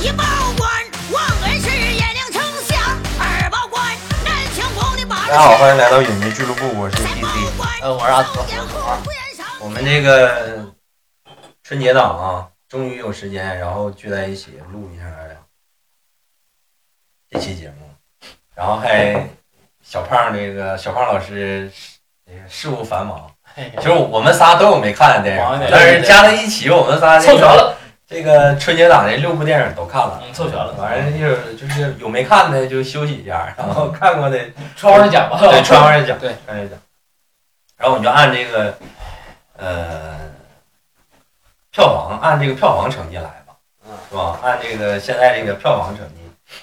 一报官，望闻是眼亮丞相；二报官，南墙皇帝把大家好，欢迎来到影迷俱乐部，我是三报 DC。官，呃，我是阿少泽，年后不言赏我们这个呃春节档啊，终于有时间，然后聚在一起录一下这期节目，然后还小胖这个小胖老师这个事务繁忙，嘿就是我们仨都有没看的电忙一影，点但是加在一起，我们仨这个 凑全了，这个春节档这六部电影都看了。嗯，凑全了，完了，一会儿就是有没看的就休息一下，然后看过的穿花讲吧， 对，穿花人讲，对，穿花人讲。然后我们就按这个，呃，票房按这个票房成绩来吧，嗯是吧？按这个现在这个票房成绩，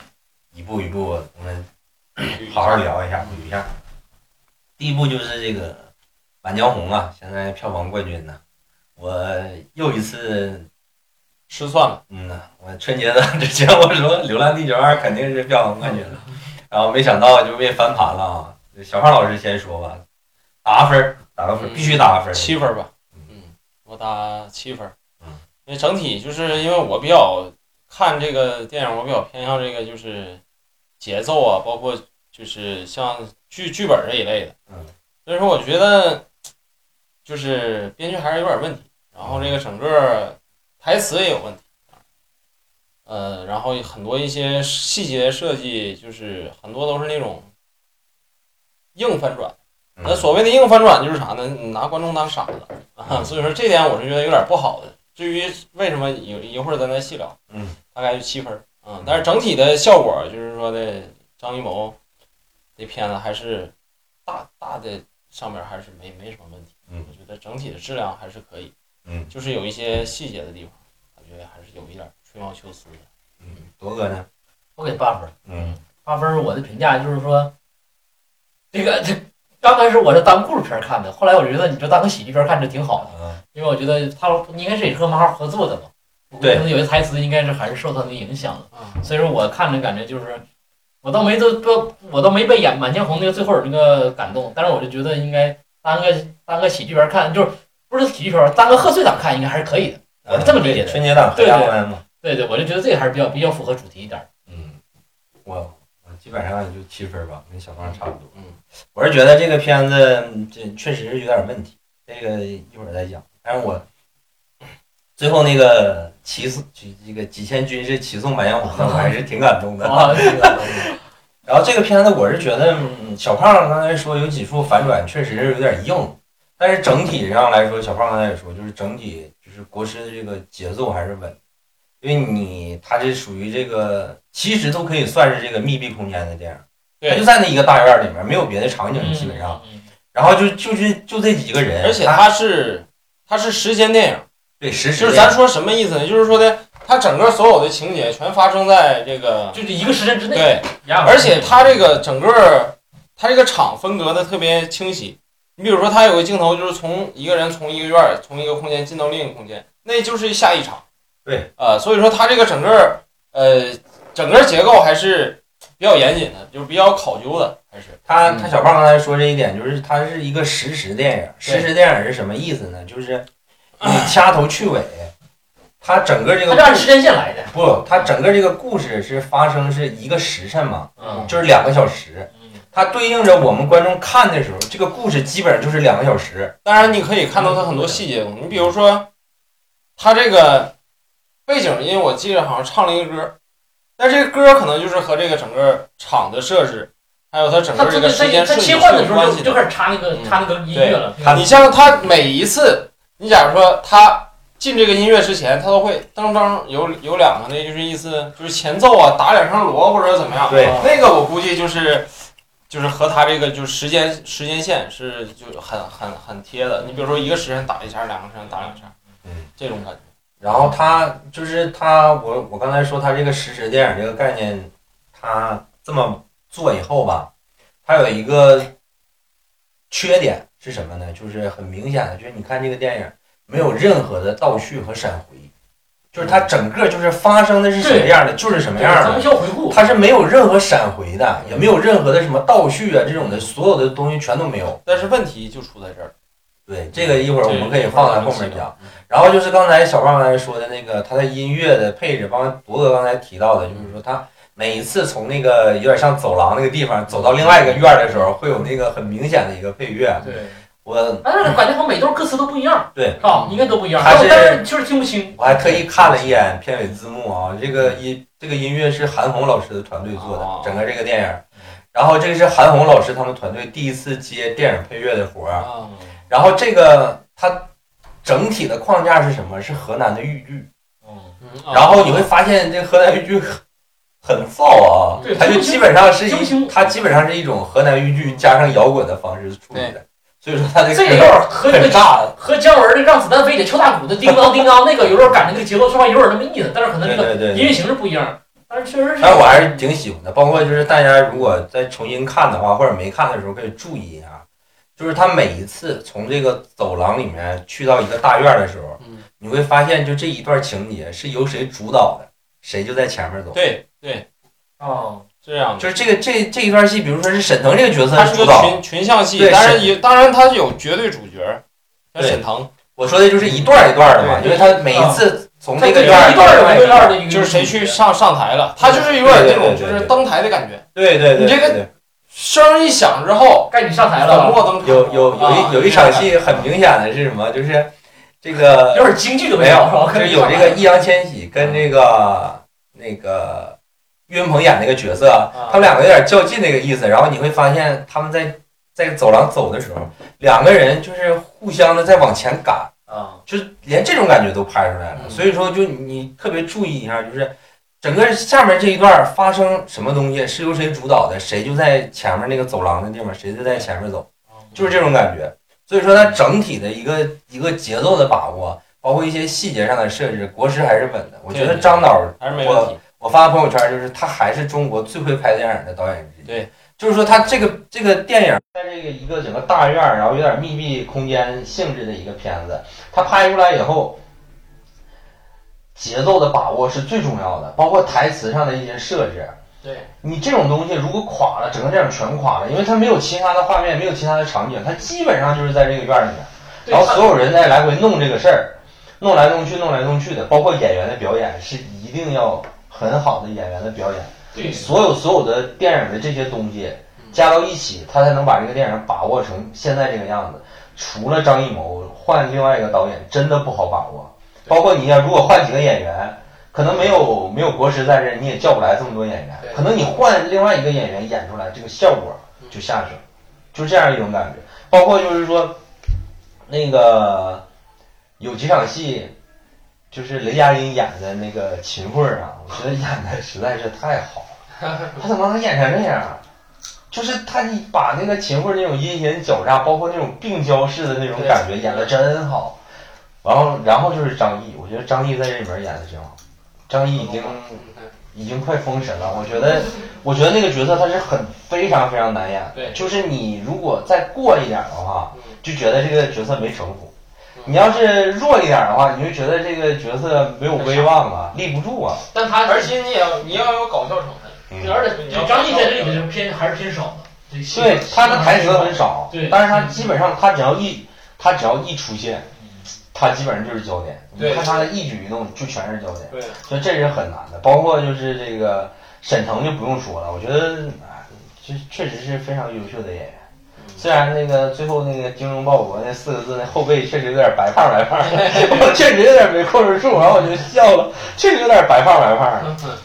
一步一步我 们好好聊一下，捋一下。第一步就是这个《满江红》啊，现在票房冠军呢、我又一次，失算了，嗯呐，我春节的之前我说《流浪地球二》肯定是票房冠军了，然后没想到就被翻盘了啊！小胖老师先说吧，打个分儿，打个分儿，嗯必须打个分儿。嗯七分吧，嗯，我打七分，因为整体就是因为我比较看这个电影，我比较偏向这个就是节奏啊，包括就是像剧剧本这一类的，嗯，所以说我觉得就是编剧还是有点问题，然后这个整个台词也有问题。啊呃，然后很多一些细节设计，就是很多都是那种硬反转。嗯那所谓的硬反转就是啥呢？你拿观众当傻子嗯啊，所以说这点我是觉得有点不好的。至于为什么有一会儿咱再细聊，嗯，大概就七分儿啊。但是整体的效果就是说的张艺谋这片子还是大大的上面还是没没什么问题，嗯我觉得整体的质量还是可以，嗯就是有一些细节的地方，感觉还是有一点儿吹毛求疵的。嗯，铎哥呢？我给八分儿，嗯八分儿我的评价就是说，这个这刚开始我是当故事片儿看的，后来我觉得你就当个喜剧片儿看着挺好的，嗯因为我觉得他应该是也是和漫画合作的嘛，我对可能有些台词应该是还是受他的影响的，啊，所以说我看着感觉就是，我倒没都都我倒没被演《满江红》那个最后那个感动，但是我就觉得应该当个当个喜剧片儿看，就是不是喜剧片儿，当个贺岁档看应该还是可以的。我是这么理解的呃春节档合对对家欢嘛。对对，我就觉得这个还是比较比较符合主题 一点儿。嗯，我我基本上也就七分儿吧，跟小胖差不多。嗯，我是觉得这个片子嗯这确实是有点问题，这个一会儿再讲。但是我最后那个齐送这个几千军是齐送白杨红的，我还是挺感动的。啊，这个然后这个片子我是觉得，嗯小胖刚才说有几处反转确实是有点硬，但是整体上来说，小胖刚才也说，就是整体就是国师的这个节奏还是稳，因为你他这属于这个其实都可以算是这个密闭空间的电影，对他就在那一个大院里面，没有别的场景基本上，，嗯然后就就是就这几个人，而且他它是它是时间电影。对实时就是的咱说什么意思呢？就是说的，它整个所有的情节全发生在这个就是一个时辰之内。对，然后而且它这个整个它这个场分隔的特别清晰。你比如说，它有个镜头就是从一个人从一个院儿从一个空间进到另一个空间，那就是下一场。对，呃，所以说它这个整个呃整个结构还是比较严谨的，就是比较考究的，还是他嗯他小胖刚才说这一点，就是它是一个实时电影。对实时电影是什么意思呢？就是 你掐头去尾，它整个这他个是按故时间线来的。不，它整个这个故事是发生是一个时辰嘛，嗯就是两个小时，嗯，它对应着我们观众看的时候，这个故事基本上就是两个小时。当然，你可以看到它很多细节的东西。你比如说，它这个背景音，我记得好像唱了一个歌，但这个歌可能就是和这个整个场的设置，还有它整他个这这个个时间他设计是切有换的时关候系就就的。开始插那个嗯插那个音乐了。嗯他你像它每一次，你假如说它进这个音乐之前，它都会噔噔有有两个那就是意思就是前奏啊，打两声锣或者怎么样。对啊那个我估计就是就是和他这个就是时间时间线是就很很很贴的。你比如说一个时辰打一下，两个时辰打两下，嗯，这种感觉。然后它就是它，我我刚才说它这个实时电影这个概念，它这么做以后吧，它有一个缺点是什么呢？就是很明显的，就是你看这个电影没有任何的倒叙和闪回，就是它整个就是发生的是什么样的，就是什么样咱们的，需要回顾。它是没有任何闪回的，也没有任何的什么倒叙啊这种的，所有的东西全都没有。但是问题就出在这儿，对，这个一会儿我们可以放在后面讲。。然后就是刚才小胖刚才说的那个，他的音乐的配置，包括铎哥刚才提到的，就是说他每一次从那个有点像走廊那个地方走到另外一个院儿的时候，会有那个很明显的一个配乐。对，啊我但是感觉好像每段歌词都不一样，对是吧？应该都不一样，它但是是但是就是听不清。我还特意看了一眼片尾字幕啊，这个音这个音乐是韩红老师的团队做的哦，整个这个电影。然后这个是韩红老师他们团队第一次接电影配乐的活儿。啊，嗯然后这个它整体的框架是什么？是河南的豫剧。嗯，哦啊然后你会发现这河南豫剧 很很燥啊对，它就基本上是听不一，清它基本上是一种河南豫剧加上摇滚的方式处理的，所以说它这这个有个点和那很个炸，和姜文的让子弹飞得敲大鼓的叮当叮当那个有点感觉，那个节奏说话有点那么意思，但是可能对这个对对音对。乐形式不一样，但是确实是。但我还是挺喜欢的，包括就是大家如果再重新看的话，或者没看的时候可以注意一下，就是他每一次从这个走廊里面去到一个大院的时候，嗯，你会发现就这一段情节是由谁主导的，谁就在前面走。对对，啊，是这样的。就是这个这这一段戏，比如说是沈腾这个角色它是是主个导，群群像戏，对但是是也当然它有绝对主角，像对沈腾，我说的就是一段儿一段儿的嘛，因对为他每一次从这这个个院儿一段有一个儿段的一个，就是谁去上上台了，他就是有点那种对对对就对是登台的感觉，对对对，你这个对声儿一响之后，该你上粉台了，墨登场。有有有啊一有一场，戏很明显的是什么？就是这个有点京剧都没有，有是吧？，啊就跟是有这个易烊千玺跟这个那个岳云鹏演那个角色，他啊们两个有点较劲那个意思。然后你会发现他们在在走廊走的时候，两个人就是互相的在往前赶。啊，就是连这种感觉都拍出来了。嗯所以说，就你特别注意一下，就是整个下面这一段发生什么东西是由谁主导的，谁就在前面那个走廊的地方，谁就在前面走，嗯就是这种感觉。所以说，它整体的一个一个节奏的把握，包括一些细节上的设置，国师还是稳的。我觉得对张导，还是没问题。我发朋友圈就是他还是中国最会拍电影的导演之一。对。就是说，他这个这个电影在这个一个整个大院儿，然后有点密闭空间性质的一个片子，他拍出来以后，节奏的把握是最重要的，包括台词上的一些设置。对，你这种东西如果垮了，整个电影全垮了，因为它没有其他的画面，没有其他的场景，它基本上就是在这个院儿里面，对然后他所有人在来回弄这个事儿，弄来弄去，弄来弄去的，包括演员的表演是一定要很好的演员的表演。对所有所有的电影的这些东西加到一起，他才能把这个电影把握成现在这个样子。除了张艺谋，换另外一个导演真的不好把握。对包括你要如果换几个演员，可能没有没有国师在这，你也叫不来这么多演员对。可能你换另外一个演员演出来，这个效果就下去了，就是这样一种感觉。包括就是说，那个有几场戏，就是雷佳音演的那个秦桧儿啊，我觉得演的实在是太好了，他怎么能演成这样啊？就是他一把那个秦桧那种阴险狡诈，包括那种病娇式的那种感觉，演的真好。然后，然后就是张译，我觉得张译在这里面演的真好。张译已经嗯已经快封神了，我觉得，我觉得那个角色他是很非常非常难演的。对就是你如果再过一点的话，嗯就觉得这个角色没城府嗯；你要是弱一点的话，你就觉得这个角色没有威望啊，立不住啊。但他而且你也要你要有搞笑成分。嗯对，而且张译在这里面就是偏还是偏少的，这戏对，他的台词很少，嗯对但是他基本上他只要一他只要一出现，他基本上就是焦点。你对看他的一举一动就全是焦点。对，所以这是很难的。包括就是这个沈腾就不用说了，我觉得啊，这确实是非常优秀的演员。虽然那个最后那个精忠报国那四个字，那后背确实有点白胖白胖 的，我确实有点没控制住，然后我就笑了，确实有点白胖白胖的。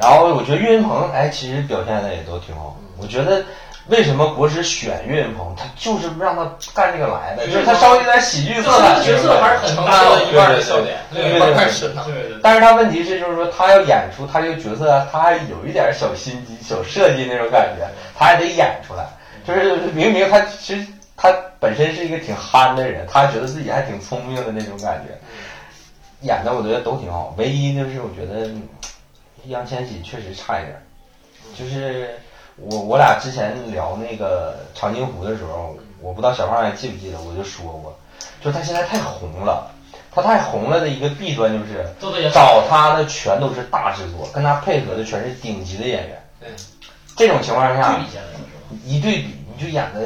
然后我觉得岳云鹏，哎，其实表现的也都挺好。嗯我觉得为什么国师选岳云鹏，他就是让他干这个来的，就是他稍微有点喜剧这色彩个。角色还是很承大担了的。一半的笑点，啊对另对一对半开始呢。对对，但是他问题是，就是说他要演出他这个角色啊，他还有一点小心机、小设计那种感觉，他还得演出来。就是明明他其实他本身是一个挺憨的人，他觉得自己还挺聪明的那种感觉，演的我觉得都挺好。唯一就是我觉得嗯易烊千玺确实差一点儿，就是我我俩之前聊那个长津湖的时候，我不知道小胖还记不记得，我就说过，就是他现在太红了。他太红了的一个弊端就是，做的也找他的全都是大制作，跟他配合的全是顶级的演员。对，这种情况对下比下来的时候，一对比，你就演的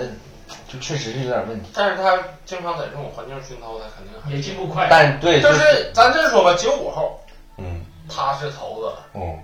就确实是有点问题。但是他经常在这种环境熏陶，他肯定还也进步快。但对，就就是咱这么说吧，九五后嗯他是头子了，嗯，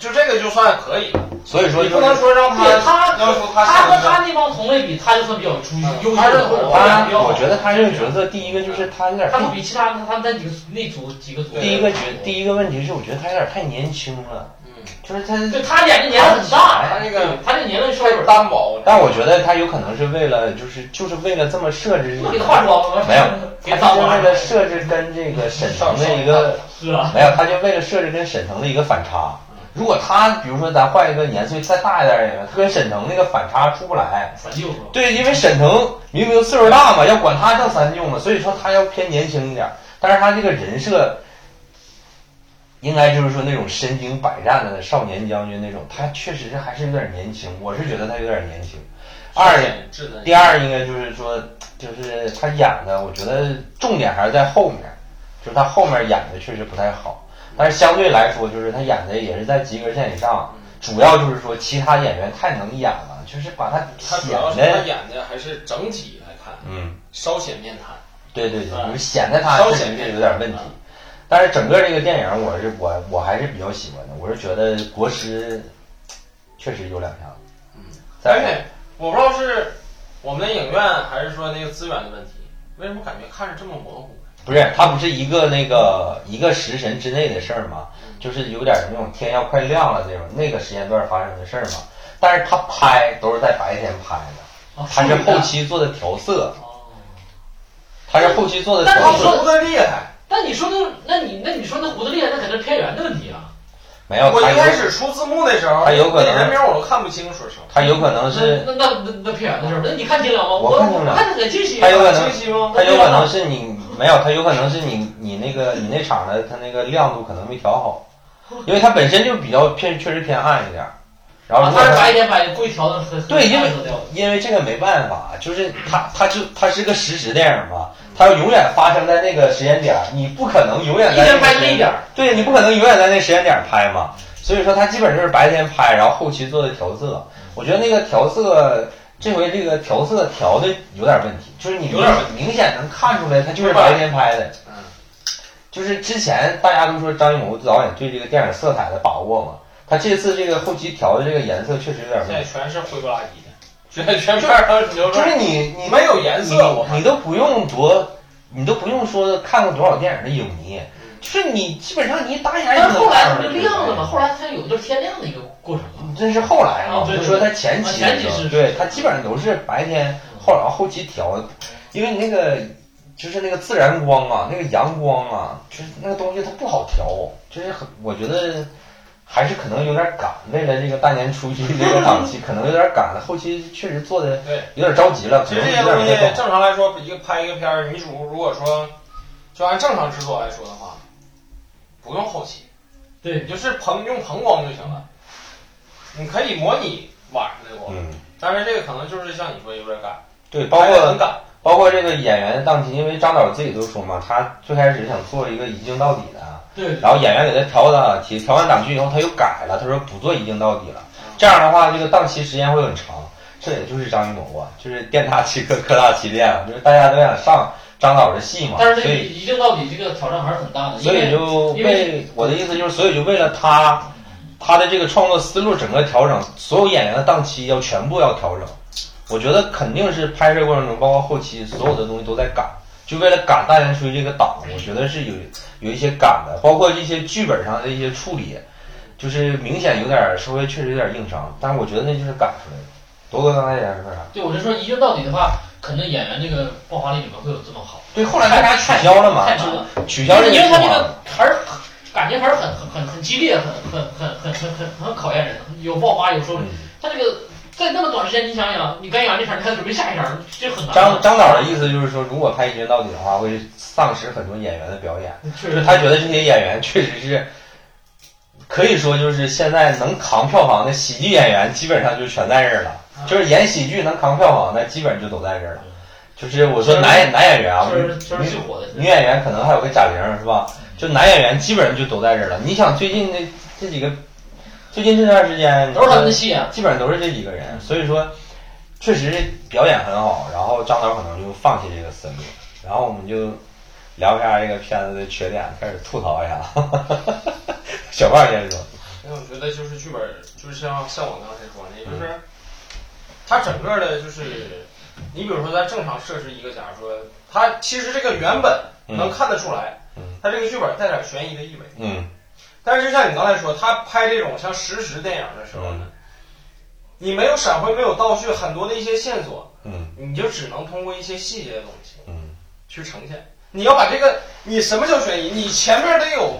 就这个就算可以了，所以说你就不能是说让对他他要求他他和下他那帮同类比，他就算比较出息嗯优秀他是的我他他，我觉得他这个角色，第一个就是他有点他不比其他他们那几个那组几个组，对第一个觉，第一个问题是，我觉得他有点太年轻了，嗯，就是他，就他年龄年龄很大，他这个他这年龄稍微太单薄了。但我觉得他有可能是为了，就是就是为了这么设置这给个，化妆了吗？没有，给他脏就是为了了设置跟这个沈腾的一个是啊，没有，他就为了设置跟沈腾的一个反差。如果他比如说咱换一个年岁再大一点的演员，他跟沈腾那个反差出不来。三舅是吧？对，因为沈腾明明岁数大嘛，要管他叫三舅嘛，所以说他要偏年轻一点儿。但是他这个人设，应该就是说那种身经百战的少年将军那种，他确实是还是有点年轻。我是觉得他有点年轻。二点智能，第二应该就是说，就是他演的，我觉得重点还是在后面，就是他后面演的确实不太好，但是相对来说，就是他演的也是在及格线以上。主要就是说，其他演员太能演了，就是把他他主显要是他得，演的还是整体来看嗯，稍显面瘫，对对对，嗯就是显得他稍确显啊实面是瘫有点问题。但是整个这个电影，我是我我还是比较喜欢的，我是觉得国师确实有两下子。嗯，而再且我不知道是我们的影院还是说那个资源的问题，为什么感觉看着这么模糊？不是，它不是一个那个一个时辰之内的事儿吗？就是有点那种天要快亮了那种那个时间段发生的事儿嘛。但是他拍都是在白天拍的，他是后期做的调色，哦啊他是后期做的但是调他色，说的厉害，但你说那，那你那你说那胡子厉害，那肯定是偏远的问题啊。没有我他一开有始出字幕的时候，他有可能那人名我都看不清，说实话。他有可能那是那那那那偏远的事儿，那你看清了吗？我我看清了我看得很清晰他。有可清能晰嗯吗？他有可能是你没有，他有可能是你你那个你那场的他那个亮度可能没调好，因为他本身就比较偏确实偏暗一点儿，然后啊如果他是它白天白故意调的很对，因为很调的因为这个没办法，就是它它就它是个实时电影嘛，它要永远发生在那个时间点儿，你不可能永远一在那个天拍时累间一点点儿，对你不可能永远在那时间点儿拍嘛，所以说它基本就是白天拍，然后后期做的调色，我觉得那个调色。这回这个调色调的有点问题，就是你有点问明显能看出来，它就是白天拍的。嗯，就是之前大家都说张艺谋导演对这个电影色彩的把握嘛，他这次这个后期调的这个颜色确实有点问现题在。全是灰不拉几的， 全全片儿都是牛就肉 是你你没有颜色我你，你都不用多，你都不用说看过多少电影的影迷，就是你基本上你一打眼但儿是就后能来看出它来就这个亮了嘛，人后来它有就是天亮的一个过程嘛。这是后来啊哦啊，我对就说他前啊期前的期时候，是对他基本上都是白天后然后后期调的，因为你那个就是那个自然光啊，那个阳光啊，就是那个东西它不好调，就是很我觉得还是可能有点赶，为了这个大年初一这个 档期可能有点赶了，后期确实做的对，有点着急了，可其实能这些东有点西没太懂正常来说，一个拍一个片儿，女主如果说就按正常制作来说的话，不用后期，对你就是棚用棚光就行了。你可以模拟晚上的光，嗯。但是这个可能就是像你说有点赶，对，包拍得很括赶，包括这个演员的档期，因为张导自己都说嘛，他最开始想做一个一镜到底的，啊对，然后演员给他调档期，调完档期以后他又改了，他说不做一镜到底了，这样的话这个档期时间会很长。这也就是张艺谋啊，就是店大欺客，客大欺店啊，就是大家都想上张导的戏嘛，但是所这以一镜到底这个挑战还是很大的，所以就因为为我的意思就是，所以就为了他，他的这个创作思路整个调整，所有演员的档期要全部要调整。我觉得肯定是拍摄过程中，包括后期所有的东西都在赶，就为了赶大年初一这个档，我觉得是有有一些赶的，包括一些剧本上的一些处理，就是明显有点儿稍微确实有点硬伤，但是我觉得那就是赶出来的。多多刚才也是说啥？对我就说一镜到底的话，可能演员这个爆发力也不会有这么好。对，后来大家取消了嘛太，难了，啊取消这因为他计这划个还是感觉还是很很很很激烈，很很很很很很很考验人，有爆发，有时候嗯他这个在那么短时间，你想想，你该演完这场，你还准备下一场，这很难。张张导的意思就是说，如果拍一镜到底的话，会丧失很多演员的表演。确就是实他觉得这些演员确实是，可以说就是现在能扛票房的喜剧演员，基本上就全在这儿了。啊就是演喜剧能扛票房的，基本就都在这儿了。就是我说男演男演员啊，我确们实确实最火的嗯是女演员可能还有个贾玲是吧？就男演员基本上就都在这儿了。你想最近这这几个，最近这段时间都是他们的戏啊。基本上都是这几个人，所以说确实表演很好，然后张导可能就放弃这个思路，然后我们就聊一下这个片子的缺点，开始吐槽一下。 小胖先说，因为我觉得就是剧本，就是像像我刚才说的，也就是它整个的，就是你比如说咱正常设置一个，假如说它其实这个原本能嗯看得出来嗯，它这个剧本带点悬疑的意味。嗯但是像你刚才说，他拍这种像实时电影的时候呢，嗯你没有闪回，没有倒叙，很多的一些线索，嗯你就只能通过一些细节的东西嗯去呈现。你要把这个，你什么叫悬疑？你前面得有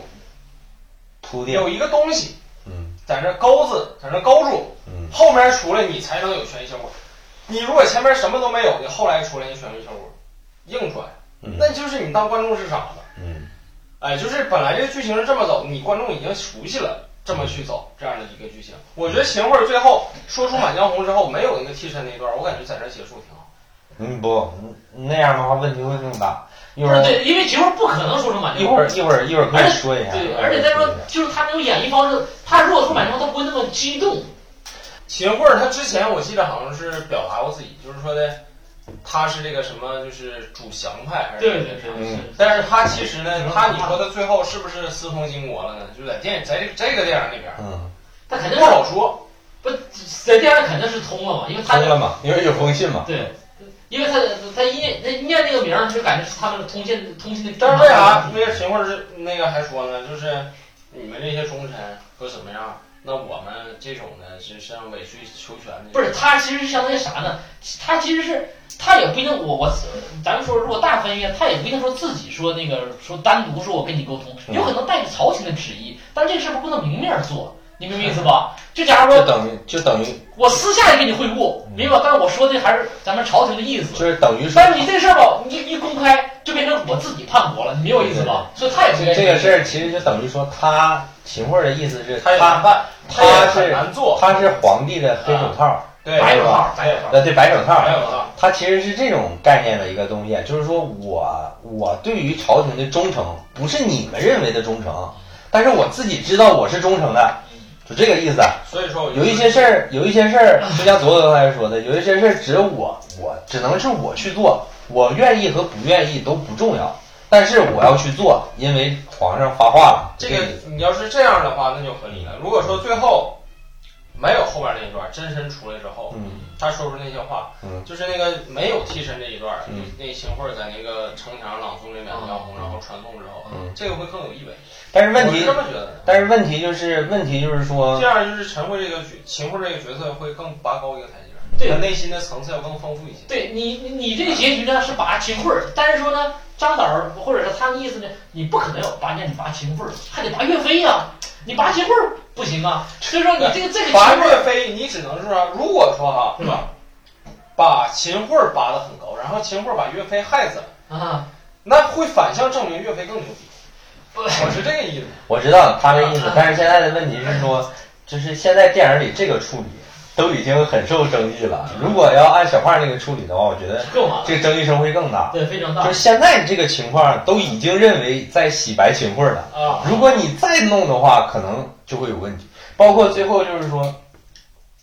铺垫，有一个东西嗯在那钩子，在那勾住，嗯后面出来你才能有悬疑效果。你如果前面什么都没有，你后来出来你悬疑效果硬出来，嗯那就是你当观众是傻子。嗯哎，就是本来这个剧情是这么走，你观众已经熟悉了这么去走这样的一个剧情。我觉得秦桧最后说出《满江红》之后没有那个替身那一段，我感觉在这儿结束挺好。嗯不那样的话问题会更大。一不会是儿对，因为秦桧不可能说成满一江红会。儿一会儿一会儿可以说一下。对，而且再说，就是他那种演绎方式，他如果说满江红，他不会那么激动。嗯秦桧他之前我记得好像是表达过自己，就是说的他是这个什么，就是主降派还是对对对，嗯是但是他其实呢，他你说他最后是不是私通金国了呢？就在电在这这个电影里边嗯，他肯定不是好说。不在电影肯定是通了嘛，因为他通了嘛，因为有封信嘛。对，因为他他一念他一念这个名儿，就感觉是他们通信通信的。但是为啥那个秦桧是那个还说呢？就是你们这些忠臣都怎么样？那我们这种呢，是像委曲求全的。不是，他其实相当于啥呢？他其实是他也不一定，我我咱们说，如果大分析，他也不一定说自己说那个说单独说我跟你沟通，嗯有可能带着朝廷的旨意，但这个事儿不能明面做，你明白意思吧？嗯就假如就说等于就等于我私下也跟你会晤，嗯明白吧？但是我说的还是咱们朝廷的意思。就是等于说但是你这事儿吧，你一公开就变成我自己叛国了，你明白我意思吧？所以他也不这愿意这个事儿其实就等于说他秦桧的意思是他也他难办，他也是很难做。他是皇帝的黑手套，对，白手吧套，白手套。呃对白手套白，手套他其实是这种概念的一个东西，啊就是说我我对于朝廷的忠诚不是你们认为的忠诚，但是我自己知道我是忠诚的，就这个意思。啊所以说嗯我就有一些事儿，有一些事 儿，就像左左刚才说的，有一些事儿只有我，我只能是我去做，我愿意和不愿意都不重要，但是我要去做，因为皇上发话了。这个，你要是这样的话，那就合理了。如果说最后没有后边那一段，真身出来之后，嗯他说出那些话，嗯就是那个没有替身这一段，嗯那秦桧在那个城墙朗诵这《满江红》，然后传颂之后，嗯，这个会更有意味。但是问我是题这，么觉得的。但是问题就是问题就是说这，样就是陈慧这个角，秦桧这个角色会更拔高一个台阶儿，对他内心的层次要更丰富一些。对你，你你这个结局呢是把秦桧儿，但是说呢，张导儿或者是他的意思呢，你不可能要拔，你拔秦桧儿，还得拔岳飞呀、你拔秦桧儿不行啊。所以说你这个这个秦桧拔儿，岳飞，你只能是说，如果说哈，嗯是吧？把秦桧拔得很高，然后秦桧把岳飞害死了，啊，那会反向证明岳飞更 牛逼。不我是这个意思。我知道他的意思，但是现在的问题是说，就是现在电影里这个处理都已经很受争议了，如果要按小胖那个处理的话，我觉得更完了，这个争议声会更大。对，非常就大是现在这个情况都已经认为在洗白秦桧了，啊。如果你再弄的话，可能就会有问题。包括最后就是说，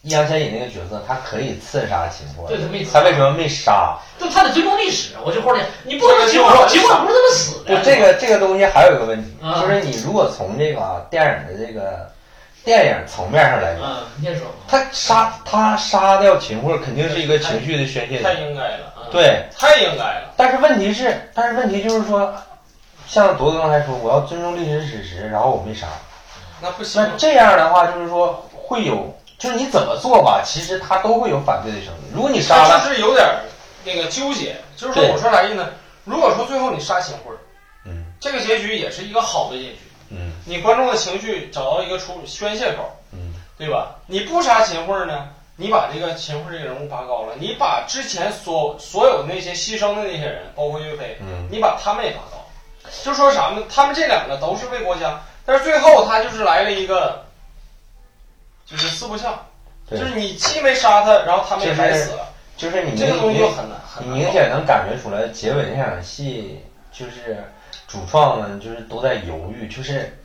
易烊千玺那个角色，他可以刺杀秦对桧，他没他为什么没杀？对他得追踪历史，我就后面你不能说秦桧儿，秦桧儿不是这么死不的。，这个这个东西还有一个问题，啊就是你如果从这个啊电影的这个电影层面上啊来讲，嗯，你先说。他杀他杀掉秦桧，肯定是一个情绪的宣泄太点。应该了，啊，对，太应该了。但是问题是，但是问题就是说，像铎哥刚才说，我要尊重历史史实，然后我没杀。那不行，啊那这样的话，就是说会有，就是你怎么做吧，其实他都会有反对的声音。如果你杀他了，就是有点儿那个纠结。就是说，对我说啥意思呢？如果说最后你杀秦桧儿，嗯这个结局也是一个好的结局，嗯你观众的情绪找到一个出宣泄口。嗯对吧？你不杀秦桧呢，你把这个秦桧这个人物拔高了，你把之前所所有那些牺牲的那些人，包括岳飞，嗯，你把他们也拔高，就说啥呢？他们这两个都是为国家，但是最后他就是来了一个，就是四不像，就对是你既没杀他，然后他们也白死了，就是你这个东明西你就很难很你难明搞。显能感觉出来，结尾那场戏就是主创们就是都在犹豫，就是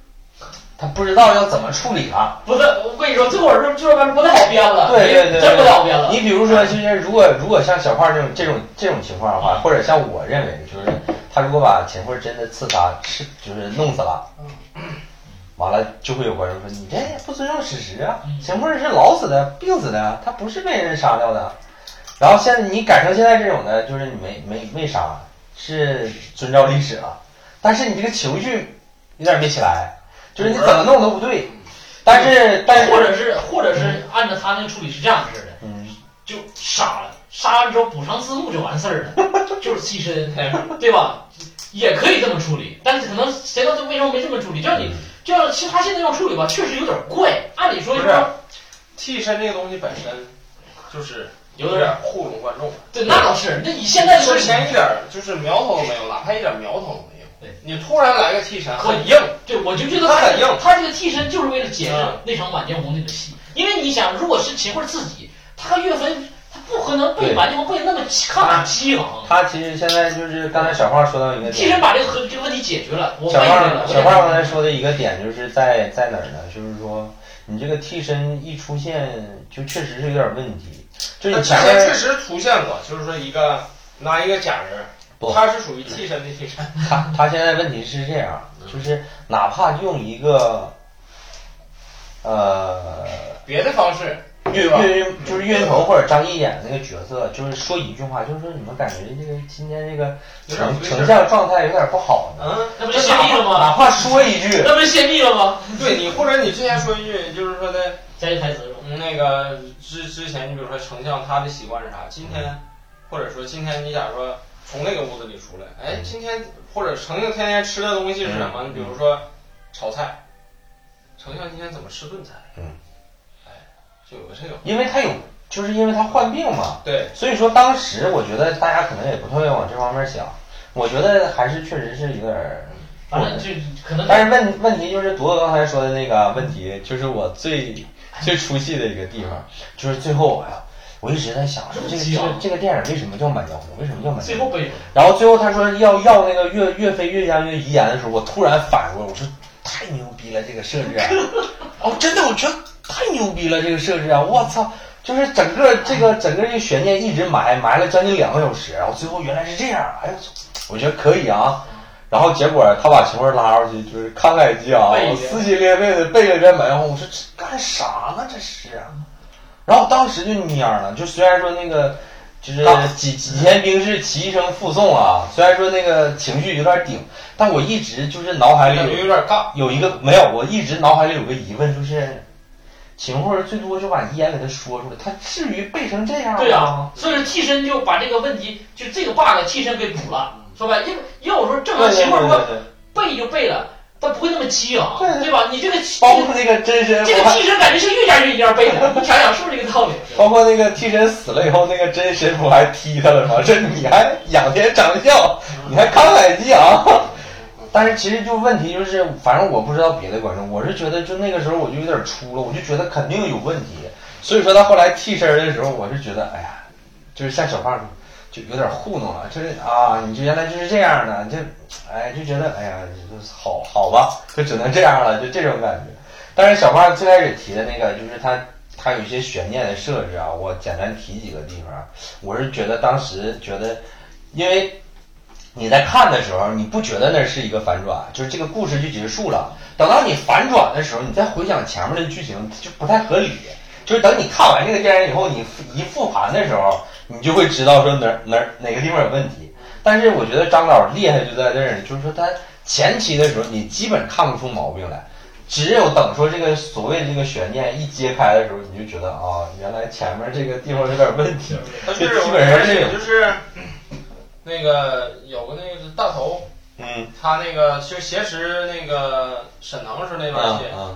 他不知道要怎么处理了。不是，我跟你说，这会儿是这玩意儿不太好编 了，对对对真不太好编了。你比如说，就是如果如果像小胖这种这种这种情况的嗯话，或者像我认为，就是他如果把秦桧真的刺杀，是就是弄死了，嗯 完了就会有观众说你这不尊重史实啊，嗯秦桧是老死的、病死的，啊他不是被人杀掉的。啊然后现在你改成现在这种的，就是你没没没杀，是遵照历史了，但是你这个情绪有点没起来，就是你怎么弄都不对。但是但或是，者是或者是按照他那个处理是这样式的，嗯，就杀了，杀完之后补偿字幕就完事儿了，就是牺牲，对吧？也可以这么处理，但是可能谁知道这为什么没这么处理？就像嗯你，就像其实他现在这种处理吧，确实有点怪。按理说就不是替身这个东西本身就是有点糊弄观众，对，那倒是，那你现在就之是前一点就是苗头都没有，哪怕一点苗头都没有。对，你突然来个替身，很很硬，对，我就觉得他很硬他这个替身就是为了解释嗯那场满江红那个戏，因为你想，如果是秦桧自己，他和岳飞，他不可能对对满江红背得那么看得激昂。他其实现在就是刚才小胖说到一个啊替点身，把这个和这个问题解决了，我背小对了胖。我小胖刚才说的一个点就是在在哪儿呢？就是说你这个替身一出现，就确实是有点问题。就是那你之前前确面实出现过，就是说一个拿一个假人不，他是属于替身的替身，他他现在问题是这样，就是哪怕用一个呃别的方式，岳吧岳云就是岳云鹏或者张译演的那个角色，就是说一句话，就是说你们感觉这个今天这个有点成不对劲成像状态有点不好呢，嗯，那不就泄密哪了吗？怕说一 句。那不就泄密了吗？对你或者你之前说一句，就是说的加句台词是吧？嗯那个之之前，你比如说丞相他的习惯是啥？今天，嗯或者说今天你假如说从那个屋子里出来，哎，嗯今天或者丞相天天吃的东西是什么？嗯你比如说炒菜，丞相今天怎么吃炖菜？嗯，哎，就有个这个，因为他有，就是因为他患病嘛，对，所以说当时我觉得大家可能也不太会往这方面想，我觉得还是确实是有点儿。反正就可能但是问问题就是，铎哥刚才说的那个问题，就是我最最出戏的一个地 方，就是最后我呀，我一直在想，说这个这个这个电影为什么叫《满江红》，为什么叫《满江啊最红》？后背着。然后最后他说要要那个岳岳飞岳家那个遗言的时候，我突然反应过来，我说太牛逼了这个设置啊！哦，真的，我觉得太牛逼了这个设置啊！我操，就是整个这个整个这个悬念一直埋埋了将近两个小时，然后最后原来是这样，哎呦，我觉得可以啊。然后结果他把秦桧拉出去，就是慷慨激昂背一，遍撕心裂肺的背了一遍《满江红》，我说这干啥呢？这是、啊。然后当时就蔫儿了，就虽然说那个就是当几几千兵士齐声附送啊，虽然说那个情绪有点顶，但我一直就是脑海感里觉有有哎点尬。有一个没有，我一直脑海里有个疑问，就是秦桧最多就把遗言给他说出来，他至于背成这样吗？对啊，所以说替身就把这个问题，就这个 bug 替身给补了，说白，因为要我说正对嗯对常对情况说对对，背就背了，他不会那么激昂，对对对吧？你这个包括那个真身，这我个还替身感觉是越加越一样背 的，你想想是不是这个道理？包括那个替身死了以后，那个真神不还踢他了吗？这你还仰天长啸，你还慷慨激昂。 但是其实就问题就是，反正我不知道别的观众，我是觉得就那个时候我就有点出了，我就觉得肯定有问题。所以说他后来替身的时候，我是觉得，哎呀，就是像小胖说，就有点糊弄了，就是啊，你就原来就是这样的，就哎就觉得哎呀，就是好好吧，就只能这样了，就这种感觉。但是小胖最开始提的那个，就是他它有一些悬念的设置啊，我简单提几个地方啊。我是觉得当时觉得，因为你在看的时候，你不觉得那是一个反转，啊就是这个故事就结束了。等到你反转的时候，你再回想前面的剧情就不太合理。就是等你看完这个电影以后，你复一复盘的时候，你就会知道说哪儿哪儿哪个地方有问题。但是我觉得张导厉害就在这儿，就是说他前期的时候，你基本看不出毛病来。只有等说这个所谓这个悬念一揭开的时候，你就觉得啊、原来前面这个地方有点问题。他就是基本上而是且就是那个有个那个大头，嗯，他那个就挟持那个沈腾时候那段啊戏，啊，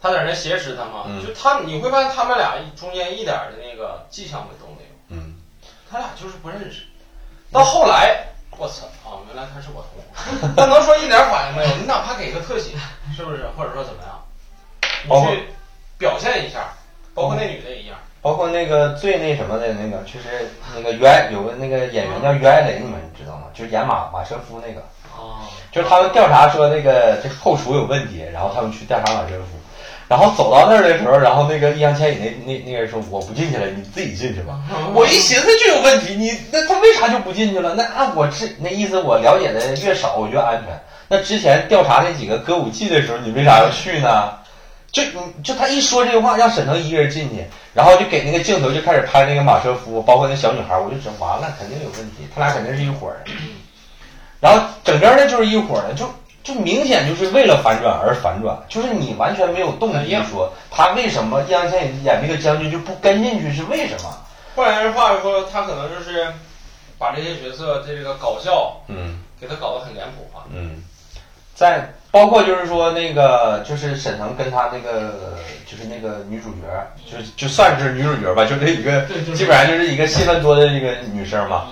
他在那挟持他嘛，嗯就他你会发现他们俩中间一点儿的那个迹象都没有，嗯，他俩就是不认识。到后来，我操啊，原来他是我 同伙，但能说一点反应没有？你哪怕给个特写，是不是？或者说怎么样，包括你去表现一下，包括那女的也一样，包括那个最那什么的那个，就是那个袁有个那个演员叫袁爱雷，你们知道吗？就是演马马车夫那个，啊，啊，就是他们调查说那个这后厨有问题，然后他们去调查马神夫，然后走到那儿的时候，然后那个易烊千玺那那那个人说我不进去了，你自己进去吧。我一寻思就有问题，你那他为啥就不进去了？那啊我这那意思我了解的越少，我越安全。那之前调查那几个歌舞伎的时候，你为啥要去呢？就你就他一说这句话，让沈腾一个人进去，然后就给那个镜头就开始拍那个马车夫，包括那小女孩，我就觉得完了，肯定有问题，他俩肯定是一伙儿的。然后整个的就是一伙儿的，就就明显就是为了反转而反转，就是你完全没有动哎机呀说他为什么易烊千玺演那个将军就不跟进去是为什么？换人话说，他可能就是把这些角色这个搞笑嗯给他搞得很脸谱化。嗯，在包括就是说那个就是沈腾跟他那个就是那个女主角，就就算是女主角吧，就这一个对，就是基本上就是一个戏份多的一个女生嘛。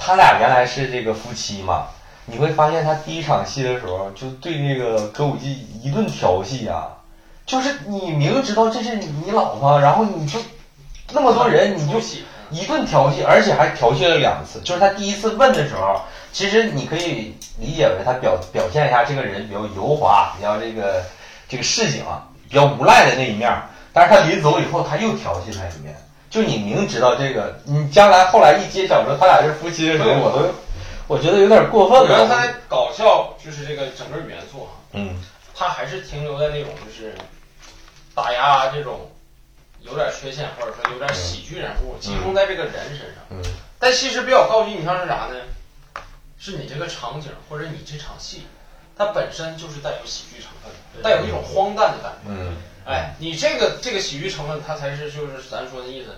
他俩原来是这个夫妻嘛，你会发现他第一场戏的时候就对这个歌舞伎一顿调戏啊，就是你明知道这是你老婆，然后你就那么多人，你就出戏一顿调戏，而且还调戏了两次。就是他第一次问的时候，其实你可以理解为他表表现一下这个人比较油滑，比较这个这个市井，比较无赖的那一面儿。但是他临走以后，他又调戏他一遍。就你明知道这个，你将来后来一揭晓说他俩是夫妻的时候，对我都我觉得有点过我分觉得他了。在搞笑就是这个整个元素哈，嗯他还是停留在那种就是打压啊这种有点缺陷或者说有点喜剧人物，集中在这个人身上。嗯但其实比较高级，你像是啥呢？是你这个场景或者你这场戏，它本身就是带有喜剧成分，带有一种荒诞的感觉。嗯，哎，你这个这个喜剧成分，它才是就是咱说的意思，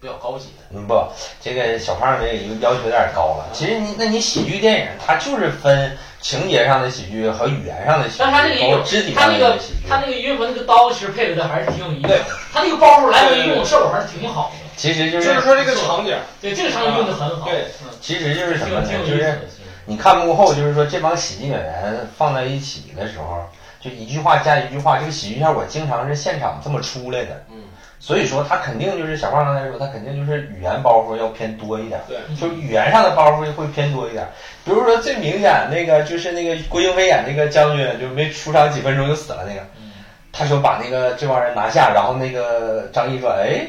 比较高级的。嗯不，这个小胖这个要求有点高了。其实你那你喜剧电影，它就是分情节上的喜剧和语言上的喜剧，但他这个也和有肢体他上那的一个个喜剧。他那个岳云鹏那个刀其实配合的还是挺有意思的对，他那个包袱来回用效果还是挺好的，其实就就是是说这个场景，对这个场景用的很好，对，其实就是什么呢挺？有就意是思的。你看幕后，就是说这帮喜剧演员放在一起的时候，就一句话加一句话，这个喜剧效果经常是现场这么出来的。嗯，所以说他肯定就是小胖刚才说，他肯定就是语言包袱要偏多一点，对，嗯就语言上的包袱会偏多一点。比如说最明显那个就是那个郭京飞演那个将军，就没出场几分钟就死了那个，他说把那个这帮人拿下，然后那个张译说哎，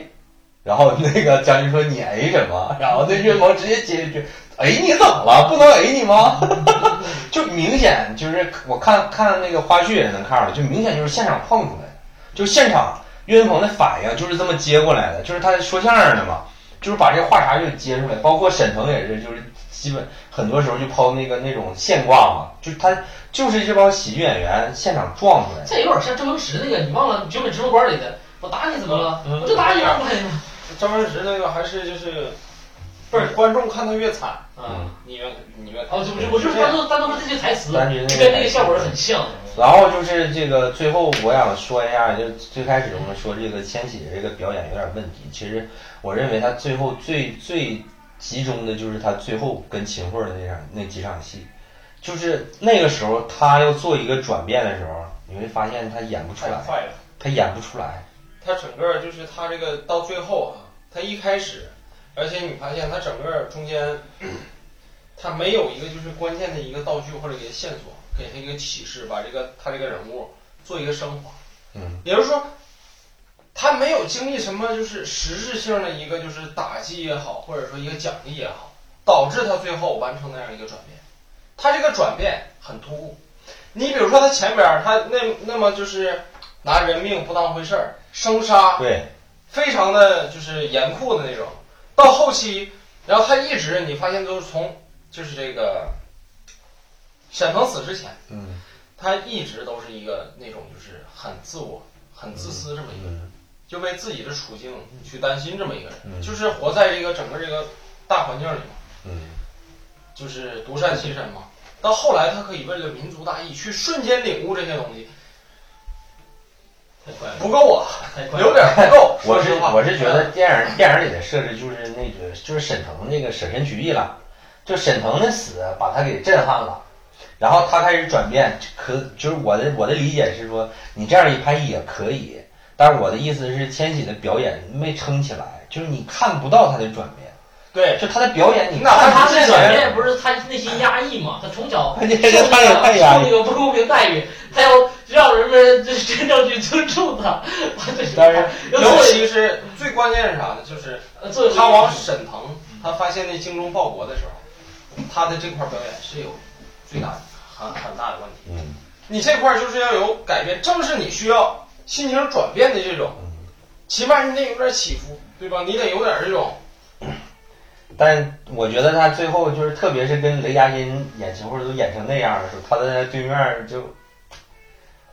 然后那个将军说你哎什么？然后那岳鹏直接接一句哎你怎么了？不能哎你吗？就明显就是我看看那个花絮也能看出来，就明显就是现场碰出来的，就现场岳云鹏的反应就是这么接过来的，就是他说相声的嘛，就是把这话茬就接出来，包括沈腾也是，就是基本很多时候就抛那个那种现挂嘛，就是他就是这帮喜剧演员现场撞出来的。这有点像周星驰那个，你忘了《绝美直播馆》里的，我打你怎么了？嗯我就打你两百。张文石那个还是就是，不是观众看他越惨，啊，你越你越哦，就我就是单独单独说这些台词，单独那个就跟那个效果很像。然后就是这个，最后我想说一下，就最开始我们说这个千玺这个表演有点问题，其实我认为他最后最最集中的就是他最后跟秦桧的那场那几场戏，就是那个时候他要做一个转变的时候，你会发现他演不出太来，快了。他演不出来，他整个就是他这个到最后啊，他一开始，而且你发现他整个中间，他没有一个就是关键的一个道具或者一个线索，给他一个启示，把这个他这个人物做一个升华。嗯，也就是说，他没有经历什么就是实质性的一个就是打击也好，或者说一个奖励也好，导致他最后完成那样一个转变。他这个转变很突兀。你比如说他前边儿他那那么就是拿人命不当回事儿，生杀对，非常的就是严酷的那种。到后期，然后他一直你发现都是从就是这个沈腾死之前，嗯他一直都是一个那种就是很自我、很自私这么一个人，嗯就为自己的处境去担心这么一个人，嗯就是活在这个整个这个大环境里嘛，嗯，就是独善其身嘛。到后来，他可以为了民族大义去瞬间领悟这些东西，太快了，不够啊，太快了。有点不够。 我说是实话，嗯我是觉得电影电影里的设置就是那个就是沈腾那个舍身取义了，就沈腾的死把他给震撼了，然后他开始转变，可就是我的我的理解是说你这样一拍也可以，但是我的意思是千玺的表演没撑起来，就是你看不到他的转变，对，就他的表演，你但看他这个这表人，演不是他内心压抑嘛？ 他从小关键受是他也太压受那抑。个不公平待遇，他要让人们就是真正去尊重他。 我这但是尤尤其其是最关键是啥呢？就是作为他往沈腾，他发现那精忠报国的时候，他的这块表演是有最大的很很大的问题。嗯，你这块就是要有改变，正是你需要心情转变的这种，起码你得有点起伏，对吧？你得有点这种但是我觉得他最后就是，特别是跟雷佳音演情或者都演成那样的时候，他在对面就，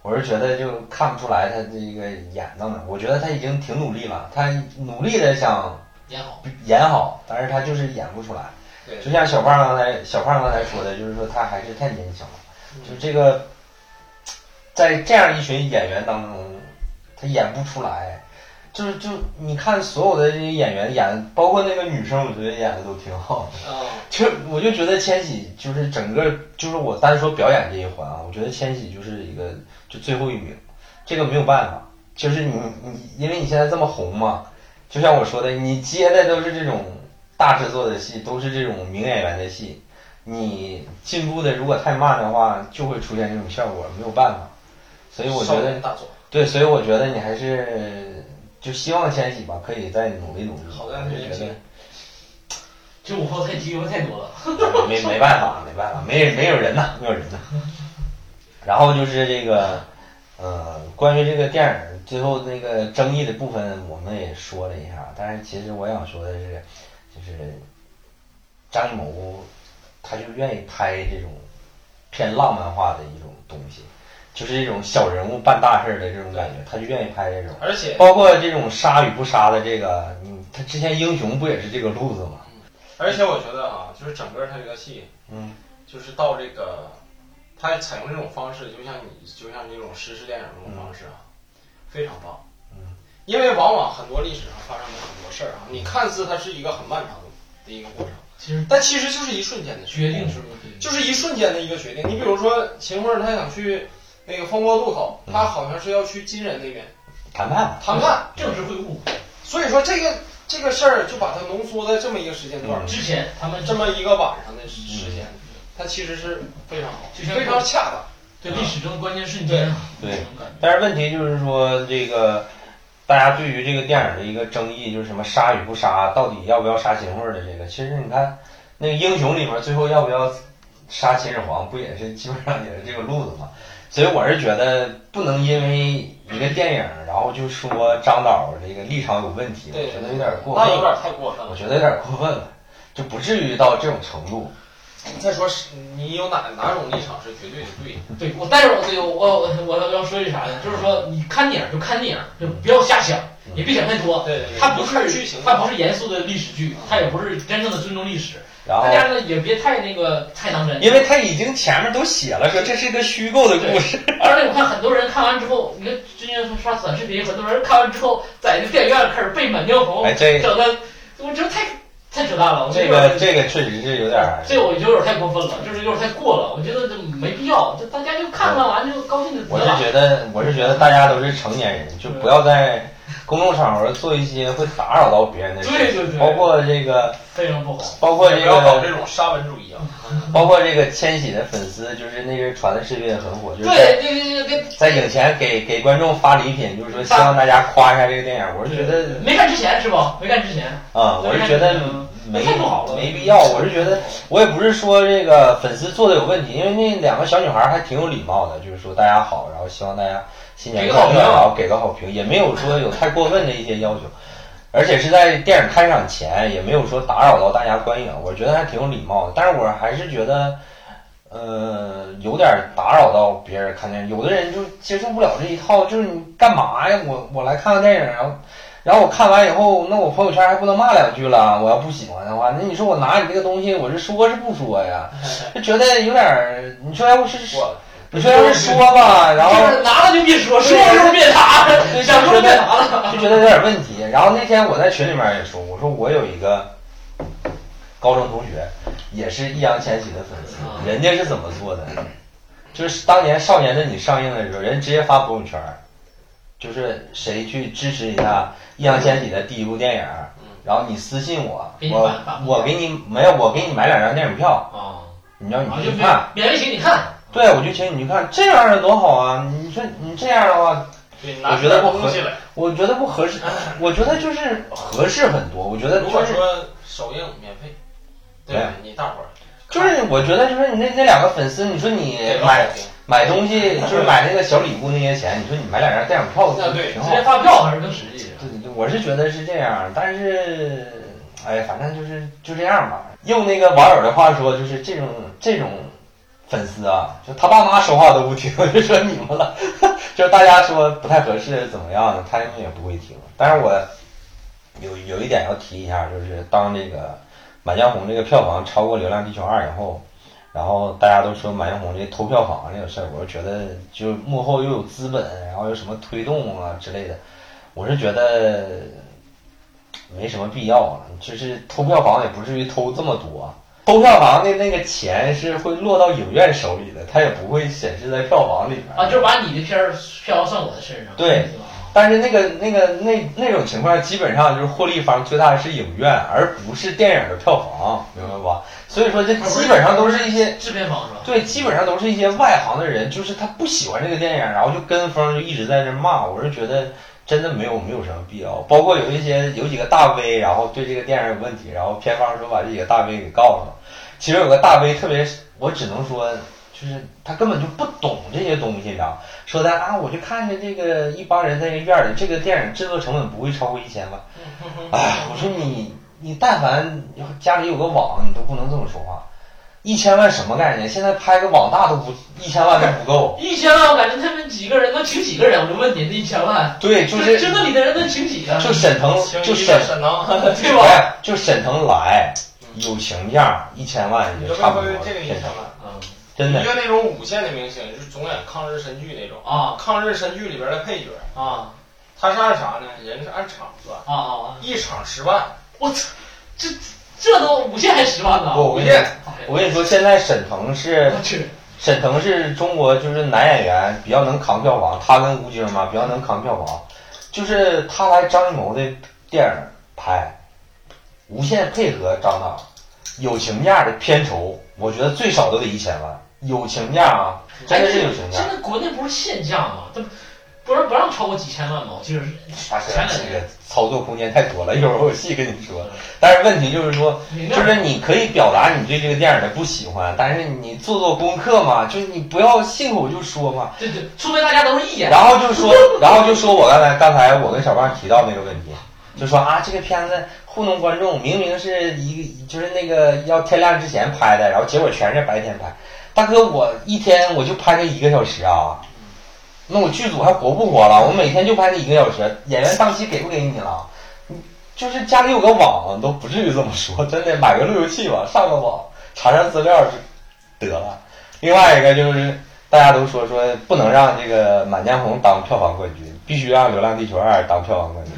我是觉得就看不出来他这个演到哪儿。我觉得他已经挺努力了，他努力的想演好，演好，但是他就是演不出来。对就像小胖刚才小胖刚才说的，就是说他还是太年轻了，就这个，在这样一群演员当中，他演不出来。就是就你看所有的这些演员演，包括那个女生，我觉得演的都挺好的。啊，就我就觉得千玺就是整个就是我单说表演这一环啊，我觉得千玺就是一个就最后一名，这个没有办法，就是你你因为你现在这么红嘛，就像我说的，你接的都是这种大制作的戏，都是这种名演员的戏，你进步的如果太慢的话，就会出现这种效果，没有办法，所以我觉少得年大作。对，所以我觉得你还是就希望千玺吧，可以再努力努力，好我的就觉得。这午后太机会太多了。 没没办法，没办法，没没有人呐，没有人呐。然后就是这个，呃，关于这个电影最后那个争议的部分，我们也说了一下。但是其实我想说的是，就是张艺谋，他就愿意拍这种偏浪漫化的一种东西，就是这种小人物办大事儿的这种感觉，他就愿意拍这种。而且包括这种杀与不杀的这个，嗯，他之前英雄不也是这个路子吗？而且我觉得啊，就是整个他这个戏，嗯，就是到这个，他采用这种方式，就像你就像这种史诗电影这种方式啊，非常棒。嗯，因为往往很多历史上发生的很多事儿啊，你看似它是一个很漫长的一个过程，其实但其实就是一瞬间的事决定是问题，就是一瞬间的一个决定。你比如说秦桧，他想去那个风波渡口，嗯他好像是要去金人那边谈判啊吧。谈判，政治会晤所以说这个这个事儿就把它浓缩在这么一个时间段儿，嗯之前，他们这么一个晚上的时间，它其实是非常好，嗯就像非常恰当。对历史中的关键瞬间，啊对这种感觉但是问题就是说，这个大家对于这个电影的一个争议，就是什么杀与不杀，到底要不要杀秦桧儿的这个，其实你看那个英雄里面最后要不要杀秦始皇，不也是基本上也是这个路子嘛？所以我是觉得不能因为一个电影，然后就说张导这个立场有问题，我对觉得有点过那有分，点太过分我了。觉得有点过分了，就不至于到这种程度。再说是你有哪哪种立场是绝对的对的，对我，但是我对我我我要说一句啥呢？就是说，你看电影就看电影，就不要瞎想，也别想太多。对对嗯对，它不看是剧情，它不是严肃的历史剧，它也不是真正的尊重历史。然后大，家呢也别太那个太当真，因为他已经前面都写了，说这是一个虚构的故事。而且我看很多人看完之后，你看最近刷短视频，很多人看完之后在那电影院开始背《满江红哎，》，这整的我这太太扯淡了。我觉这得个这个确实是有点儿，这我觉得有点太过分了，就是有点太过了。我觉得这没必要，就大家就看看完就高兴就我得是了。觉得我是觉得大家都是成年人，就不要在公众场合做一些会打扰到别人的事，对对对包括这个非常不好，包括也这不要搞这个种沙文主义啊。 包括这个千玺的粉丝，就是那个传的视频也很火，就是在对对对对在影前给给观众发礼品，就是说希望大家夸一下这个电影。我是觉得对，没看之前是吧？没看之前，啊、我是觉得没太不好了，没必要，我是觉得。我也不是说这个粉丝做的有问题，因为那两个小女孩还挺有礼貌的，就是说大家好，然后希望大家新年快乐，然后给个好评，也没有说有太过分的一些要求，而且是在电影开场前，也没有说打扰到大家观影，我觉得还挺有礼貌的。但是我还是觉得，呃，有点打扰到别人看电影，有的人就接受不了这一套，就是你干嘛呀？我我来看个电影，然后然后我看完以后，那我朋友圈还不能骂两句了。我要不喜欢的话，那你说我拿你这个东西，我是说是不说呀？就觉得有点儿，你说要是我你说要是说吧，然后 就是拿了就别说，说了就别拿，对 想说就别拿了。就觉得有点问题。然后那天我在群里面也说，我说我有一个高中同学，也是易烊千玺的粉丝，啊人家是怎么做的？就是当年《少年的你》上映的时候，人直接发朋友圈儿，就是谁去支持一下易烊千玺的第一部电影儿嗯，然后你私信我，给你买我反我给你没有，我给你买两张电影票，啊，你要你啊，就去看，免费请你看，对我就请你去看，这样的多好啊！你说你这样的话，对，我拿觉得不合东西来。我觉得不合适，我觉得就是合适很多，我觉得如就果是说首映免费，对吧你大伙儿就是我觉得就是你那那两个粉丝，你说你给个好买评买东西就是买那个小礼物那些钱，你说你买两张电影票那对挺直好接。发票还是更实际。对，我是觉得是这样，但是，哎，反正就是就这样吧。用那个网友的话说，就是这种这种粉丝啊，就他爸妈说话都不听， 就说你们了， 就是大家说不太合适怎么样的，他们也不会听。但是我有有一点要提一下，就是当这个《满江红》这个票房超过《流浪地球二》以后。然后大家都说《满江红》这偷票房这个事儿，我就觉得就幕后又有资本，然后有什么推动啊之类的，我是觉得没什么必要啊，就是偷票房也不至于偷这么多，偷票房的那个钱是会落到影院手里的，它也不会显示在票房里边啊，就是把你的片儿飘上我的身上，对是吧，但是那个那个那那种情况，基本上就是获利方最大的是影院，而不是电影的票房，明白吧？所以说这基本上都是一些制片方是吧？对，基本上都是一些外行的人，就是他不喜欢这个电影，然后就跟风，就一直在那骂。我是觉得真的没有没有什么必要。包括有一些有几个大 V，然后对这个电影有问题，然后片方说把这几个大 V 给告了。其实有个大 V 特别，我只能说，就是他根本就不懂这些东西啊。说的啊，我就看着这个一帮人在这院里，这个电影制作成本不会超过一千万。哎，我说你你但凡家里有个网，你都不能这么说话。一千万什么概念？现在拍个网大都不一千万都不 够。一千万，我感觉他们几个人能请几个人？我就问你，那一千万，对，就就是就那里的人能请几个？就沈腾，就沈沈腾，对吧？哎，就沈腾来，有情样，一千万也就有差没不多有了。这个印象吧？嗯真你的就那种五线的明星，就是总演抗日神剧那种，啊抗日神剧里边的配角，啊他是按啥呢？人是按场算，啊啊！一场十万，我操，这这都五线还十万呢？不五线我跟你说，现在沈腾是我去，沈腾是中国就是男演员比较能扛票房，他跟吴京嘛比较能扛票房，就是他来张艺谋的电影拍，无限配合张导，有情价的片酬，我觉得最少都得一千万，有情价啊，哎真的是有情价现。在国内不是限价吗？这不是不让超过几千万吗？我记得是大哥，前两这年个操作空间太多了，一会儿我细跟你说。但是问题就是说，明就白。是你可以表达你对这个电影的不喜欢，但是你做做功课嘛，就是你不要信口就说嘛。对对，除非大家都是一眼。然后就说，然后就说我刚才刚才我跟小胖提到那个问题，就说啊这个片子糊弄观众，明明是一个就是那个要天亮之前拍的，然后结果全是白天拍。大哥，我一天我就拍那一个小时啊，那我剧组还活不活了？我每天就拍那一个小时，演员档期给不给你了？你就是家里有个网都不至于这么说，真的买个路由器吧，上个网查查资料就得了。另外一个就是大家都说说不能让这个《满江红》当票房冠军，必须让《流浪地球二》当票房冠军。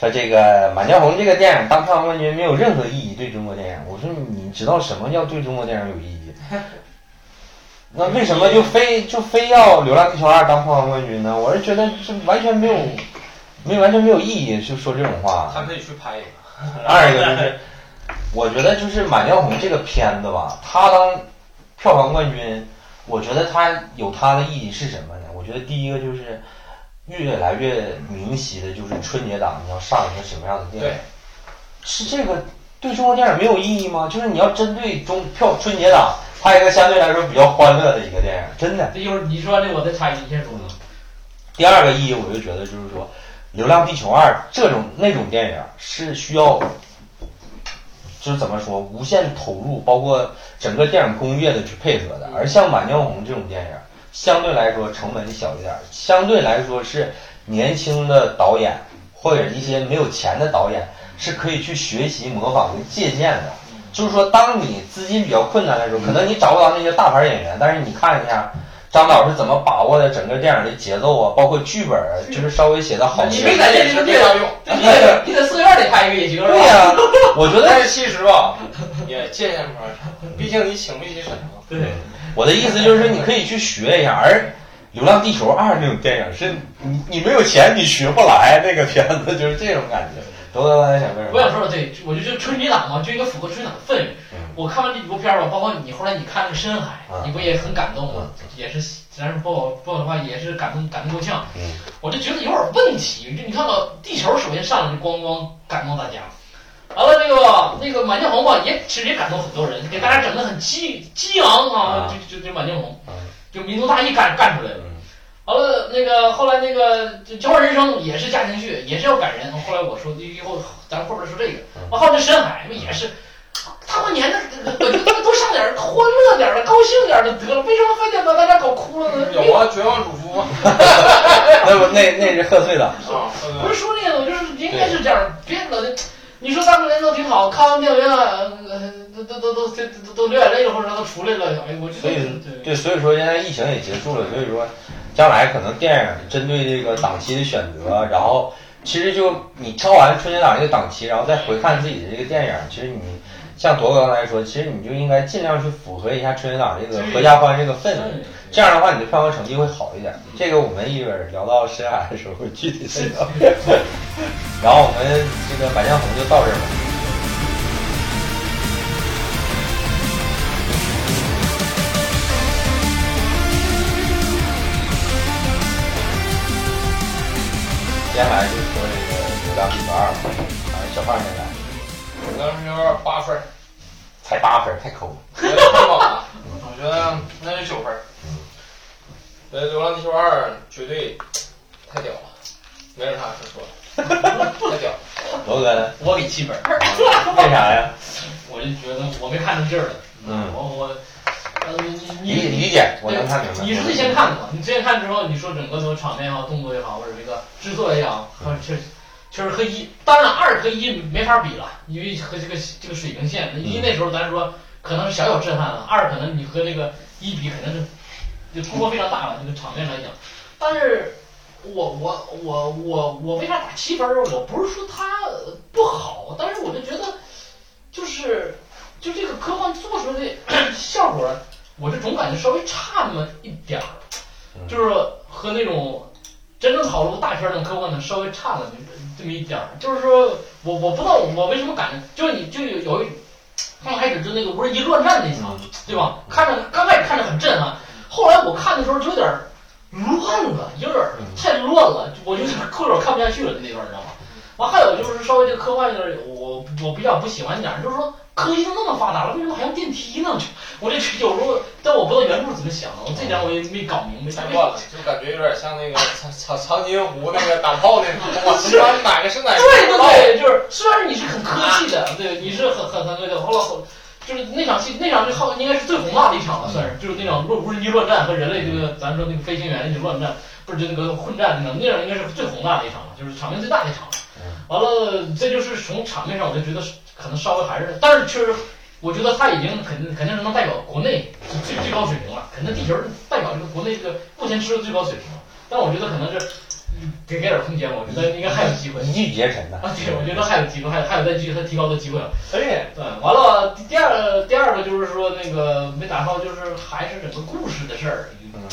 说这个《满江红》这个电影当票房冠军没有任何意义，对中国电影，我说你知道什么叫对中国电影有意义？那为什么就非就非要《流浪地球二》当票房冠军呢？我是觉得这完全没有，没有完全没有意义，就说这种话。他可以去拍一个。二一个就是，我觉得就是《满江红》这个片子吧，它当票房冠军，我觉得它有它的意义是什么呢？我觉得第一个就是越来越明晰的，就是春节档你要上一个什么样的电影对？是这个对中国电影没有意义吗？就是你要针对中票春节档，它一个相对来说比较欢乐的一个电影，真的。这一会儿你说完这，我再插一句，你先说。 第二个意义，我就觉得就是说，《流浪地球二》这种那种电影是需要，就是怎么说，无限投入，包括整个电影工业的去配合的。而像《满江红》这种电影，相对来说成本小一点，相对来说是年轻的导演或者一些没有钱的导演是可以去学习、模仿跟借鉴的。就是说，当你资金比较困难的时候，可能你找不到那些大牌演员，但是你看一下张导是怎么把握的整个电影的节奏啊，包括剧本儿，就是稍微写的好一你些。没在这个没地法方用。你在你在寺院里拍一个也行是对吧？呀、我觉得但是其实吧，也借鉴不上，毕竟你请不起沈腾。对，我的意思就是说，你可以去学一下。而《流浪地球二》那种电影是你你没有钱你学不来那个片子，就是这种感觉。罗德刚才想问什我想么？ 说的对，我就觉得春节档嘛，就应该符合春节档的氛围。嗯我看完这几部片儿吧，包括你后来你看那个《深海啊》，你不也很感动吗啊？也是，咱是不好不好的话，也是感动感动够呛。嗯我就觉得有点问题。你看到地球首先上来就咣咣感动大家，完了那个那个《满江红》吧，也其实也感动很多人，给大家整的很激激昂啊，啊就就就《满江红啊》，就民族大义干干出来了。嗯完了，那个后来那个就《交换人生》也是加情绪，也是要感人。后来我说以后咱后边说这个，完后这深海不也是，大过年的，我就多上点儿欢乐点儿的，高兴点儿的得了，为什么非得把大家搞哭了呢？有啊，绝望主妇嘛。那不那那是贺岁档，啊，不是说那个，我就是应该是这样，别老那你说大过年都挺好，看完电影院，呃，都都都都都都都流眼泪了，或者都出来了，哎，我就所以对对，所以说现在疫情也结束了，所以说将来可能电影针对这个档期的选择，然后其实就你挑完春节档这个档期，然后再回看自己的这个电影，其实你像铎哥刚才说，其实你就应该尽量去符合一下春节档这个合家欢这个氛围，这样的话你的票房成绩会好一点。这个我们一会儿聊到深海的时候具体再聊。然后我们这个《满江红》就到这儿吧。接下来就说这个《流浪地球二》吧，反正小胖先来，我当时就是八分儿，才八分，太抠了。觉得太猛了，我觉得那是九分儿。觉得《流浪地球二》绝对太屌了，没有啥可说的，太屌了。罗哥呢？我给七分儿，为啥呀？我就觉得我没看出劲儿来，嗯，我我，呃，你理你理解，我能看明白。你是最先看的嘛？你最先看之后，你说整个从场面也好，动作也好，或者这个制作也好，和嗯确实确实和一，当然二和一没法比了，因为和这个这个水平线，嗯一那时候咱说可能是小有震撼了，二可能你和这个一比，肯定是就突破非常大了，这个场面来讲。但是我我我我我为啥打七分儿？我不是说它呃不好，但是我就觉得就是就这个科幻做出来的 效果。我这总感觉稍微差那么一点儿，嗯就是和那种真正好莱坞大片儿那种科幻的稍微差了这么一点儿。就是说我我不知道我为什么感觉，就是你就有有一刚开始就那个无人机乱战那一场，对吧？看着刚开始看着很震撼，后来我看的时候就有点儿乱了，有点儿太乱了，我就有点儿 有点儿看不下去了那地方，你知道吗？完还有就是稍微这个科幻有点儿，我我比较不喜欢一点儿，就是说科技都那么发达了，为什么还用电梯呢？ 我这有时候，但我不知道原著是怎么想的，我这点我也没搞明白。太乱了，就感觉有点像那个长长长津湖那个打炮那个，我知道哪个是哪个。对对对，就是虽然你是很科技的，对，你是很很很那个，后来后就是那场戏，那场是后应该是最宏大的一场了，算是就是那场乱无人机乱战和人类这个咱说那个飞行员那种乱战，不是就那个混战那场，那场应该是最宏大的一场了，就是场面最大的一场。完了，这就是从场面上，我就觉得是可能稍微还是，但是确实。我觉得他已经肯定肯定是能代表国内最最高水平了，肯定地球是代表这个国内这个目前吃的最高水平了。但我觉得可能是嗯给给点空间，我觉得应该还有机会。一骑绝尘的。啊，对，我觉得还有机会，还有还有再继续提高的机会了。而且对，完了，第第二个第二个就是说那个没打到，就是还是整个故事的事儿。嗯，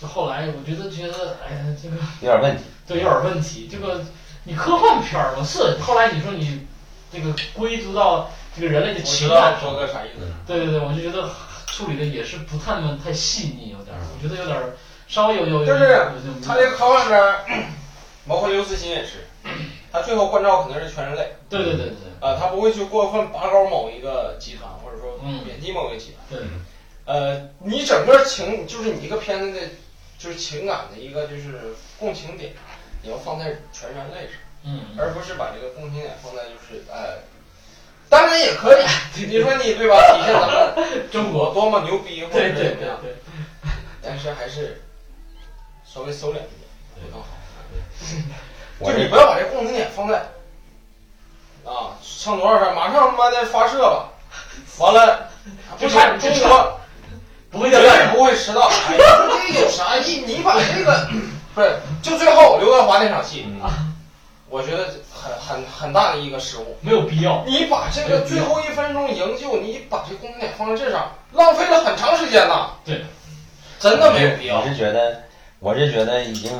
就后来我觉得觉得，哎呀，这个有点问题。对有点问题。这个你科幻片儿嘛是，后来你说你这个归足到这个人类的我知情道感你上说，的啥意思。对对对，我就觉得处理的也是不太那么太细腻，有点儿，我觉得有点儿稍微有有有，就是有有他这个科幻片儿， 包括刘慈欣也是，他最后关照肯定是全人类对对对对啊、他不会去过分拔高某一个集团，或者说嗯贬低某一个集团。对对，呃，你整个情就是你一个片子的，就是情感的一个就是共情点，你要放在全人类上，嗯，而不是把这个共情点放在就是呃，当然也可以，你说你对 吧？体现咱们中我国，多么牛逼或者对是对怎么对样，对。但是还是稍微收敛一点会更好。我就你这不要把这共情点放在啊，上多少分？马上他妈的发射了，完了，就不差差就中差国不会绝掉对链不会迟到。哎呀，这个有啥意？你把这个不是，就最后刘德华那场戏，嗯我觉得很很很大的一个失误。没有必要。你把这个最后一分钟营救，你把这共情点放在这上，浪费了很长时间呐。对，真的没有必要我。是觉得，我是觉得已经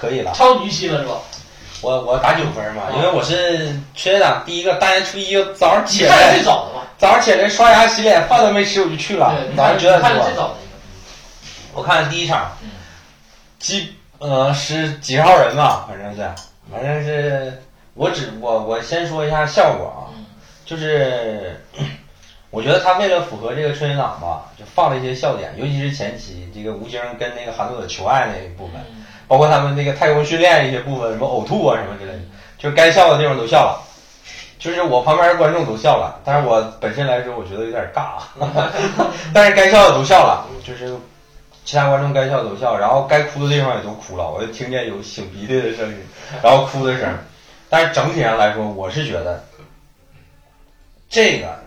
可以了。超级期了是吧？我我打九分嘛，因为我是缺血党第一个大年初一就早上起你看来最，早的嘛，早上起来刷牙洗脸，饭都没吃我就去了对，，早上九点看的最多。早的一个，我看第一场嗯，几呃十几号人吧，反正是，反正是我只我我先说一下效果啊，嗯，就是我觉得他为了符合这个春节档吧，就放了一些笑点，尤其是前期这个吴京跟那个韩朵朵求爱那一部分，包括他们那个太空训练一些部分，什么呕吐啊什么之类的，就是该笑的地方都笑了。就是我旁边的观众都笑了，但是我本身来说，我觉得有点尬， 但是该笑的都笑了，就是其他观众该笑的都笑，然后该哭的地方也都哭了，我就听见有擤鼻涕的声音，然后哭的声儿。但是整体上来说，我是觉得这个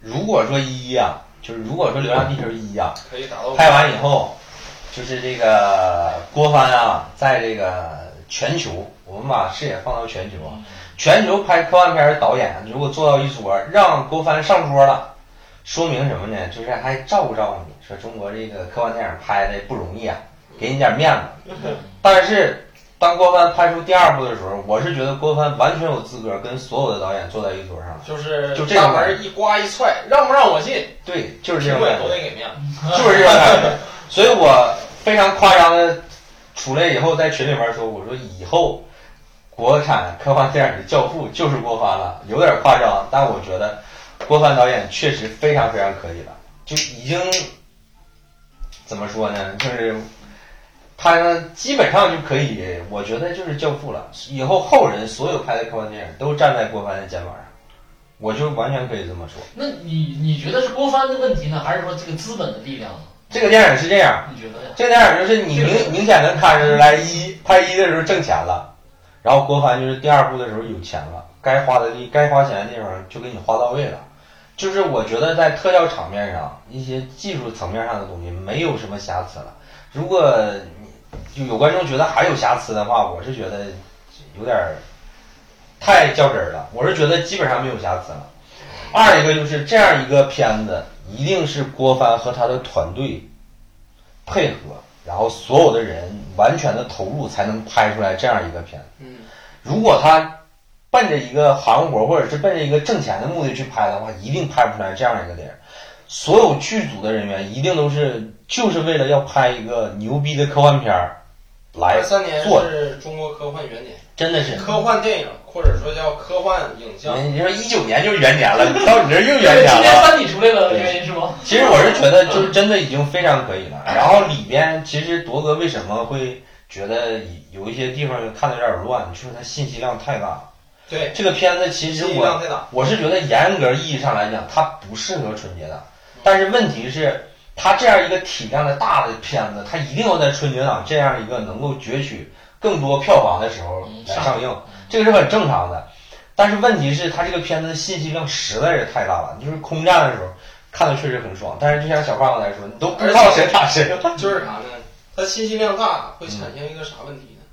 如果说一呀、就是如果说《流浪地球》一啊呀、可以达到拍完以后，就是这个郭帆啊，在这个全球，我们把视野放到全球啊，全球拍科幻片的导演，如果坐到一桌，让郭帆上桌了，说明什么呢？就是还照顾照顾你，说中国这个科幻电影拍的不容易啊，给你点面子。但是当郭帆拍出第二部的时候，我是觉得郭帆完全有资格跟所有的导演坐在一桌上了。就是就这大种感门一刮一踹，让不让我进，对，就是这评种委感觉都。得给面子。就是这种感觉。所以我非常夸张的出来以后，在群里面说，我说以后国产科幻电影的教父就是郭帆了，有点夸张，但我觉得郭帆导演确实非常非常可以了，就已经怎么说呢，就是。他基本上就可以，我觉得就是教父了。以后后人所有拍的科幻电影都站在郭帆的肩膀上，我就完全可以这么说。那你你觉得是郭帆的问题呢，还是说这个资本的力量呢？这个电影是这样，你觉得呀？这电影就是你明明显能看出来，一拍一的时候挣钱了，然后郭帆就是第二部的时候有钱了，该花的地该花钱的地方就给你花到位了。就是我觉得在特效场面上，一些技术层面上的东西没有什么瑕疵了。如果你有观众觉得还有瑕疵的话，我是觉得有点儿太较真儿了。我是觉得基本上没有瑕疵了。二一个就是这样一个片子，一定是郭帆和他的团队配合，然后所有的人完全的投入，才能拍出来这样一个片子。嗯，如果他奔着一个行活或者是奔着一个挣钱的目的去拍的话，一定拍不出来这样一个电影。所有剧组的人员一定都是就是为了要拍一个牛逼的科幻片儿来二，三年做是中国科幻元年，真的是。科幻电影或者说叫科幻影像，你说一九年就是元年了，到你这儿又元今年年了。三体出来了，原因是吗？其实我是觉得，就是真的已经非常可以了。然后里边其实铎哥为什么会觉得有一些地方看的有点乱，就是它信息量太大了。对，这个片子其实信息我量太大。我是觉得严格意义上来讲，它不适合春节档。但是问题是，它这样一个体量的大的片子，它一定要在春节档这样一个能够攫取更多票房的时候来上映，这个是很正常的。但是问题是，它这个片子的信息量实在是太大了。就是空战的时候看的确实很爽，但是就像小胖子来说，你都不知道谁打谁了。就是啥呢？它信息量大会产生一个啥问题呢？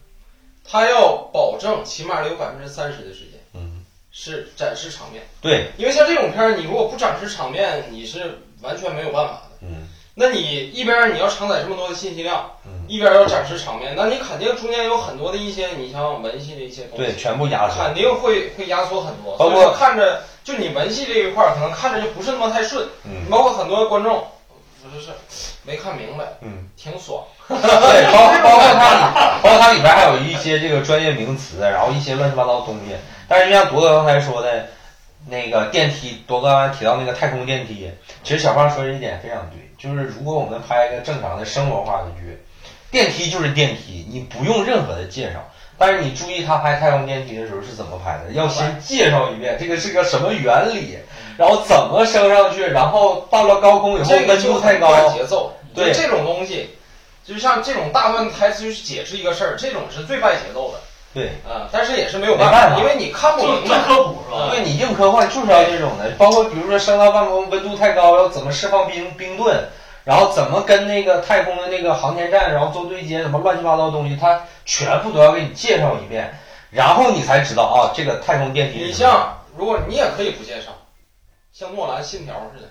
它要保证起码得有百分之三十的时间嗯，是展示场面，对，因为像这种片儿，你如果不展示场面，你是完全没有办法的。嗯那你一边儿你要承载这么多的信息量，嗯，一边儿要展示场面，那你肯定中间有很多的一些你像文戏的一些东对，西，全部压缩。肯定会会压缩很多。包括所以说看着就你文戏这一块儿，可能看着就不是那么太顺，嗯包括很多观众，不是是没看明白，嗯。挺爽。对，包 包括它里，包括它里边还有一些这个专业名词，然后一些乱七八糟的东西。但是就像铎哥刚才说的，那个电梯，铎哥刚才提到那个太空电梯，其实小胖说这一点非常对，就是如果我们拍一个正常的生活化的剧，电梯就是电梯，你不用任何的介绍。但是你注意他拍太空电梯的时候是怎么拍的，要先介绍一遍这个是个什么原理，然后怎么升上去，然后到了高空以后这个温就度太很高，快节奏，对就这种东西，就像这种大段台词去解释一个事儿，这种是最败节奏的。对，啊，但是也是没有没法办，法因为你看不就明就白。科普是吧？对你硬科幻就是要这种的，包括比如说升到半空温度太高，要怎么释放冰冰盾，然后怎么跟那个太空的那个航天站，然后做对接，什么乱七八糟的东西，它全部都要给你介绍一遍，然后你才知道啊，这个太空电梯你是什么样。像，如果你也可以不介绍，像诺兰《信条》似的，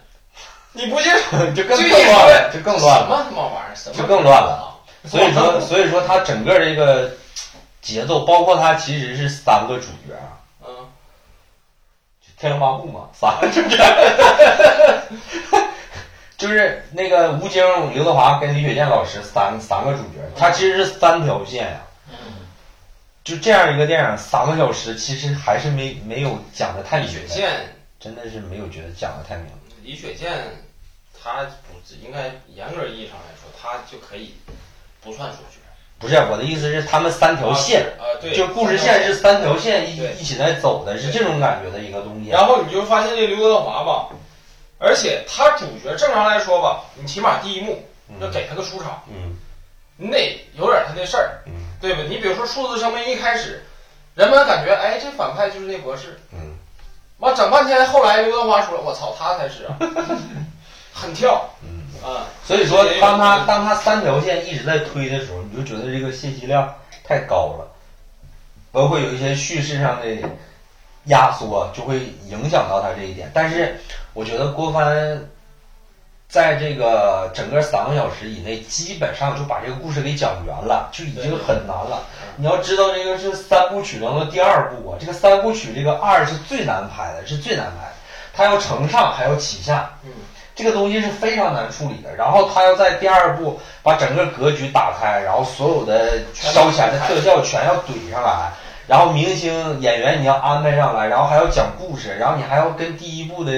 你不介绍， 就更更这一乱说了，就更乱什啊了，么他妈玩意儿，什么就更乱了。所以说，所以说它整个这个节奏，包括它其实是三个主角啊，嗯，就天龙八部嘛，三个主角， 就是那个吴京、刘德华跟李雪健老师三三个主角，它其实是三条线呀、就这样一个电影，三个小时，其实还是没没有讲的太李明雪白，健，真的是没有觉得讲的太明白。李雪健，他不是应该严格意义上来说，他就可以不算主角。不是啊我的意思是，他们三条线，啊，对，就故事线是三条线一对一起在走的，是对这种感觉的一个东西啊。然后你就发现这刘德华吧，而且他主角正常来说吧，你起码第一幕要给他个出场，嗯你得有点他那事儿，嗯嗯对吧？你比如说《数字生命》一开始，人们感觉哎，这反派就是那博士，嗯完整半天，后来刘德华出来，我操，他才是啊， 很跳嗯。啊，所以说，当他当他三条线一直在推的时候，你就觉得这个信息量太高了，包括有一些叙事上的压缩，啊就会影响到他这一点。但是，我觉得郭帆在这个整个三个小时以内，基本上就把这个故事给讲圆了，就已经很难了。你要知道，这个是三部曲当中的第二部啊，这个三部曲这个二是最难拍的，是最难拍的，它要承上还要启下。嗯，这个东西是非常难处理的。然后他要在第二部把整个格局打开，然后所有的烧钱的特效全要怼上来，然后明星演员你要安排上来，然后还要讲故事，然后你还要跟第一部的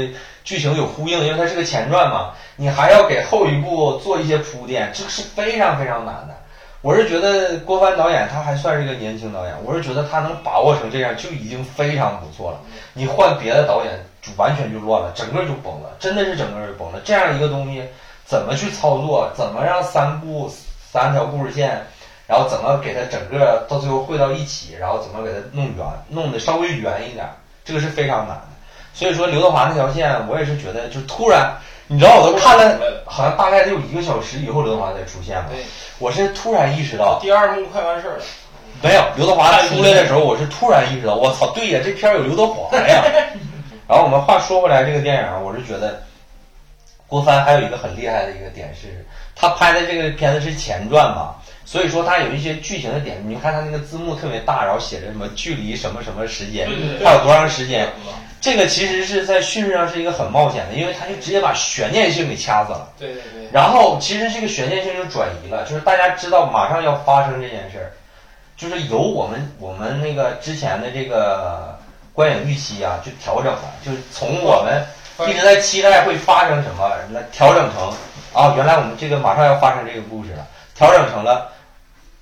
剧情有呼应，因为它是个前传嘛，你还要给后一部做一些铺垫，这个是非常非常难的。我是觉得郭帆导演他还算是一个年轻导演，我是觉得他能把握成这样就已经非常不错了。你换别的导演就完全就乱了，整个就崩了，真的是整个就崩了。这样一个东西怎么去操作？怎么让三部三条故事线，然后怎么给它整个到最后汇到一起，然后怎么给它弄圆，弄得稍微圆一点，这个是非常难的。所以说刘德华那条线，我也是觉得就突然，你知道我都看了，好像大概得有一个小时以后刘德华才出现吧对。我是突然意识到，第二幕快完事儿了，没有刘德华出来的时候，我是突然意识到，我操，对呀，这片儿有刘德华呀。然后我们话说回来，这个电影啊，我是觉得郭帆还有一个很厉害的一个点是，他拍的这个片子是前传嘛，所以说他有一些剧情的点，你看他那个字幕特别大，然后写着什么距离什么什么时间，还有多长时间，这个其实是在叙事上是一个很冒险的，因为他就直接把悬念性给掐死了。对对对，然后其实这个悬念性就转移了，就是大家知道马上要发生这件事儿，就是由我们我们那个之前的这个观影预期啊，就调整了，就是从我们一直在期待会发生什么，来调整成啊，原来我们这个马上要发生这个故事了，调整成了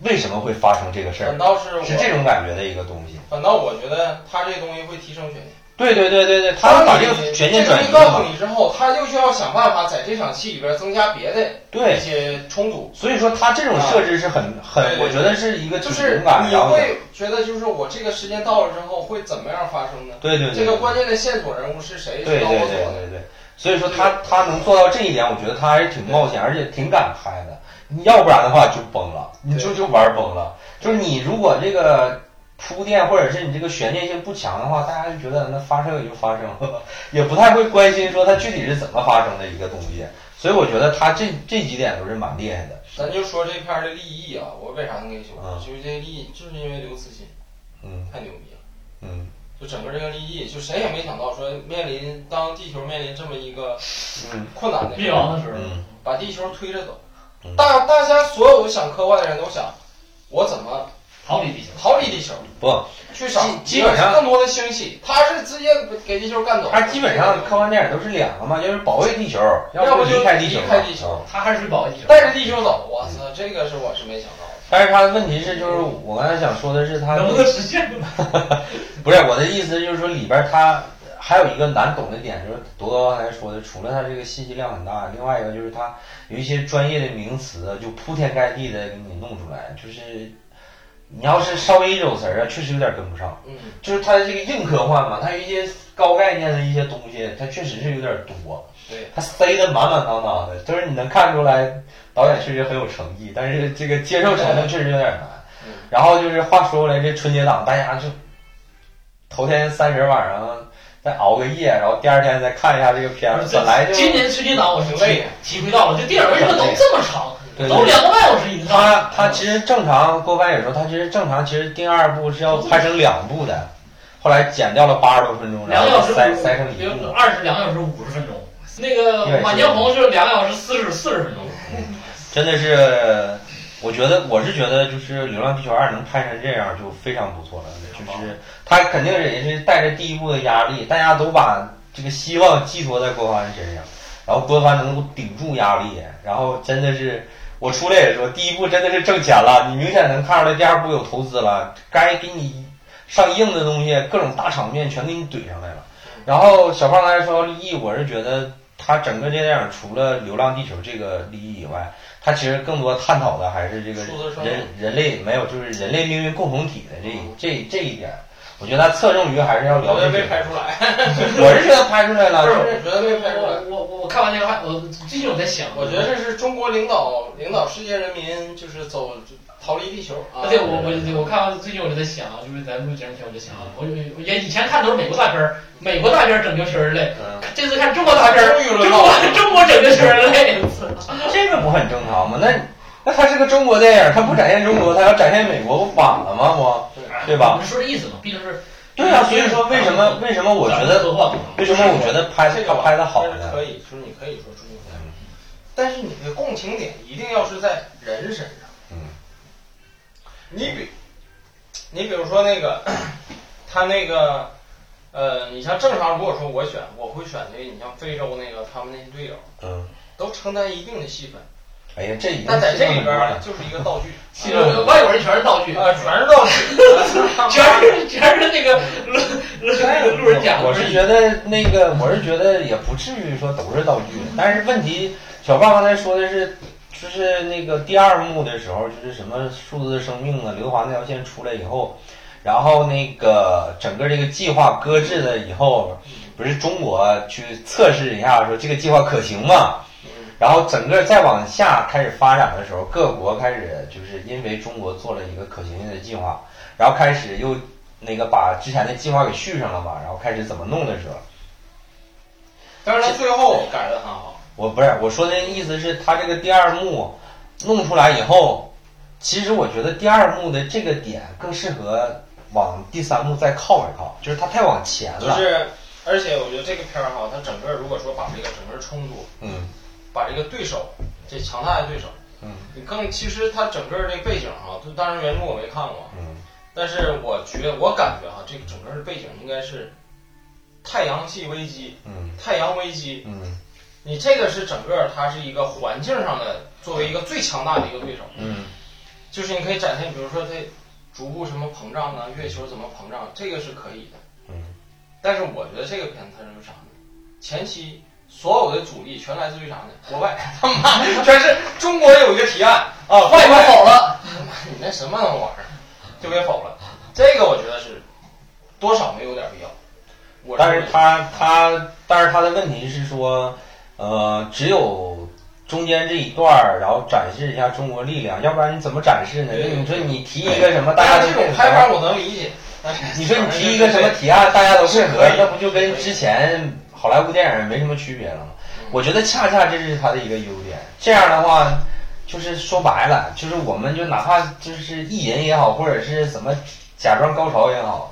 为什么会发生这个事儿反，倒是我，是这种感觉的一个东西。反倒我觉得他这东西会提升悬念。对对对对对，他把这这个悬念转移告了诉嘛，你之后，他又需要想办法在这场戏里边增加别的对一。些冲突，所以说他这种设置是很很对，对我觉得是一个就挺是勇敢，你然后也会觉得就是我这个时间到了之后会怎么样发生呢？对对对，这个对关键的线索人物是谁？对是对啊导对火对索对对，所以说他他能做到这一点，我觉得他还是挺冒险，而且挺敢拍的。你要不然的话就崩了，你就就玩崩了。就是你如果这个铺垫或者是你这个悬念性不强的话，大家就觉得那发生也就发生了， 也不太会关心说它具体是怎么发生的一个东西。所以我觉得他这这几点都是蛮厉害的。咱就说这片儿的立意啊，我为啥能给修？嗯就是这立意，就是因为刘慈欣嗯太牛逼了，嗯就整个这个立意，就谁也没想到说面临当地球面临这么一个嗯困难的时灭候，亡的时候，嗯把地球推着走嗯。大大家所有想科幻的人都想，我怎么逃离地球，逃离地球？不，去想基基本上更多的星系，他是直接给地球干走。他基本上科幻电影都是两个嘛，要是保卫地球，要不不就离开地球嘛。离开地球嗯他还是保卫地球。带着地球走，我操，这个是我是没想到的。但是他的问题是，就是我刚才想说的是他能不能实现？不是我的意思，就是说里边他还有一个难懂的点，就是铎铎刚才说的，除了他这个信息量很大，另外一个就是他有一些专业的名词就铺天盖地的给你弄出来，就是你要是稍微一走神儿啊，确实有点跟不上。嗯，就是他的这个硬科幻嘛，他有一些高概念的一些东西，他确实是有点多。对，他塞得满满当当的，就是你能看出来导演确实很有诚意，但是这个接受程度确实有点难嗯。然后就是话说回来，这春节档大家就头天三十晚上再熬个夜，然后第二天 再看一下这个片儿，本来就今年春节档我是挺累体体会到了，这电影为什么能这么长？对都对。两个半小时以上。他他其实正常，郭帆也说，他其实正常，其实第二部是要拍成两部的，后来剪掉了八十多分钟，然两个小后时塞塞成一五部。二十两个小时五十分钟，那个《满江红》是两个小时四十四十分钟。真的是，我觉得我是觉得就是《流浪地球二》能拍成这样就非常不错了，就是他肯定也是带着第一部的压力，大家都把这个希望寄托在郭帆身上，然后郭帆能够顶住压力，然后真的是。我出来也说，第一部真的是挣钱了，你明显能看出来第二部有投资了，该给你上映的东西，各种大场面全给你怼上来了。然后小胖刚才说到立意，我是觉得他整个这电影除了《流浪地球》这个立意以外，他其实更多探讨的还是这个数字生嗯命人人类没有就是人类命运共同体的这这这一点。我觉得他侧重于还是要聊我觉这个得没，拍出来， 我是觉得拍出来了，就是 我觉得没拍出来我。我我看完这个还我最近我在想，我觉得这是中国领导领导世界人民，就是走逃离地球啊而。且我我我看完最近我就在想，就是咱录节目前我就想，我我也以前看都是美国大片儿，美国大片儿拯救全人类，嗯这次看中国大片儿，终于中轮到我国中国拯救全人类。这个不很正常吗？那那他是个中国电影，他不展现中国，他要展现美国，不反了吗？我对吧？你说这意思嘛，毕竟是对啊，所以说为什么为什么我觉得为什么我觉得拍这个他吧拍的好但是呢可？以，就是你可以说中国电影，但是你的共情点一定要是在人身上。嗯，你比，你比如说那个，他那个，呃，你像正常，如果说我选，我会选那个，你像非洲那个，他们那些队友嗯，都承担一定的戏份，哎呀，这已经但在这里边儿了呢，，就是一个道 具，其实外国人全是道具，呃，全是道 具，全是全是那个路路路人甲，我是觉得那个，我是觉得也不至于说都是道具，但是问题，小胖刚才说的是，就是那个第二幕的时候，就是什么数字生命啊，刘德华那条线出来以后，然后那个整个这个计划搁置了以后，不是中国去测试一下，说这个计划可行吗？然后整个再往下开始发展的时候，各国开始就是因为中国做了一个可行性的计划，然后开始又那个把之前的计划给续上了嘛，然后开始怎么弄的时候，但是他最后改的很好，我不是我说的意思是，他这个第二幕弄出来以后，其实我觉得第二幕的这个点更适合往第三幕再靠一靠，就是它太往前就了。是，而且我觉得这个片儿哈，它整个如果说把这个整个冲突，嗯把这个对手，这强大的对手，嗯你更其实它整个这背景哈，就当然原著我没看过，嗯但是我觉我感觉哈，这个整个的背景应该是太阳系危机，嗯太阳危机，嗯你这个是整个它是一个环境上的，作为一个最强大的一个对手，嗯就是你可以展现，比如说它逐步什么膨胀啊，月球怎么膨胀，这个是可以的。嗯但是我觉得这个片子它是啥呢？前期所有的阻力全来自于啥呢？国外，他妈全是中国有一个提案啊，外 国好了，你那什么玩意儿，就给否了。这个我觉得是多少没有点必要。我但是他他，但是他的问题是说，呃，只有中间这一段儿，然后展示一下中国力量，要不然你怎么展示呢？对你说你提一个什么，大但家是都配这种合拍法我能理解，但是你说你提 一个什么提案，大家都配合，那不就跟之前好莱坞电影没什么区别了吗？我觉得恰恰这是他的一个优点。这样的话，就是说白了，就是我们就哪怕就是意淫也好，或者是怎么假装高潮也好，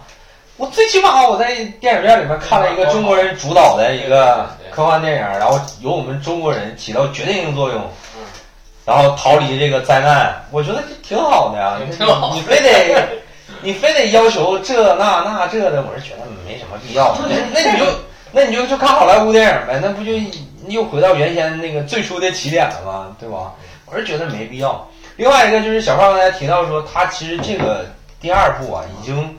我最起码我在电影院里面看了一个中国人主导的一个科幻电影，然后由我们中国人起到决定性作用嗯，然后逃离这个灾难，我觉得这挺好的呀。挺好你非得。你非得要求这那那这的，我是觉得没什么必要。那那你就那你就去看好莱坞电影呗，那不就又回到原先那个最初的起点了吗？对吧？我是觉得没必要。另外一个就是小胖刚才提到说，他其实这个第二部啊，已经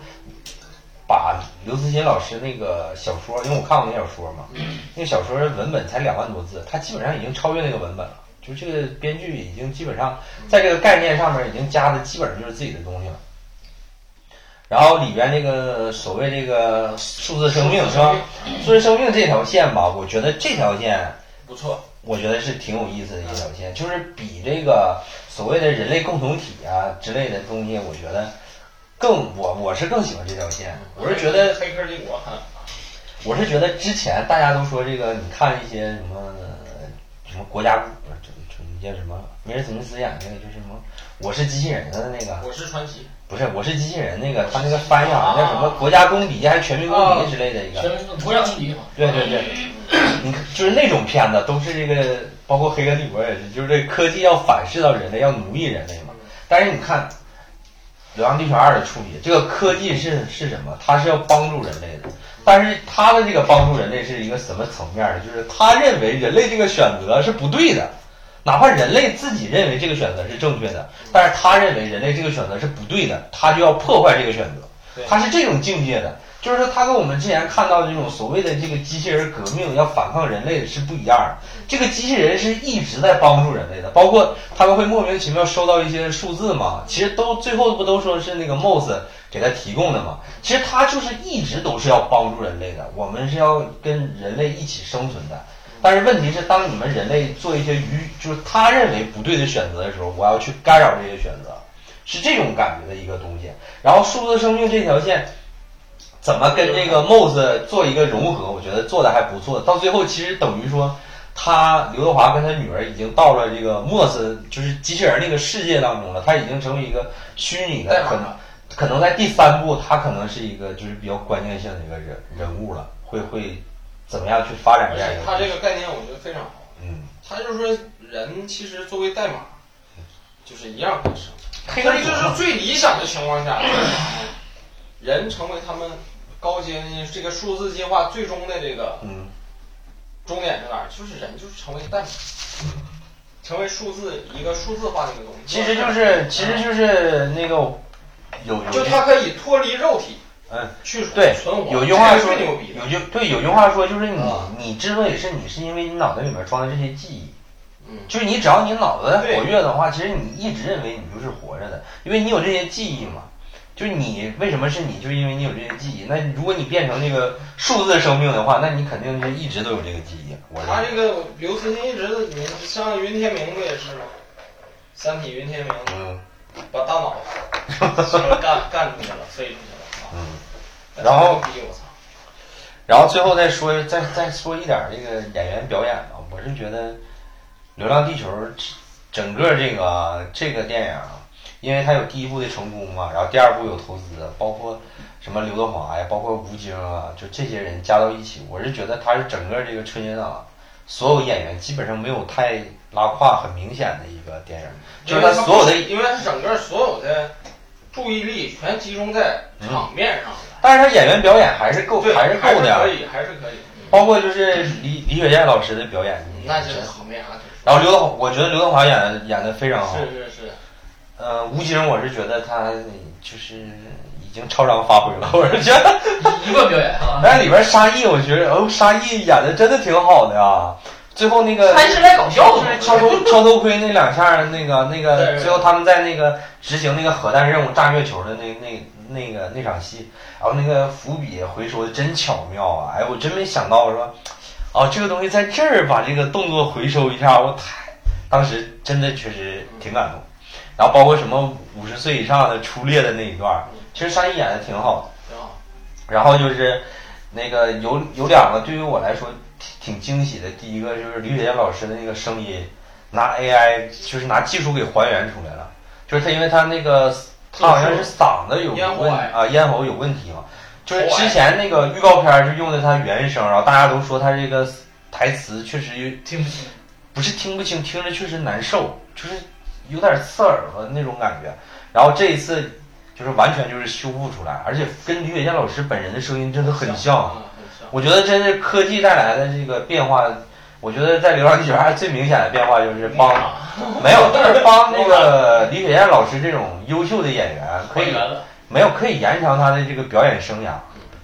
把刘慈欣老师那个小说，因为我看过那小说嘛，那个小说文本才两万多字，他基本上已经超越那个文本了。就这个编剧已经基本上在这个概念上面已经加的基本上就是自己的东西了。然后里边那个所谓这个数字生命嗯是吧？数字生命这条线吧，我觉得这条线不错，我觉得是挺有意思的一条线，就是比这个所谓的人类共同体啊之类的东西，我觉得更我我是更喜欢这条线。我是觉得黑客帝国，我是觉得之前大家都说这个，你看一些什么什么国家，呃这这叫什么梅尔史密斯演那个就是什么《我是机器人》的那个，我是传奇，不是《我是机器人》那个，他那个翻译好像叫什么“国家公敌”还是“全民公敌”之类的一个。全国家公敌嘛。对对对，你看就是那种片子都是这个，包括《黑客帝国》也是，就是这个科技要反噬到人类，要奴役人类嘛。但是你看《流浪地球二》的处理，这个科技是是什么？它是要帮助人类的，但是它的这个帮助人类是一个什么层面儿？就是他认为人类这个选择是不对的，哪怕人类自己认为这个选择是正确的，但是他认为人类这个选择是不对的，他就要破坏这个选择对，他是这种境界的。就是说，他跟我们之前看到的这种所谓的这个机器人革命要反抗人类是不一样的。这个机器人是一直在帮助人类的，包括他们会莫名其妙收到一些数字嘛，其实都最后不都说是那个 MOS 给他提供的嘛？其实他就是一直都是要帮助人类的，我们是要跟人类一起生存的。但是问题是，当你们人类做一些愚，就是他认为不对的选择的时候，我要去干扰这些选择，是这种感觉的一个东西。然后数字生命这条线怎么跟这个 MOS 做一个融合，我觉得做的还不错。到最后其实等于说。他刘德华跟他女儿已经到了这个莫斯，就是机器人那个世界当中了，他已经成为一个虚拟代的，码可能可能在第三部，他可能是一个就是比较关键性的一个人人物了，会会怎么样去发展而这样且一个？他这个概念我觉得非常好。嗯，他就是说，人其实作为代码，就是一样的生。黑客但帝是国就嘛是最理想的情况下，人成为他们高阶这个数字计划最终的这个嗯，终点是哪儿？就是人就是成为代码，成为数字一个数字化的一个东西。其实就是其实就是那个有有就它可以脱离肉体，嗯，去对存活。有句话说这个是最牛逼的有句对有句话说就是你啊你之所以是你，是因为你脑袋里面装的这些记忆。嗯，就是你只要你脑子活跃的话，其实你一直认为你就是活着的，因为你有这些记忆嘛。就是你为什么是你，就是因为你有这些记忆。那如果你变成那个数字生命的话，那你肯定是一直都有这个记忆。我他认为这个刘慈欣一直你像云天明不也是吗？《三体》云天明嗯把大 脑说干干出去了，飞出去了啊！嗯。然后逼我操！然后最后再说再再说一点儿这个演员表演吧，我是觉得《流浪地球》整个这个这个电影啊，因为它有第一部的成功嘛，然后第二部有投资，包括什么刘德华呀，包括吴京啊，就这些人加到一起，我是觉得他是整个这个春节档所有演员基本上没有太拉胯很明显的一个电影，就是他所有的因为他整个所有的注意力全集中在场面上了，但是他演员表演还是够，对，嗯还是够哦的啊还是可，以，还是可以。嗯包括就是李李雪健老师的表演，那就是场面啊，然后刘德华，我觉得刘德华演的演的非常好。是是是，呃，吴京，我是觉得他就是已经超常发挥了，我是觉得。一贯表演啊，但是里边沙溢，我觉得哦，沙溢演的真的挺好的啊。最后那个他是来搞笑的嘛。超头 超头盔那两下，那个那对个，对最后他们在那个执行那个核弹任务炸月球的那那那个那场戏，然后那个伏笔回收的真巧妙啊！哎，我真没想到，我说，哦，这个东西在这儿把这个动作回收一下，我太，当时真的确实挺感动。然后包括什么五十岁以上的初恋的那一段儿，其实沙溢演的挺好的。挺好。然后就是那个有有两个对于我来说挺挺惊喜的，第一个就是李雪健老师的那个声音，拿 AI 就是拿技术给还原出来了，就是他因为他那个他好像是嗓子有咽喉问癌啊咽喉有问题嘛，就是喉癌之前那个预告片儿是用的他原声，然后大家都说他这个台词确实有听不清，不是听不清，听着确实难受，就是有点刺耳朵那种感觉。然后这一次就是完全就是修复出来，而且跟李雪健老师本人的声音真的很像。啊，很像。我觉得真是科技带来的这个变化，我觉得在《流浪地球二》最明显的变化就是帮没有，就是帮那个李雪健老师这种优秀的演员可以了。没有可以延长他的这个表演生涯。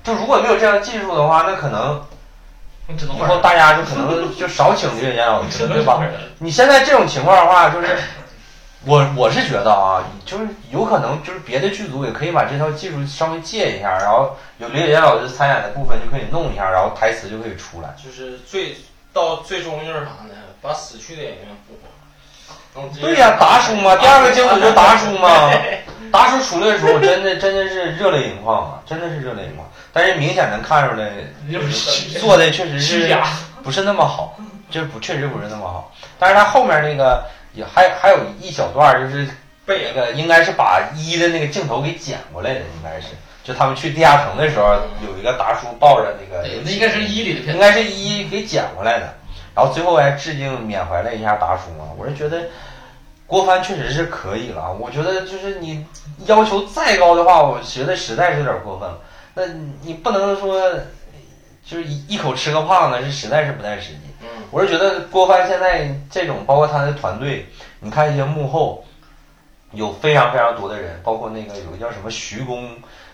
就如果没有这样技术的话，那可能只能以后大家就可 能就少请李雪健老师，对吧？吧？你现在这种情况的话，就是我我是觉得啊，就是有可能就是别的剧组也可以把这套技术稍微借一下，然后有李雪健老师参演的部分就可以弄一下，然后台词就可以出来。就是最到最终就是啥呢？把死去的演员复活。能直接对呀、达叔嘛，第二个经理就达叔 嘛。达叔出来的时候，真的真的是热泪盈眶啊，真的是热泪盈眶。但是明显能看出来，就是做的确实虚是假，不是那么好，这不确实不是那么好。但是他后面那个也还还有一小段儿就是背那影，个应该是把一的那个镜头给剪过来的，应该是就他们去地下城的时候，有一个达叔抱着那个对，那应该是一里的片应子。该是一给捡回来的，然后最后还致敬缅怀了一下达叔嘛。我是觉得郭帆确实是可以了啊，我觉得就是你要求再高的话，我觉得实在是有点过分了。那你不能说就是一一口吃个胖子，是实在是不太实际。嗯，我是觉得郭帆现在这种，包括他的团队，你看一些幕后，有非常非常多的人，包括那个有个叫什么徐工，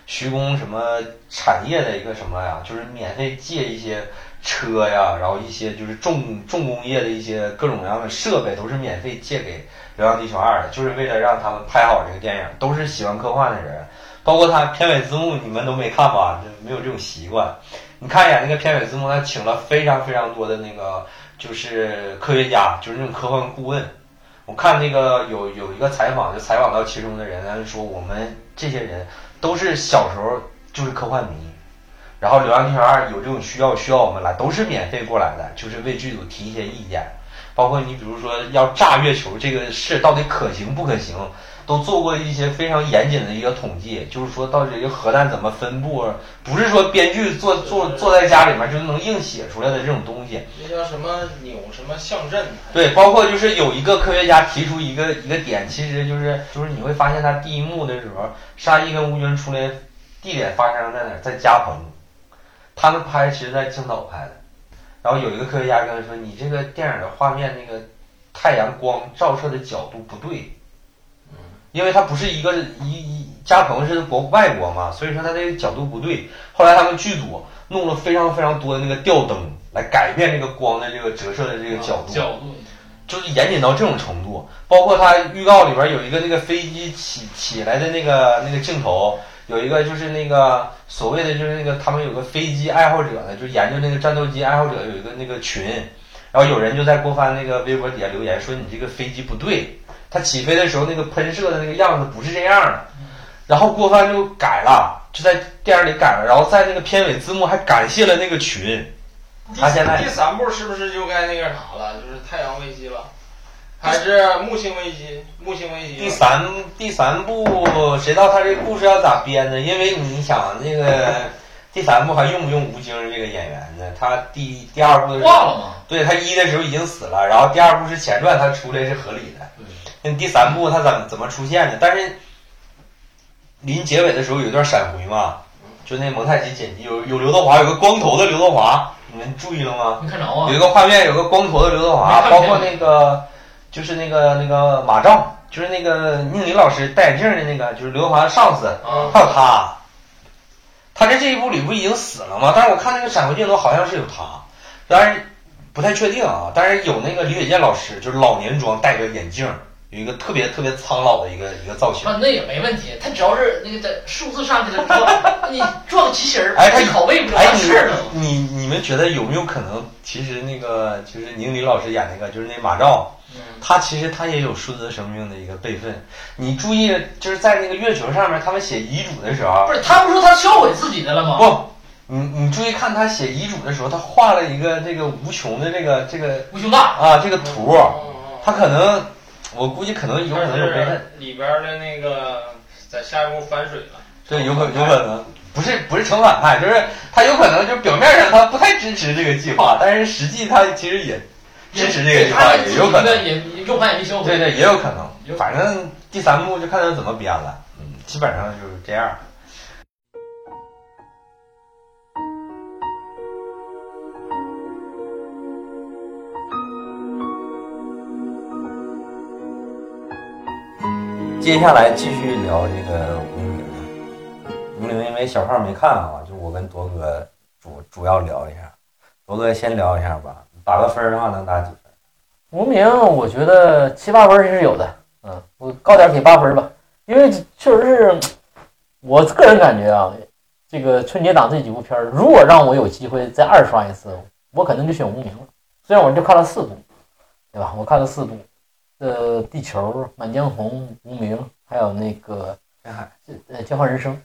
徐工什么产业的一个什么呀，就是免费借一些车呀，然后一些就是重重工业的一些各种各样的设备都是免费借给《流浪地球二》的，就是为了让他们拍好这个电影，都是喜欢科幻的人，包括他片尾字幕你们都没看吧，就没有这种习惯。你看一眼那个片尾字幕，他请了非常非常多的那个就是科学家，就是那种科幻顾问。我看那个有有一个采访，就采访到其中的人，他就说我们这些人都是小时候就是科幻迷，然后《流浪地球二》有这种需要，需要我们来，都是免费过来的，就是为剧组提一些意见。包括你比如说要炸月球这个事到底可行不可行，都做过一些非常严谨的一个统计，就是说到底这个核弹怎么分布，不是说编剧坐坐坐在家里面就能硬写出来的这种东西。那叫什么扭什么象阵，对，包括就是有一个科学家提出一个一个点，其实就是就是你会发现他第一幕的时候，沙溢跟吴军初恋地点发生在哪儿？在嘉鹏，他们拍其实在青岛拍的。然后有一个科学家跟他说：“你这个电影的画面那个太阳光照射的角度不对，因为它不是一个一一嘉鹏是国外国嘛，所以说它这个角度不对。”后来他们剧组弄了非常非常多的那个吊灯来改变这个光的这个折射的这个角度。角度，就是严谨到这种程度，包括他预告里边有一个那个飞机起起来的那个那个镜头，有一个就是那个所谓的就是那个他们有个飞机爱好者呢，就研究那个战斗机爱好者有一个那个群，然后有人就在郭帆那个微博底下留言说你这个飞机不对，它起飞的时候那个喷射的那个样子不是这样的，然后郭帆就改了，就在电影里改了，然后在那个片尾字幕还感谢了那个群，第他现在第三步是不是就该那个啥了？就是太阳危机了，还是木星危机？木星危机第了。三第三部，谁知道他这故事要咋编呢？因为你想那个第三部还用不用吴京这个演员呢？他第第二部的时挂候，了嘛？对他一的时候已经死了，然后第二部是前传，他出来是合理的。那第三部他怎么怎么出现的？但是临结尾的时候有一段闪回嘛，就那蒙太奇剪辑有有刘德华，有个光头的刘德华，你们注意了吗？没看着啊有一？个画面，有个光头的刘德华没，看见包括那个就是那个那个马照，就是那个宁理老师戴眼镜的那个，就是刘德华的上司，嗯啊，还有他。他在这一部里不已经死了吗？但是我看那个闪回镜头好像是有他，当然不太确定啊。但是有那个李雪健老师，就是老年装，戴个眼镜，有一个特别特别苍老的一个一个造型。那那也没问题，他只要是那个在数字上去了之后，你撞机器人，哎他拷贝不就哎完，事儿了吗？你你你们觉得有没有可能？其实那个就是宁理老师演那个，就是那马照，他其实他也有数字生命的一个备份。你注意，就是在那个月球上面，他们写遗嘱的时候不，是，他不说他销毁自己的了吗？不，你你注意看他写遗嘱的时候，他画了一个这个无穷的这个这个无穷大，啊这个图，哦他可能我估计可能有可能有备份，里边的那个在下一步反水了。对，有可有可能。不是不是成反派，就是他有可能就表面上他不太支持这个计划，但是实际他其实也支持这个计划，他也有可能。也也右派也没销对毁。对，也有可能。反正第三幕就看他怎么编了，嗯，基本上就是这样。接下来继续聊这个吴宁，吴宁因为小胖没看啊，就我跟铎哥主主要聊一下，铎哥先聊一下吧，打个分儿的话能打几分？无名，我觉得七八分儿是有的，嗯，我高点儿给八分儿吧，因为确实是嗯我个人感觉啊，这个春节档这几部片儿，如果让我有机会再二刷一次，我可能就选无名了。虽然我就看了四部，对吧？我看了四部，呃，地球、满江红、无名，还有那个深海，呃，交换人生，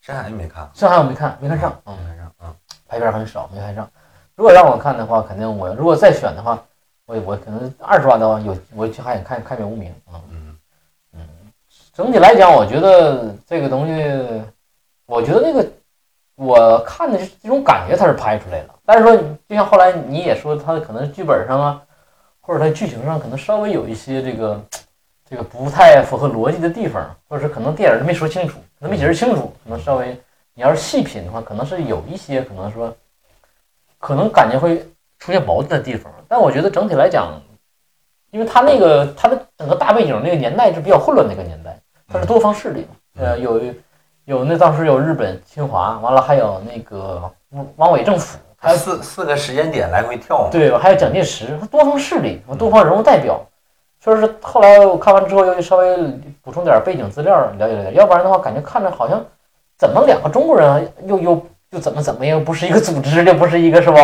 深海没看，上海我没看，没看上，嗯没，看上，嗯。拍片儿很少，没看上。如果让我看的话，肯定我如果再选的话，我我可能二十万的话有，我就还想看看《见无名》啊。嗯嗯，整体来讲，我觉得这个东西，我觉得那个我看的是这种感觉，它是拍出来了。但是说，就像后来你也说，它可能剧本上啊，或者它剧情上，可能稍微有一些这个这个不太符合逻辑的地方，或者是可能电影没说清楚，可能没解释清楚，可能稍微你要是细品的话，可能是有一些可能说，可能感觉会出现矛盾的地方。但我觉得整体来讲，因为它那个它的整个大背景那个年代是比较混乱的一个年代，它是多方势力嘛，嗯呃，有有那当时有日本侵华，完了还有那个汪伪政府，还它有四四个时间点来回跳嘛，对，还有蒋介石，它多方势力，多方人物代表。确实是后来我看完之后，又稍微补充点背景资料了解了解，要不然的话，感觉看着好像怎么两个中国人啊又又又怎么怎么样，又不是一个组织，又不是一个是吧？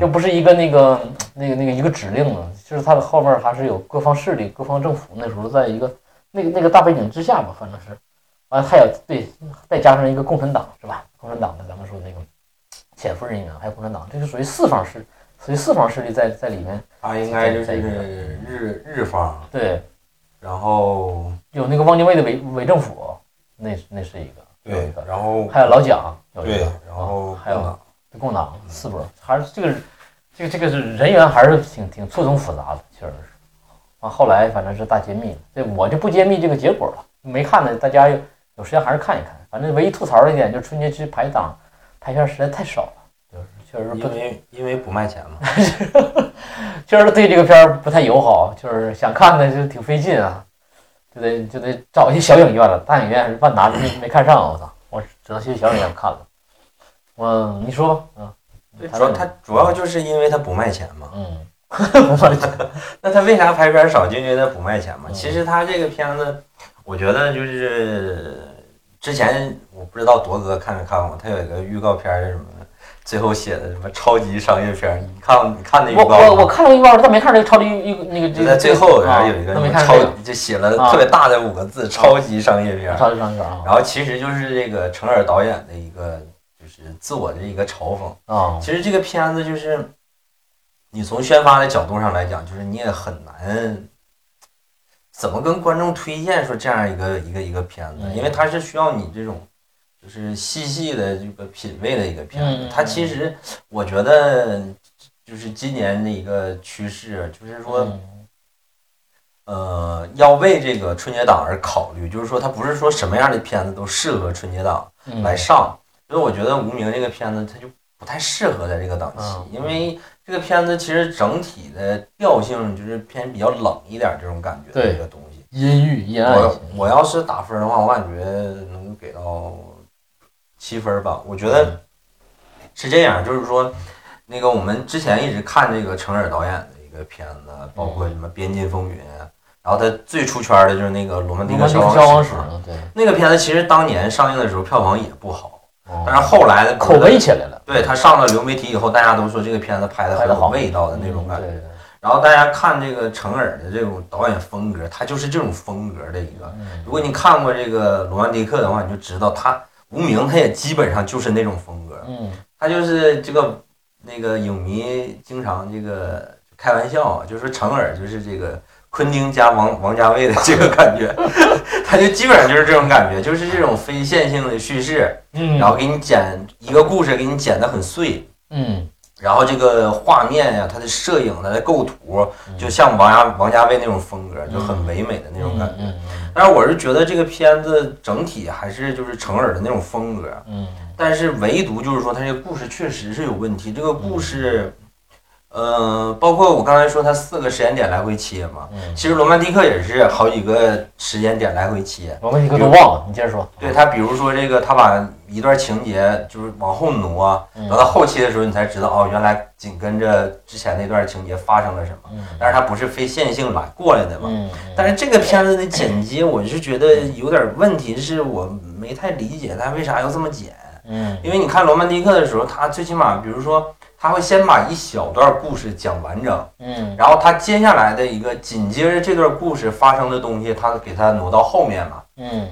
又嗯，不是一个那个那个那个一个指令了，就是它的后面还是有各方势力、各方政府那时候在一个那个那个大背景之下吧，反正是，完了还有对，再加上一个共产党是吧？共产党的咱们说那个潜伏人员，还有共产党，这就属于四方势，属于四方势力在在里面。它应该就是日日方，对，然后有那个汪精卫的伪伪政府，那是那是一个，有一对个，，然后还有老蒋，有一对个，，然后还有共党嗯共产党四波，还是这个这个这个是人员还是挺挺错综复杂的，确实是。完后来反正是大揭秘，这我就不揭秘这个结果了。没看的大家有有时间还是看一看。反正唯一吐槽的一点就是春节期排档排片实在太少了，就是确实不因为因为不卖钱嘛，确实对这个片儿不太友好，就是想看的就挺费劲啊，就得就得找一些小影院了。大影院是万达没没看上，我操，我只能去小影院看了。我你说吧，嗯，对，谈主要谈它主要就是因为它不卖钱嘛。嗯。那他为啥拍片少？就因为他不卖钱嘛。嗯其实他这个片子，我觉得就是之前我不知道铎哥看没看过，他有一个预告片儿是什么的，最后写的什么超级商业片儿，你看你 看那预我告我我吗？看了预告，但没看这个超级预那个这就个在最后，然啊后有一个那什没么看超这个，就写了啊特别大的五个字“超级商业片儿超级商业啊”。然后其实就是这个程耳导演的一个就是自我的一个嘲讽。啊其实这个片子就是，你从宣发的角度上来讲，就是你也很难怎么跟观众推荐说这样一个一个一个片子，嗯因为它是需要你这种就是细细的这个品味的一个片子。嗯嗯它其实我觉得就是今年的一个趋势，就是说。嗯呃，要为这个春节档而考虑，就是说，它不是说什么样的片子都适合春节档，嗯来上，所以我觉得《无名》这个片子它就不太适合在这个档期，嗯因为这个片子其实整体的调性就是偏比较冷一点这种感觉的对嗯一个东西。阴郁阴暗我我要是打分的话，我感觉能给到七分吧。我觉得是这样，就是说，那个我们之前一直看这个程耳导演的一个片子，包括什么《边境风云》，然后他最出圈的就是那个《罗曼蒂你克们消消防亡史史》呢？对，那个片子，其实当年上映的时候票房也不好。但但是后来的哦口碑起来了，对他上了流媒体以后，大家都说这个片子拍的拍很得有好味道的那种感觉。嗯对，然后大家看这个程耳的这种导演风格，他就是这种风格的一个。嗯如果你看过这个《罗曼蒂克》的话，你就知道他无名他也基本上就是那种风格，嗯他就是这个那个影迷经常这个开玩笑啊，就说程耳就是这个昆汀加王王家卫的这个感觉， 他就基本上就是这种感觉，就是这种非线性的叙事。嗯，然后给你剪一个故事，给你剪得很碎，嗯然后这个画面呀、它的摄影、它的构图，嗯就像王家王家卫那种风格，就很唯美的那种感嗯觉。但是我是觉得这个片子整体还是就是成耳的那种风格，嗯但是唯独就是说，它这个故事确实是有问题。这个故事，嗯呃，包括我刚才说它四个时间点来回切嘛，嗯，其实《罗曼蒂克》也是好几个时间点来回切。我们一个都忘了，你接着说。对他，比如说这个，他把一段情节就是往后挪啊，嗯等到后期的时候，你才知道哦，原来紧跟着之前那段情节发生了什么。嗯但是它不是非线性来过来的嘛。嗯，但是这个片子的剪接，我是觉得有点问题，是我没太理解他为啥要这么剪。嗯因为你看《罗曼蒂克》的时候，他最起码，比如说他会先把一小段故事讲完整，嗯然后他接下来的一个紧接着这段故事发生的东西，他给它挪到后面嘛。嗯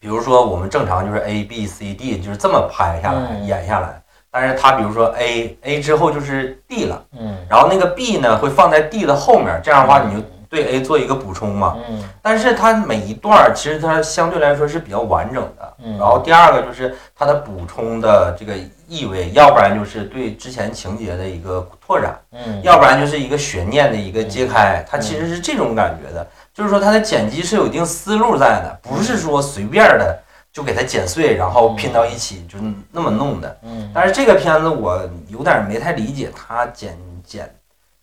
比如说我们正常就是 A B C D 就是这么拍下来、嗯演下来，但是它比如说 A A 之后就是 D 了，嗯然后那个 B 呢会放在 D 的后面，这样的话你就对 A 做一个补充嘛。嗯但是它每一段儿其实它相对来说是比较完整的。嗯，然后第二个就是它的补充的这个意味，要不然就是对之前情节的一个拓展，嗯要不然就是一个悬念的一个揭开，它其实是这种感觉的，就是说它的剪辑是有一定思路在的，不是说随便的就给它剪碎，然后拼到一起就是那么弄的。嗯但是这个片子我有点没太理解，它剪剪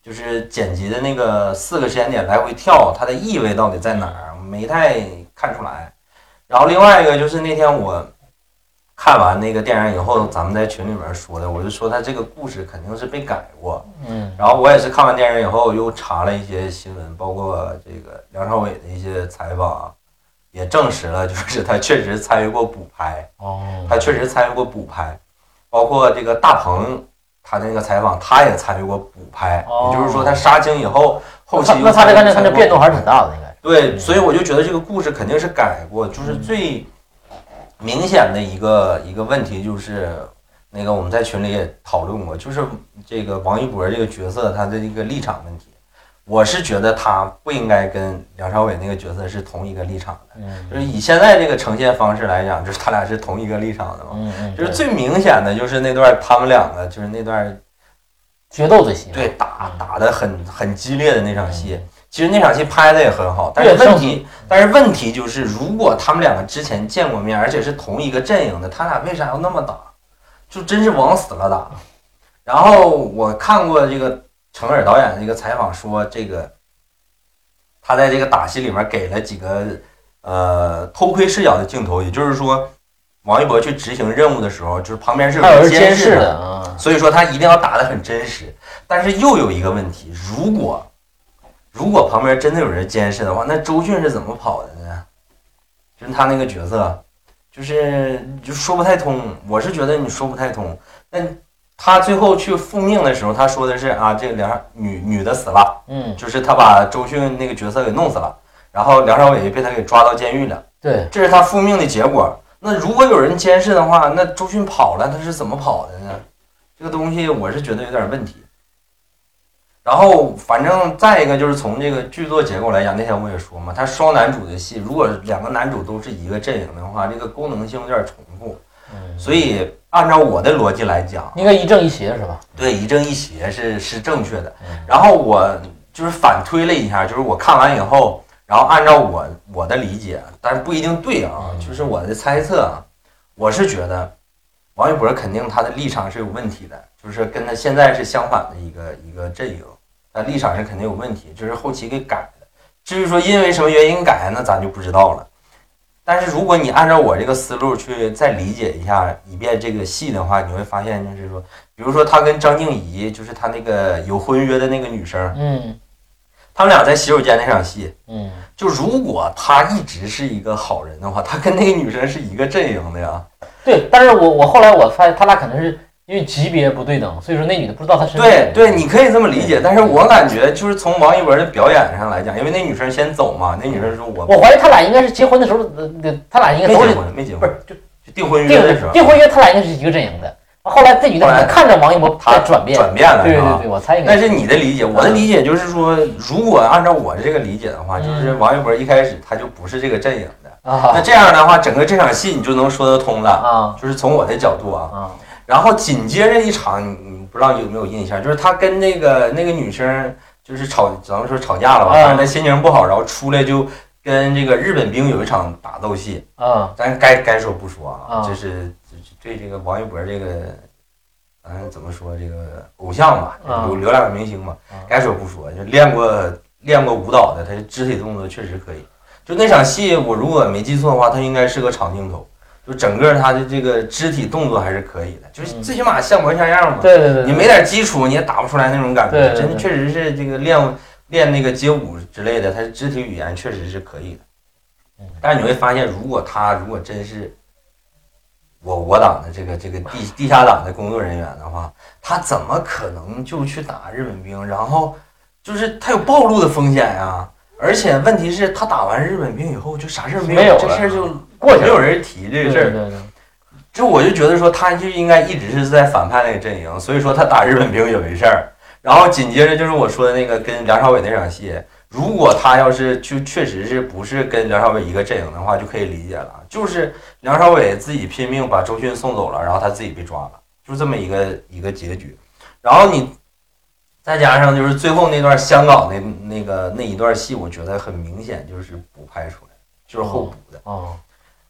就是剪辑的那个四个时间点来回跳，它的意味到底在哪儿，没太看出来。然后另外一个就是那天我看完那个电影以后，咱们在群里面说的，我就说他这个故事肯定是被改过。嗯然后我也是看完电影以后又查了一些新闻，包括这个梁朝伟的一些采访，也证实了，就是他确实参与过补拍。哦，他确实参与过补拍，包括这个大鹏他那个采访，他也参与过补拍，哦也就是说他杀青以后后期那他这又参与个那他参与这过变动还是补挺拍大的，应该对，嗯所以我就觉得这个故事肯定是改过，就是最明显的一个一个问题就是，那个我们在群里也讨论过，就是这个王一博这个角色他的一个立场问题。我是觉得他不应该跟梁朝伟那个角色是同一个立场的，嗯就是以现在这个呈现方式来讲，就是他俩是同一个立场的嘛。嗯嗯，就是最明显的就是那段他们两个就是那段决斗最喜欢，对打嗯打的很很激烈的那场戏，其实那场戏拍的也很好，但对是问上题但是问题就是如果他们两个之前见过面，而且是同一个阵营的，他俩为啥要那么打？就真是往死了打。然后我看过这个程耳导演的一个采访，说这个他在这个打戏里面给了几个呃偷窥视角的镜头，也就是说。王一博去执行任务的时候，就是旁边是有还有人人监视视的啊，所以说他一定要打得很真实。但是又有一个问题，如果如果旁边真的有人监视的话，那周迅是怎么跑的呢？就是他那个角色，就是你就说不太通。我是觉得你说不太通。那他最后去复命的时候，他说的是啊，这个梁女女的死了，嗯就是他把周迅那个角色给弄死了，然后梁朝伟被他给抓到监狱了。对，这是他复命的结果。那如果有人监视的话，那周迅跑了，他是怎么跑的呢？这个东西我是觉得有点问题。然后，反正再一个就是从这个剧作结构来讲，那天我也说嘛，他双男主的戏，如果两个男主都是一个阵营的话，这个功能性有点重复。嗯所以，按照我的逻辑来讲，应该一正一邪是吧？对一正一邪是是正确的嗯。然后我就是反推了一下，就是我看完以后，然后按照我我的理解，但是不一定对啊，嗯就是我的猜测啊，我是觉得王一博肯定他的立场是有问题的，就是跟他现在是相反的一个一个阵营，他立场是肯定有问题，就是后期给改的。至于说因为什么原因改，那咱就不知道了。但是如果你按照我这个思路去再理解一下一遍这个戏的话，你会发现就是说。比如说他跟张静怡，就是他那个有婚约的那个女生，嗯他们俩在洗手间那场戏，嗯就如果他一直是一个好人的话，他跟那个女生是一个阵营的呀。对，但是我我后来我发现他俩可能是因为级别不对等，所以说那女的不知道他是对对，你可以这么理解，但是我感觉就是从王一博的表演上来讲，因为那女生先走嘛，那女生说我我怀疑他俩应该是结婚的时候，呃呃他俩应该没哦都是结婚，没结不婚，是就就订婚约的时订候，订婚约，他俩应该是一个阵营的。后来这女的可能看着王一博她在转变，转变了对是吧对对，我猜应该但是你的理解，我的理解就是说，如果按照我这个理解的话，就是王一博一开始他就不是这个阵营的，那嗯啊这样的话，整个这场戏你就能说得通了。啊就是从我的角度啊，啊然后紧接着一场，你你不知道有没有印象，就是他跟那个那个女生就是吵，只能说吵架了吧，嗯反正他心情不好，然后出来就跟这个日本兵有一场打斗戏，啊咱该该说不说啊，嗯就是就是对这个王一博这个，嗯，怎么说这个偶像吧，嗯流流量明星嘛嗯，该说不说，就练过练过舞蹈的，他肢体动作确实可以。就那场戏，我如果没记错的话，他应该是个长镜头，就整个他的这个肢体动作还是可以的，就是嗯最起码像模像样嘛。对对对，你没点基础，你也打不出来那种感对觉。对真的对确实是这个练练那个街舞之类的，他肢体语言确实是可以的嗯。但是你会发现，如果他如果真是我我党的这个这个地地下党的工作人员的话，他怎么可能就去打日本兵？然后就是他有暴露的风险呀、而且问题是，他打完日本兵以后就啥事儿没没有这了事儿就过去没了有人提这对个事对儿。对对，就我就觉得说他就应该一直是在反派那个阵营，所以说他打日本兵也没事儿。然后紧接着就是我说的那个跟梁朝伟那场戏，如果他要是就确实是不是跟梁朝伟一个阵营的话，就可以理解了，就是梁朝伟自己拼命把周迅送走了，然后他自己被抓了，就这么一个一个结局。然后你再加上就是最后那段香港那那个那一段戏，我觉得很明显就是补拍出来，就是后补的。哦，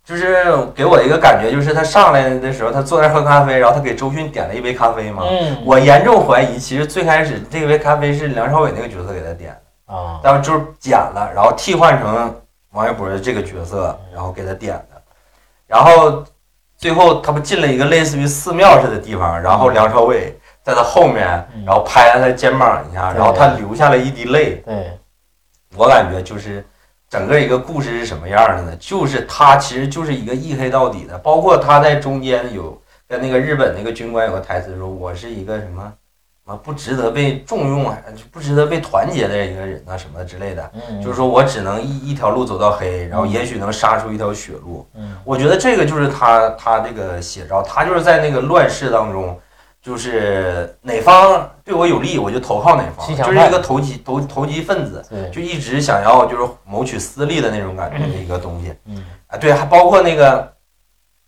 就是给我一个感觉，就是他上来的时候，他坐那儿喝咖啡，然后他给周迅点了一杯咖啡嘛。嗯，啊我严重怀疑，其实最开始这杯咖啡是梁朝伟那个角色给他点的，啊，但就是剪了，然后替换成王一博的这个角色，然后给他点的。然后最后他不进了一个类似于寺庙似的地方，然后梁朝伟在他后面，嗯然后拍了他肩膀一下，对然后他流下了一滴泪。对，我感觉就是整个一个故事是什么样的呢？就是他其实就是一个一黑到底的，包括他在中间有跟那个日本那个军官有个台词说：“我是一个什么什么不值得被重用，啊，就不值得被团结的一个人啊，什么之类的。”嗯，就是说我只能一一条路走到黑，然后也许能杀出一条血路。嗯，我觉得这个就是他他这个写照，他就是在那个乱世当中，就是哪方对我有利，我就投靠哪方骑，墙就是派一个投机投投机分子，对，就一直想要就是谋取私利的那种感觉的一个东西。嗯，啊，对，还包括那个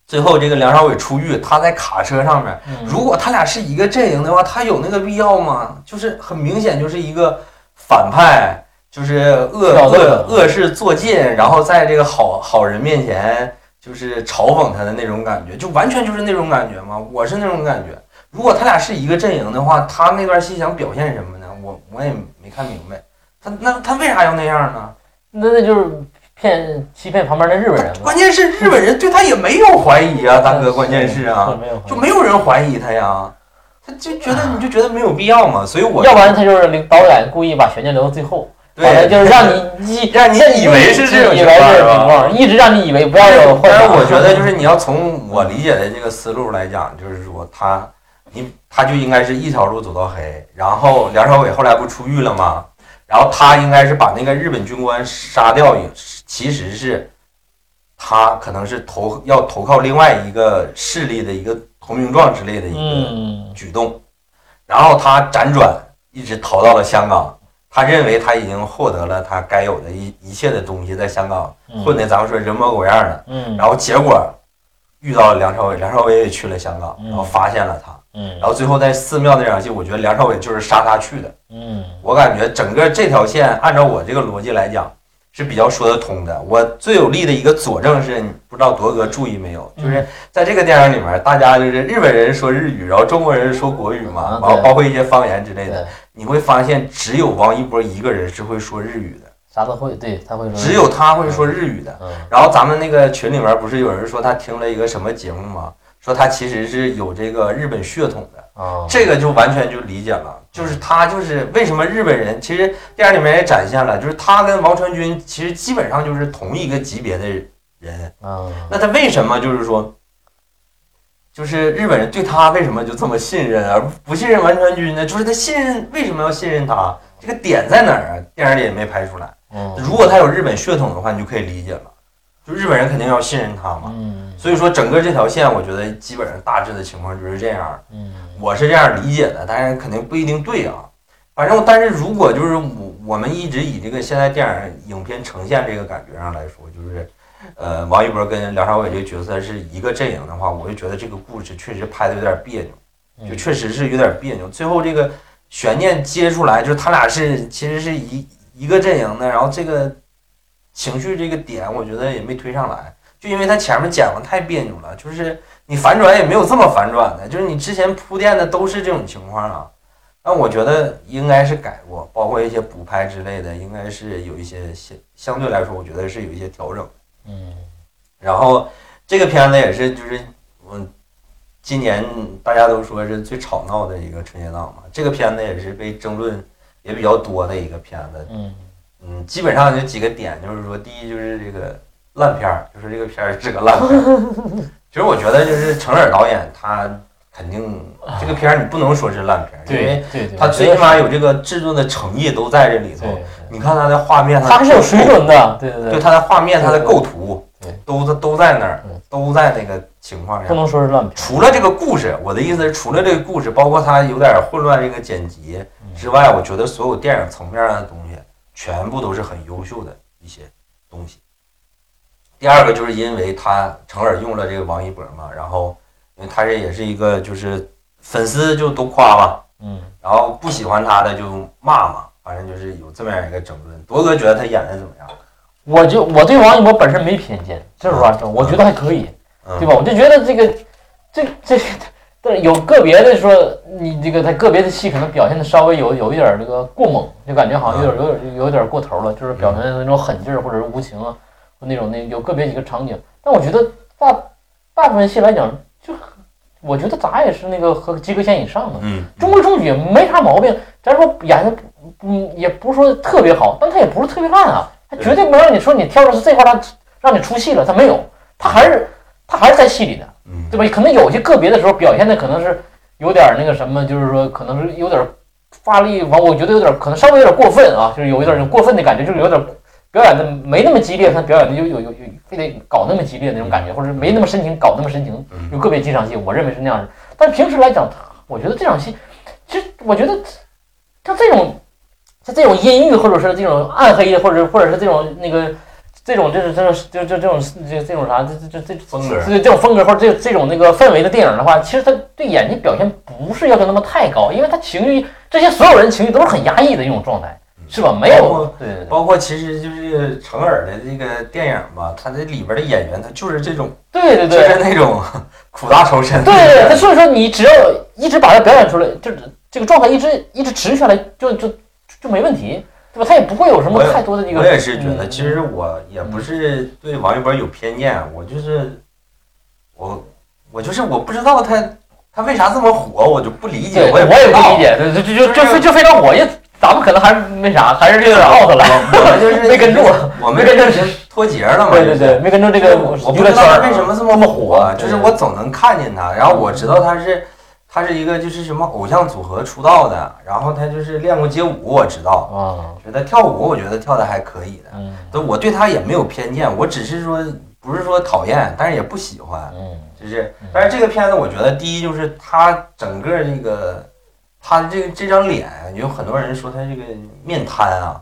最后这个梁朝伟出狱，他在卡车上面。嗯如果他俩是一个阵营的话，他有那个必要吗？就是很明显就是一个反派，就是恶挑刺恶恶事做尽，然后在这个好好人面前就是嘲讽他的那种感觉，就完全就是那种感觉嘛。我是那种感觉。如果他俩是一个阵营的话，他那段戏想表现什么呢？我我也没看明白。他那他为啥要那样呢？那那就是骗欺骗旁边的日本人嘛，关键是日本人对他也没有怀疑啊，大哥，关键是啊。没有，就没有人怀疑他呀，他就觉得你就觉得没有必要嘛，所以我啊要不然他就是领导演故意把悬念留到最后，完了对，就是让 你一让你以为是这种以情为况是是这种情吧？况，一直让你以为不要但是有幻但想。是我觉得就是你要从我理解的这个思路来讲，就是说他你他就应该是一条路走到黑，然后梁朝伟后来不出狱了吗？然后他应该是把那个日本军官杀掉，也其实是他可能是投要投靠另外一个势力的一个投名状之类的一个。 嗯，举动，然后他辗转一直逃到了香港。他认为他已经获得了他该有的一一切的东西，在香港嗯混的，咱们说人模狗样的。嗯，然后结果遇到了梁朝伟，梁朝伟也去了香港，嗯然后发现了他。嗯然后最后在寺庙那场戏，我觉得梁朝伟就是杀他去的。嗯我感觉整个这条线，按照我这个逻辑来讲，是比较说得通的。我最有力的一个佐证是，你不知道铎哥注意没有，嗯就是在这个电影里面，大家就是日本人说日语，然后中国人说国语嘛啊，然后对包括一些方言之类的对，你会发现只有王一博一个人是会说日语的，啥都会，对他会说，只有他会说日语的。嗯然后咱们那个群里面不是有人说他听了一个什么节目吗？说他其实是有这个日本血统的。啊，这个就完全就理解了，就是他就是为什么日本人，其实电影里面也展现了，就是他跟王传君其实基本上就是同一个级别的人，嗯那他为什么就是说，就是日本人对他为什么就这么信任，而不信任王传君呢？就是他信任为什么要信任他？这个点在哪儿啊？电影里也没拍出来。嗯如果他有日本血统的话，你就可以理解了，就日本人肯定要信任他嘛。嗯所以说，整个这条线，我觉得基本上大致的情况就是这样。嗯我是这样理解的，当然肯定不一定对啊。反正，但是如果就是我我们一直以这个现在电影影片呈现这个感觉上来说，就是，呃，王一博跟梁朝伟这个角色是一个阵营的话，我就觉得这个故事确实拍的有点别扭，就确实是有点别扭。最后这个悬念接出来，就是他俩是其实是一一个阵营的，然后这个情绪这个点，我觉得也没推上来，就因为他前面讲的太别扭了，就是。你反转也没有这么反转的，就是你之前铺垫的都是这种情况啊。但我觉得应该是改过，包括一些补拍之类的，应该是有一些相相对来说，我觉得是有一些调整。嗯然后这个片子也是，就是嗯，今年大家都说是最吵闹的一个春节档嘛，这个片子也是被争论也比较多的一个片子。嗯嗯，基本上有几个点，就是说，第一就是这个烂片儿，就是这个片儿是个烂片儿。 其实我觉得就是程耳导演他肯定这个片儿你不能说是烂片儿，因为啊对对对，他最起码有这个制作的诚意都在这里头。对，你看他的画面，他的是有水准的，对对对他的画面，他的构图，对都在都在那儿嗯，都在那个情况不下。能说是烂片。除了这个故事，我的意思是，除了这个故事，包括它有点混乱这个剪辑之外，我觉得所有电影层面上的东西，全部都是很优秀的一些东西。第二个就是因为他成耳用了这个王一博嘛，然后因为他这也是一个就是粉丝就都夸嘛，嗯，然后不喜欢他的就骂嘛，反正就是有这么样一个争论。铎哥觉得他演的怎么样？我就我对王一博本身没偏见，这实话啊说，我觉得还可以，嗯，对吧？我就觉得这个，这这，但是有个别的说你这个他个别的戏可能表现的稍微有有一点儿这个过猛，就感觉好像有点有点有点过头了，就是表现的那种狠劲儿或者是无情啊，或那种那有个别几个场景，但我觉得大大部分戏来讲，就我觉得咋也是那个和及格线以上的。嗯，中规中矩，没啥毛病。咱说演的，嗯，也不是说特别好，但他也不是特别烂啊。他绝对没让你说你挑的是这块儿，他让你出戏了，他没有，他还是他还是在戏里的，嗯，对吧？可能有些个别的时候表现的可能是有点儿那个什么，就是说可能是有点儿发力完，我觉得有点儿可能稍微有点儿过分啊，就是有一点儿过分的感觉，就是有点儿表演的没那么激烈，他表演的有有有有非得搞那么激烈那种感觉，或者没那么深情搞那么深情，有嗯个别几场戏，我认为是那样的。但平时来讲，我觉得这场戏，其实我觉得像这种，像这种阴郁，或者是这种暗黑，或者或者是这种那个，这种这种这种就就这种这这种啥，这这这这风格这这种风格或者这这种那个氛围的电影的话，其实他对演技表现不是要求那么太高，因为他情绪这些所有人情绪都是很压抑的一种状态，是吧？没包有括对对对包括其实就是成耳的这个电影吧，它这里边的演员他就是这种，对对就对是。那种苦大仇深。对对，对，所以说你只要一直把它表演出来，就是这个状态一直一直持续下来，就就就没问题，对吧？他也不会有什么太多的那个。我也是觉得，嗯其实我也不是对王一博有偏见，我就是我我就是我不知道他他为啥这么火，我就不理对解，我也也知不道理。解，对，就就就是就就非常火，也咱们可能还是那啥，还是有点 out 了，我们就是没跟住，我没们跟这住是脱节了嘛？对对就是对，没跟住这个我娱不乐知圈道儿他为什么这么火啊，就是我总能看见他，然后我知道他是他是一个就是什么偶像组合出道的，然后他就是练过街舞，我知道，啊，觉得跳舞我觉得跳的还可以的，嗯所以我对他也没有偏见，我只是说不是说讨厌，但是也不喜欢，嗯就是但是这个片子我觉得第一就是他整个这个他这个这张脸，有很多人说他这个面瘫啊。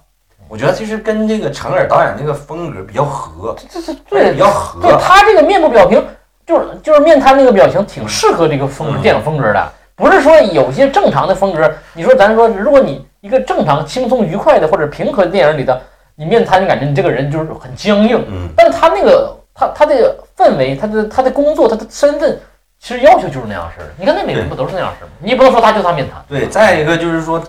我觉得就是跟这个成尔导演那个风格比较合，这这这比对较合。对他这个面部表情，就是就是面瘫那个表情，挺适合这个风格、嗯电影风格的。不是说有些正常的风格，你说咱说，如果你一个正常、轻松、愉快的或者平和的电影里的，你面瘫，你感觉你这个人就是很僵硬。嗯，但是他那个他他的氛围，他的他的工作，他的身份，其实要求就是那样式的。你看那美人不都是那样式吗？你也不能说他就他面瘫。对，再一个就是说，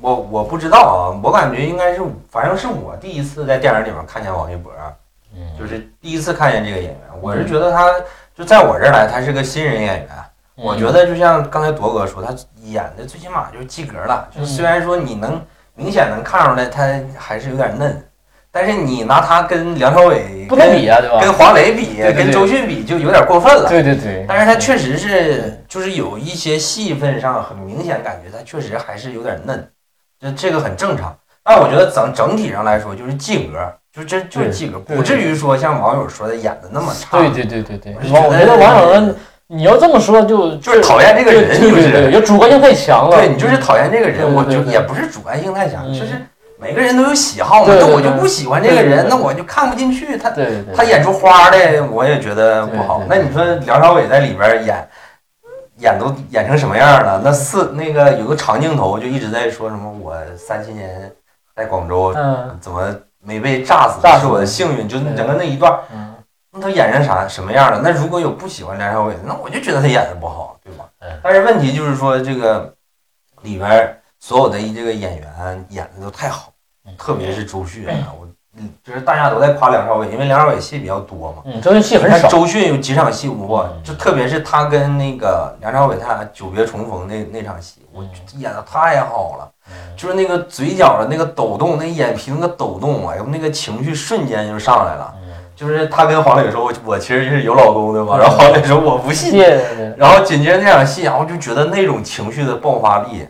我我不知道啊，我感觉应该是，反正是我第一次在电影里面看见王一博，啊嗯就是第一次看见这个演员，我是觉得他就在我这儿来，他是个新人演员。嗯我觉得就像刚才铎哥说，他演的最起码就是及格了，就虽然说你能明显能看出来他还是有点嫩，但是你拿他跟梁朝伟、不能比啊，对跟吧？跟黄磊比、对对跟对周迅比就有点过分了。对对对。但是他确实是，就是有一些戏份上很明显感觉他确实还是有点嫩，这这个很正常。但我觉得整整体上来说就是及格，就这就是及格，对不至于说像网友说的演的那么差。对对对对对，我是我觉得网友觉们，你要这么说就就是讨厌这个人对就对是对对，有主观性太强了。对你就是讨厌这个对人，对我对就对也不是主观性太强，嗯就是每个人都有喜好嘛。对对那我对就不喜欢这个对对人，对那我就看不进去他。对对对，他演出花儿的，我也觉得不好。嗯对那对你说梁朝伟在里边儿演，演都演成什么样了？那四那个有个长镜头就一直在说什么我三七年在广州嗯怎么没被炸死，炸死是我的幸运。就是对整个那一段儿，嗯，那他演成啥什么样了？那如果有不喜欢梁朝伟的，那我就觉得他演的不好，对吧嗯？但是问题就是说这个里边儿所有的这个演员演的都太好，特别是周迅啊，我嗯就是大家都在夸梁朝伟，因为梁朝伟戏比较多嘛。嗯，周星戏很但少。周迅有几场戏我嗯就特别是他跟那个梁朝伟他俩久别重逢那那场戏，我嗯觉得演的太好了，嗯就是那个嘴角的那个抖动，那眼皮那个抖动，哎呦，那个情绪瞬间就上来了。就是他跟黄磊说，我我其实是有老公的嘛，嗯然后黄磊说我不谢信，谢对对然后紧接着那场戏，然后就觉得嗯那种情绪的爆发力，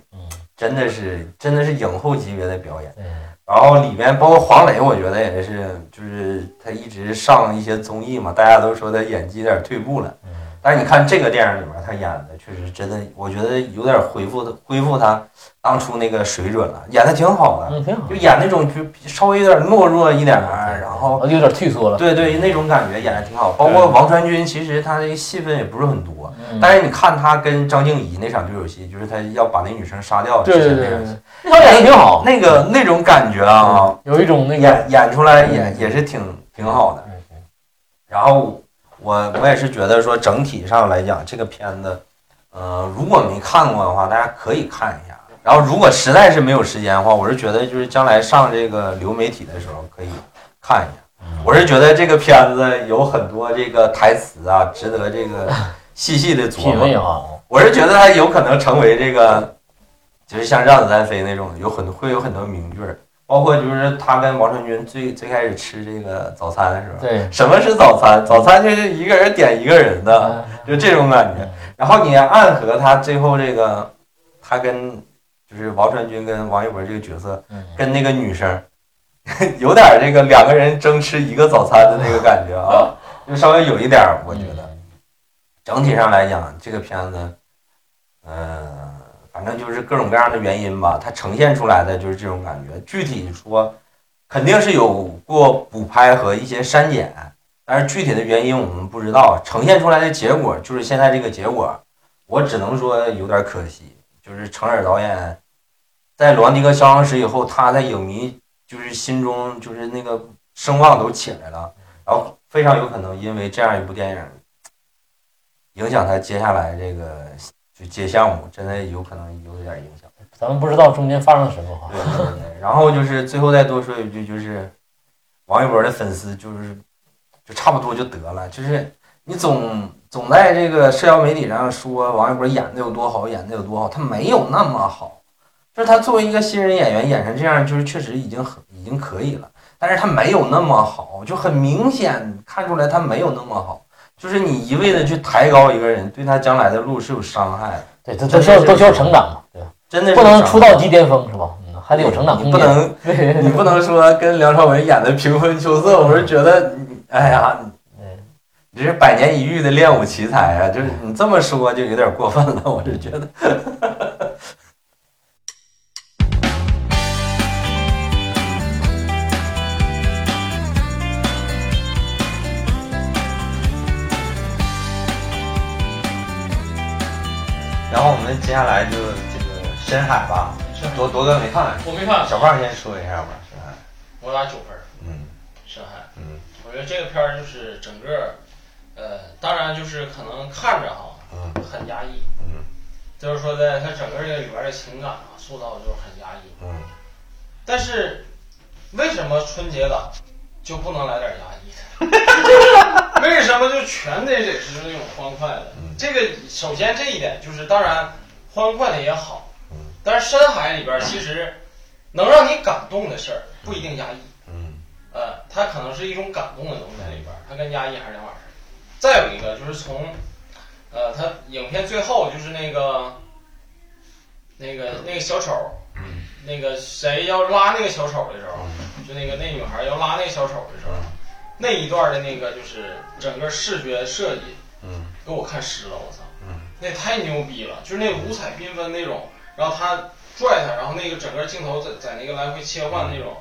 真的是真的是影后级别的表演。对然后里面包括黄磊，我觉得也是，就是他一直上一些综艺嘛，大家都说他演技有点退步了。嗯但是你看这个电影里面，他演的确实真的，我觉得有点恢复的恢复他当初那个水准了，演的挺好的，嗯，挺好就，演那种就稍微有点懦弱一点儿，然后我就有点退缩了。对对那种感觉演的挺好。包括王传君，其实他的戏份也不是很多，嗯但是你看他跟张婧仪那场对手戏，就是他要把那女生杀掉，对对之前对那对场戏，，那场演的挺好，嗯那个那种感觉啊。有一种那个演演出来嗯也也是挺挺好的。然后我我也是觉得说整体上来讲，这个片子，呃，如果没看过的话，大家可以看一下。然后如果实在是没有时间的话，我是觉得就是将来上这个流媒体的时候可以看一下。嗯我是觉得这个片子有很多这个台词啊，值得这个细细的琢品磨味。啊，我是觉得它有可能成为这个，就是像《让子弹飞》那种，有很多会有很多名句儿，包括就是他跟王传君最最开始吃这个早餐的时候，对，什么是早餐？早餐就是一个人点一个人的，嗯就这种感觉。然后你暗合他最后这个，他跟就是王传君跟王一博这个角色嗯，跟那个女生， 有点这个两个人争吃一个早餐的那个感觉啊，嗯就稍微有一点儿，我觉得。整体上来讲，这个片子，嗯、反正就是各种各样的原因吧，它呈现出来的就是这种感觉。具体说，肯定是有过补拍和一些删减，但是具体的原因我们不知道。呈现出来的结果就是现在这个结果，我只能说有点可惜。就是程耳导演在《罗兰蒂克消亡史》以后，他在影迷就是心中就是那个声望都起来了，然后非常有可能因为这样一部电影。影响他接下来这个就接项目，真的有可能有点影响。咱们不知道中间发生了什么哈。对对对。然后就是最后再多说一句，就是王一博的粉丝就是就差不多就得了，就是你总总在这个社交媒体上说王一博演的有多好，演的有多好，他没有那么好。就是他作为一个新人演员演成这样，就是确实已经很已经可以了，但是他没有那么好，就很明显看出来他没有那么好。就是你一味的去抬高一个人，对他将来的路是有伤害的，对，都都需要都需要成长嘛，对吧？真的是不有能伤出害道即巅峰是吧？嗯，还得有成长你空不间。能 你不能说跟梁朝伟演的平分秋色，我是觉得你，哎呀，你你这是百年一遇的练武奇才啊！就是你这么说就有点过分了，我是觉得。然后我们接下来就这个深海吧，多多哥没看完。我没看，小胖先说一下吧，是吧？我打九分儿，嗯深海。嗯我觉得这个片儿就是整个，呃，当然就是可能看着哈嗯很压抑，嗯就是说在它整个这个里边儿的情感啊塑造就是很压抑。嗯，但是为什么春节档就不能来点压抑的？为什么就全得得是那种欢快的？这个首先这一点就是，当然欢快的也好，但是深海里边儿其实能让你感动的事儿不一定压抑。嗯呃，它可能是一种感动的东西在里边儿，它跟压抑还是两码事儿。再有一个就是从，呃，它影片最后就是那个，那个那个小丑儿，那个谁要拉那个小丑儿的时候，就那个那女孩儿要拉那个小丑儿的时候，那一段儿的那个就是整个视觉设计，嗯，给我看湿了，我操，嗯，那太牛逼了，就是那五彩缤纷那种，然后他拽他，然后那个整个镜头在在那个来回切换那种。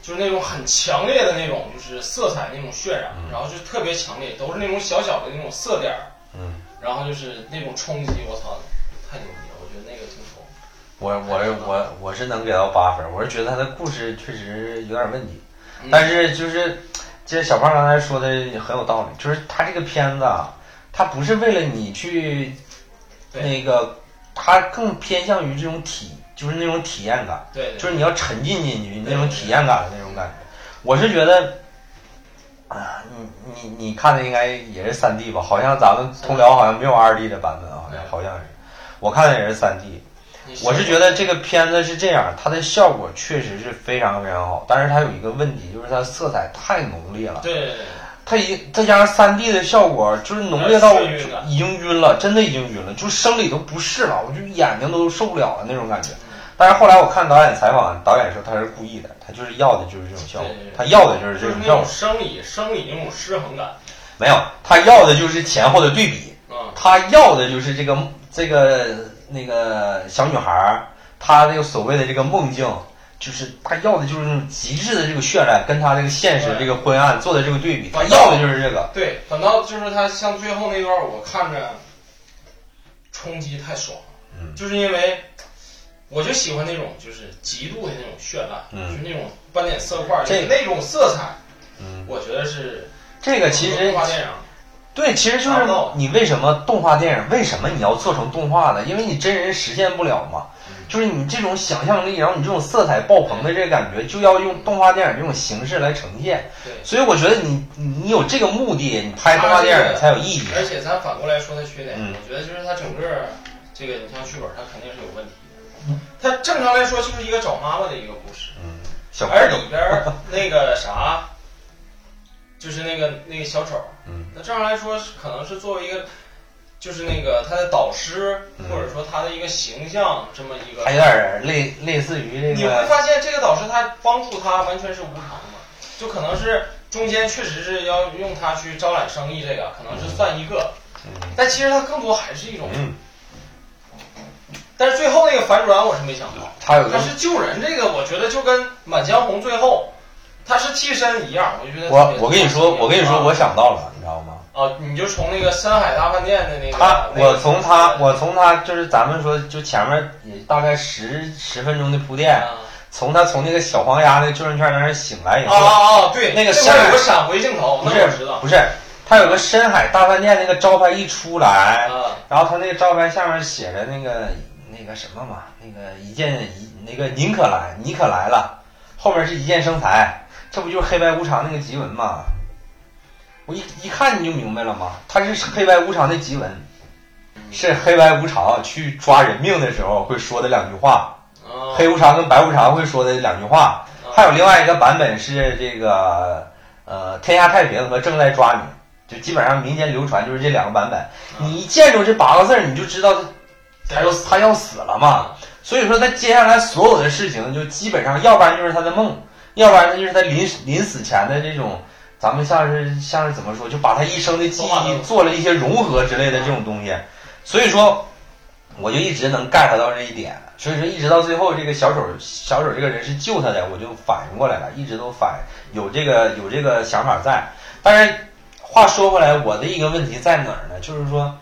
就是那种很强烈的那种，就是色彩那种渲染，然后就特别强烈，都是那种小小的那种色点儿，嗯，然后就是那种冲击，我操，太牛逼了！我觉得那个挺爽。我我我我是能给到八分，我是觉得他的故事确实有点问题，嗯但是就是，这小胖刚才说的也很有道理，就是他这个片子啊，他不是为了你去对那个，他更偏向于这种体，就是那种体验感。对对，就是你要沉浸进去那种体验感的那种感觉。我是觉得，啊，你你你看的应该也是三 D 吧？好像咱们通辽好像没有二 D 的版本，好像好像是，我看的也是三 D。你我是觉得这个片子是这样，它的效果确实是非常非常好，但是它有一个问题，就是它色彩太浓烈了。对对对对它已再加上三 D 的效果，就是浓烈到有点眩晕感已经晕了，真的已经晕了，就生理都不适了，我就眼睛都受不了了那种感觉。但是后来我看导演采访，导演说他是故意的，他就是要的就是这种效果对对，对他要的就是就这是种那效种果，生理生理那种失衡感，没有，他要的就是前后的对比，嗯，他要的就是这个这个那个小女孩儿，她那个所谓的这个梦境，就是她要的就是那种极致的这个渲染，跟她这个现实这个昏暗做的这个对比，她要的就是这个。对，反倒就是他像最后那段儿，我看着冲击太爽了，嗯就是因为我就喜欢那种就是极度的那种绚烂，嗯就是那种斑点色块，这就是那种色彩，嗯，我觉得是这个其实动画电影对，其实就是你为什么动画电影，为什么你要做成动画呢？因为你真人实现不了嘛。就是你这种想象力，然后你这种色彩爆棚的这个感觉，就要用动画电影这种形式来呈现。对，所以我觉得你你有这个目的，你拍动画电影才有意义。而且咱反过来说它缺点，嗯我觉得就是它整个这个你像剧本，它肯定是有问题的。它正常来说就是一个找妈妈的一个故事，嗯，小而蝌蚪里 边儿那个啥，就是那个那个小丑，嗯，那正常来说是可能是作为一个，就是那个他的导师、嗯或者说他的一个形象这么一个还，有点类类似于这你会个，发现这个导师他帮助他完全是无偿的，就可能是中间确实是要用他去招揽生意，这个可能是算一个，但其实他更多还是一种，嗯，但是最后那个反转我是没想到。他有个但是救人这个，我觉得就跟《满江红》最后他是替身一样，我就觉得特我别我跟你说，我跟你说，我想到了，你知道吗？啊，你就从那个山海大饭店的那个，他，那个我从他，我从他就是咱们说，就前面也大概十十分钟的铺垫，啊从他从那个小黄鸭那个救生圈那儿醒来以啊后，啊！对，那个会山有个闪回镜头，不哦那是我知道。不是，他有个深海大饭店那个招牌一出来，啊，然后他那个招牌下面写着那个那个什么嘛，那个一见一那个您可来，你可来了，后面是一见生财，这不就是黑白无常那个吉文吗？我一一看你就明白了吗？他是黑白无常的吉文，是黑白无常去抓人命的时候会说的两句话，啊黑无常跟白无常会说的两句话。啊还有另外一个版本是这个呃天下太平和正在抓你，就基本上民间流传就是这两个版本。你一见着这八个字儿，你就知道他要他要死了嘛。所以说他接下来所有的事情，就基本上要不然就是他的梦，要不然就是他临临死前的这种，咱们像是像是怎么说，就把他一生的记忆做了一些融合之类的这种东西。所以说，我就一直能 get 到这一点，所以说一直到最后，这个小丑小丑这个人是救他的，我就反应过来了，一直都反有这个有这个想法在。但是话说回来，我的一个问题在哪儿呢？就是说，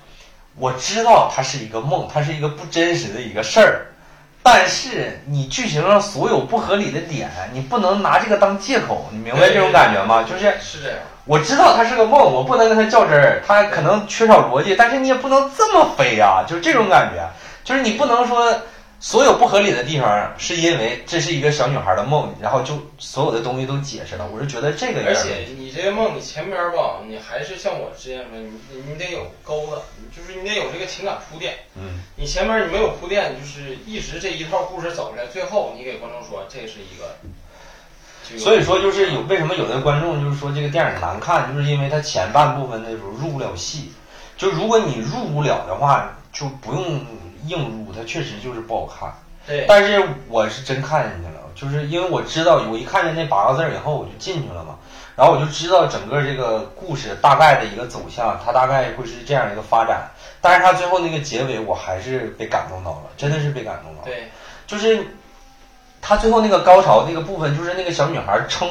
我知道它是一个梦，它是一个不真实的一个事儿，但是你剧情上所有不合理的点，你不能拿这个当借口，你明白这种感觉吗？就是是这样，我知道它是个梦，我不能跟它较真儿，它可能缺少逻辑，但是你也不能这么飞啊，就是这种感觉，就是你不能说所有不合理的地方是因为这是一个小女孩的梦，然后就所有的东西都解释了，我是觉得这个有而点且你这个梦，你前边儿吧，你还是像我之前说，你你你得有钩子，你就是你得有这个情感铺垫。嗯，你前面你没有铺垫，就是一直这一套故事走下来，最后你给观众说这是一个，这个所以说就是有为什么有的观众就是说这个电影难看，就是因为它前半部分的时候入不了戏，就如果你入不了的话，就不用硬入，它确实就是不好看。对但是我是真看进去了，就是因为我知道，我一看见那八个字儿以后，我就进去了嘛。然后我就知道整个这个故事大概的一个走向，它大概会是这样一个发展。但是它最后那个结尾，我还是被感动到了，真的是被感动到了。对就是他最后那个高潮那个部分，就是那个小女孩撑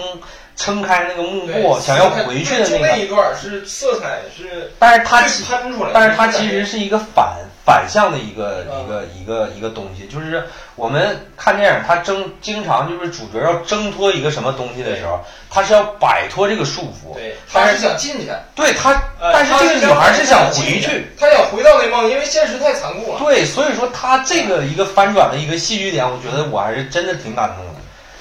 撑开那个幕对布想要回去的就那个，那一段儿是色彩是但是他被其喷出来的，但是它其实是一个反反向的一个嗯一个一个一个东西，就是我们看电影，它争经常就是主角要挣脱一个什么东西的时候，他是要摆脱这个束缚，对，但他是是想进去，对他，呃但是他这个是女孩是想进回去，他想回到那梦，因为现实太残酷了。对，所以说他这个一个翻转的一个戏剧点，我觉得我还是真的挺感动的，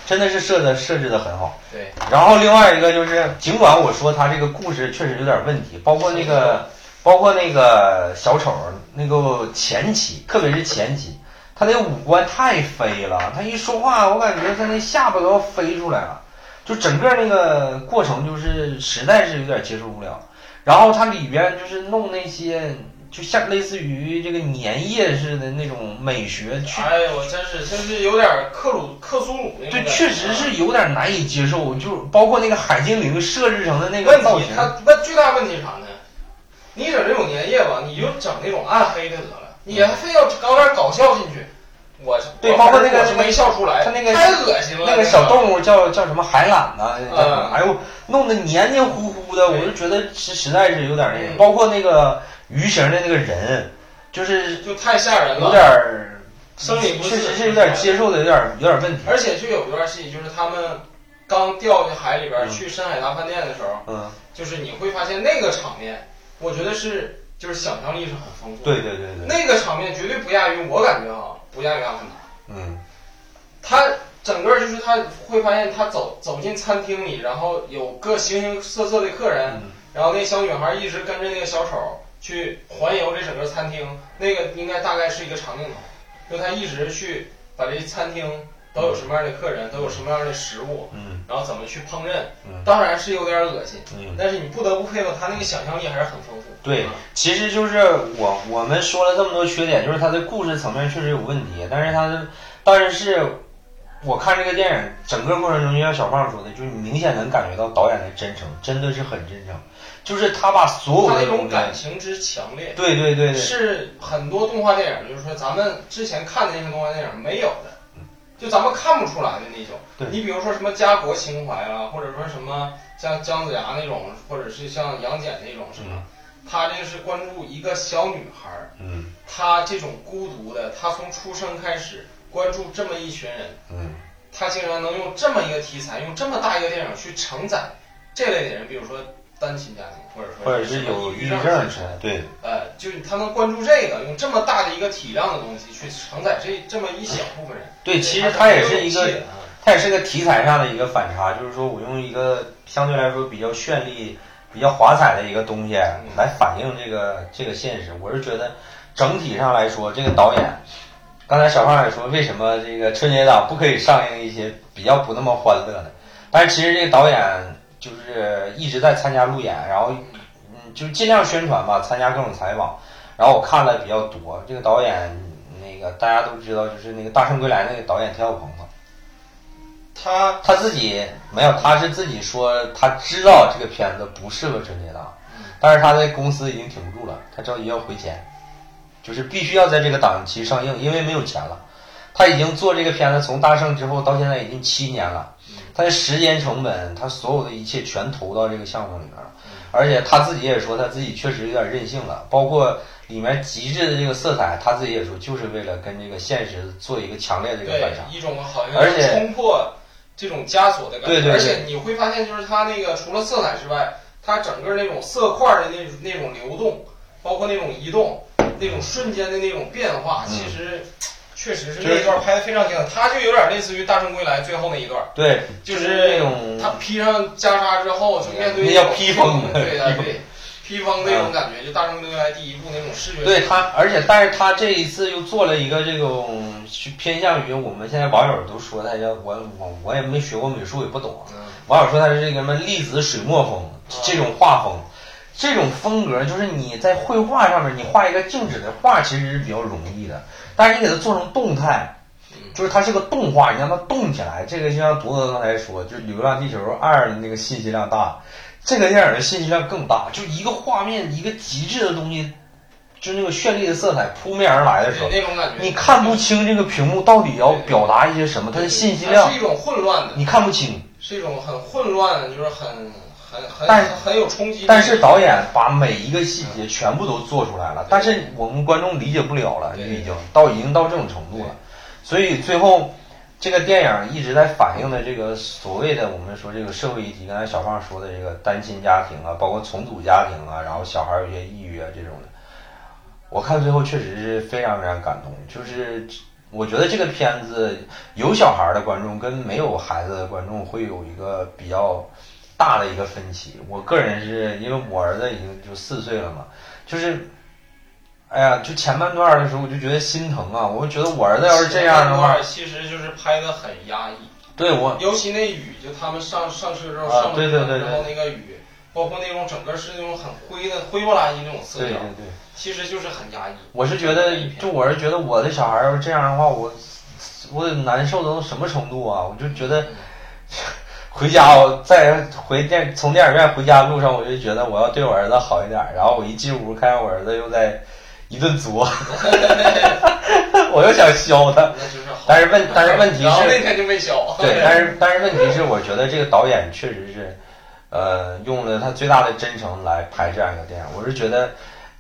真的是设的设置的很好。对，然后另外一个就是，尽管我说他这个故事确实有点问题，包括那个，包括那个小丑那个前期，特别是前期，他那五官太飞了，他一说话，我感觉他那下巴都要飞出来了，就整个那个过程就是实在是有点接受不了。然后它里边就是弄那些就像类似于这个粘液似的那种美学，确哎呦，我真是真是有点克鲁克苏鲁那种对感觉。确实是有点难以接受，就包括那个海精灵设置成的那个问造题型，，它问最大问题是啥呢？你整这种粘液吧，你就整那种暗黑的得了，你还非要搞点搞笑进去，我是对我包括那个我是没笑出来，它那个太恶心了，那个小动物叫叫什么海懒呐、叫什么嗯哎呦，弄得黏黏糊糊的，对我就觉得实实在是有点那个，嗯包括那个鱼形的那个人，就是就太吓人了，有点儿生理不适嗯确实是有点接受的有点儿有点儿问题，而且就有一段戏，就是他们刚掉进海里边儿嗯去深海大饭店的时候，嗯，就是你会发现那个场面，我觉得是就是想象力是很丰富的，对对对对，那个场面绝对不亚于我感觉啊，不亚于阿凡达。嗯，他整个就是他会发现他走走进餐厅里，然后有各形形色色的客人，嗯然后那小女孩一直跟着那个小丑去环游这整个餐厅，那个应该大概是一个长镜头，就他一直去把这餐厅都有什么样的客人，都有什么样的食物，嗯然后怎么去烹饪，嗯当然是有点恶心，嗯，但是你不得不佩服他那个想象力还是很丰富。对，其实就是我我们说了这么多缺点，就是它的故事层面确实有问题，但是它的，但是我看这个电影整个过程中，就像小胖说的，就是你明显能感觉到导演的真诚，真的是很真诚，就是他把所有他的那东种西，感情之强烈，对对对对，是很多动画电影，就是说咱们之前看的那些动画电影没有的，就咱们看不出来的那种对。你比如说什么家国情怀啊，或者说什么像姜子牙那种，或者是像杨戬那种什么，他这个是关注一个小女孩儿，嗯她这种孤独的，她从出生开始关注这么一群人，嗯他竟然能用这么一个题材，用这么大一个电影去承载这类的人，比如说单亲家庭，或者说或者是有抑抑郁郁症症的人，对呃，就是他能关注这个，用这么大的一个体量的东西去承载这这么一小部分人。对，其实它也是一个还挺有勇气的啊它也是个题材上的一个反差，就是说我用一个相对来说比较绚丽、比较华彩的一个东西来反映这个这个现实。我是觉得整体上来说，这个导演，刚才小胖也说，为什么这个春节档不可以上映一些比较不那么欢乐的？但是其实这个导演就是一直在参加路演，然后嗯，就尽量宣传吧，参加各种采访。然后我看了比较多，这个导演那个大家都知道，就是那个《大圣归来》那个导演田晓鹏嘛。他他自己没有，他是自己说他知道这个片子不适合春节档，但是他的公司已经挺不住了，他着急要回钱，就是必须要在这个档期上映，因为没有钱了。他已经做这个片子从大圣之后到现在已经七年了，他的时间成本，他所有的一切全投到这个项目里面了，而且他自己也说他自己确实有点任性了，包括里面极致的这个色彩，他自己也说就是为了跟这个现实做一个强烈的这个对反差。一种好像而且冲破这种枷锁的感觉，对对对而且你会发现，就是他那个除了色彩之外，他整个那种色块的那那种流动，包括那种移动，那种瞬间的那种变化，嗯其实确实是就是那一段拍的非常精彩。他就有点类似于《大圣归来》最后那一段，对，就是是那种他披上袈裟之后，就面对那叫披风对披对风嗯对，披风那种感觉，就《大圣归来》第一部那种视觉，对他，而且但是他这一次又做了一个这种去偏向于我们现在网友都说他叫我我我也没学过美术也不懂啊，嗯，网友说他是这个什么粒子水墨风这种画风，这种风格就是你在绘画上面你画一个静止的画其实是比较容易的，但是你给它做成动态。嗯就是它是个动画，你让它动起来，这个就像铎哥刚才说，就是《流浪地球二》的那个信息量大，这个电影的信息量更大，就一个画面，一个极致的东西，就那个绚丽的色彩扑面而来的时候对，那种感觉，你看不清这个屏幕到底要表达一些什么，它的信息量它是一种混乱的，你看不清。是一种很混乱，就是很很很但很有冲击力。但是导演把每一个细节全部都做出来了，但是我们观众理解不了了，就对已经到已经到这种程度了。所以最后这个电影一直在反映的这个所谓的我们说这个社会议题，刚才小胖说的这个单亲家庭啊，包括重组家庭啊，然后小孩有些抑郁啊这种的，我看最后确实是非常非常感动，就是。我觉得这个片子有小孩的观众跟没有孩子的观众会有一个比较大的一个分歧。我个人是因为我儿子已经就四岁了嘛，就是，哎呀，就前半段的时候我就觉得心疼啊，我就觉得啊我儿子要是这样的话，，其实就是拍的很压抑，对我，尤其那雨，就他们上上车之后啊上了对对对对然后那个雨，包括那种整个是那种很灰的灰不拉几那种色对对调，对，其实就是很压抑。我是觉得，就我是觉得我的小孩儿这样的话，我我得难受到什么程度啊？我就觉得嗯回家我在回电从电影院回家路上，我就觉得我要对我儿子好一点儿。然后我一进屋，看见我儿子又在一顿作， 我又想削他。那就是好。但是问，但是问题然后那是，天就没消。对， 但是但是问题是，我觉得这个导演确实是，呃，用了他最大的真诚来拍这样一个电影。我是觉得，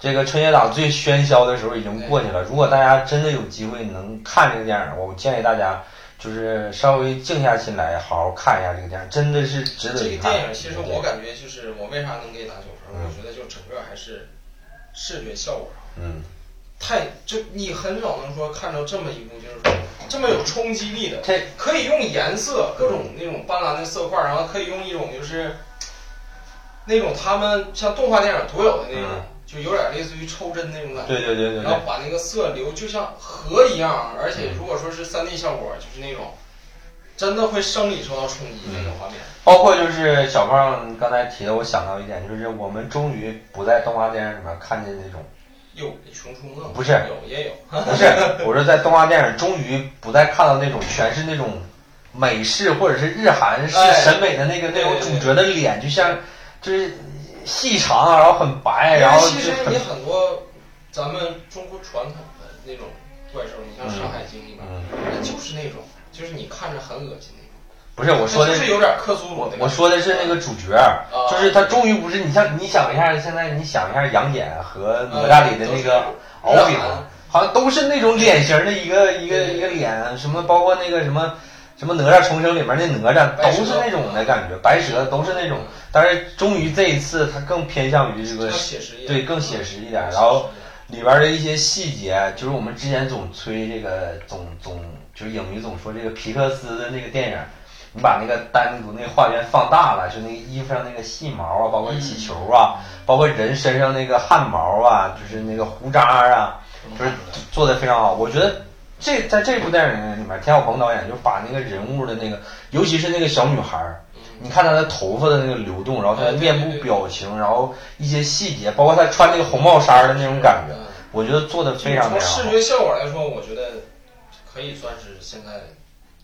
这个春节档最喧嚣的时候已经过去了。如果大家真的有机会能看这个电影，我建议大家就是稍微静下心来，好好看一下这个电影，真的是值得这一个看。电影其实我感觉就是我为啥能给打九分儿？我觉得就整个还是视觉效果上嗯，太就你很少能说看到这么一部就是说这么有冲击力的，这可以用颜色各种那种斑斓的色块儿，然后可以用一种就是那种他们像动画电影独有的那种，嗯就有点类似于抽帧那种感觉。对对对嗯对然后对，把那个色流就像河一样，而且如果说是三 D 效果，就是那种真的会生理受到冲击那嗯种画面。包括就是小胖刚才提的，我想到一点，就是我们终于不在动画电影里面看见那种。有《熊出没》不是有也有， 不是，我是在动画电影终于不再看到那种全是那种美式或者是日韩式哎审美的那个、对那种对主对角的脸，就像就是细长，啊然后很白，然因后为就其实很你很多咱们中国传统的那种怪兽，你像《山海经》里面，嗯，那就是那种，就是你看着很恶心那种。不是我说的就是有点克苏鲁我那个。我啊说的是那个主角，就是他终于不是你像你想一下，现在你想一下杨戬和哪吒嗯里的那个敖丙，啊好像都是那种脸型的一个一个一个脸，什么包括那个什么什么哪吒重生里面那哪吒都是那种的感觉，白蛇都是那嗯种，但是终于这一次他更偏向于这要个写实一点，嗯对更写实一点，然后里边的一些细节，就是我们之前总吹这个，总总就是影迷总说这个皮克斯的那个电影，你把那个单独那个画面放大了，就那个衣服上那个细毛啊，包括气球啊，嗯包括人身上那个汗毛啊，就是那个胡渣啊，就是做的非常好。我觉得这在这部电影里面，田晓鹏导演就把那个人物的那个，尤其是那个小女孩儿，你看她的头发的那个流动，然后她的嗯哎对面对部对表情，然后一些细节，包括她穿那个红帽衫儿的那种感嗯觉，我觉得做的非常非常从好视。觉效果来说，我觉得可以算是现在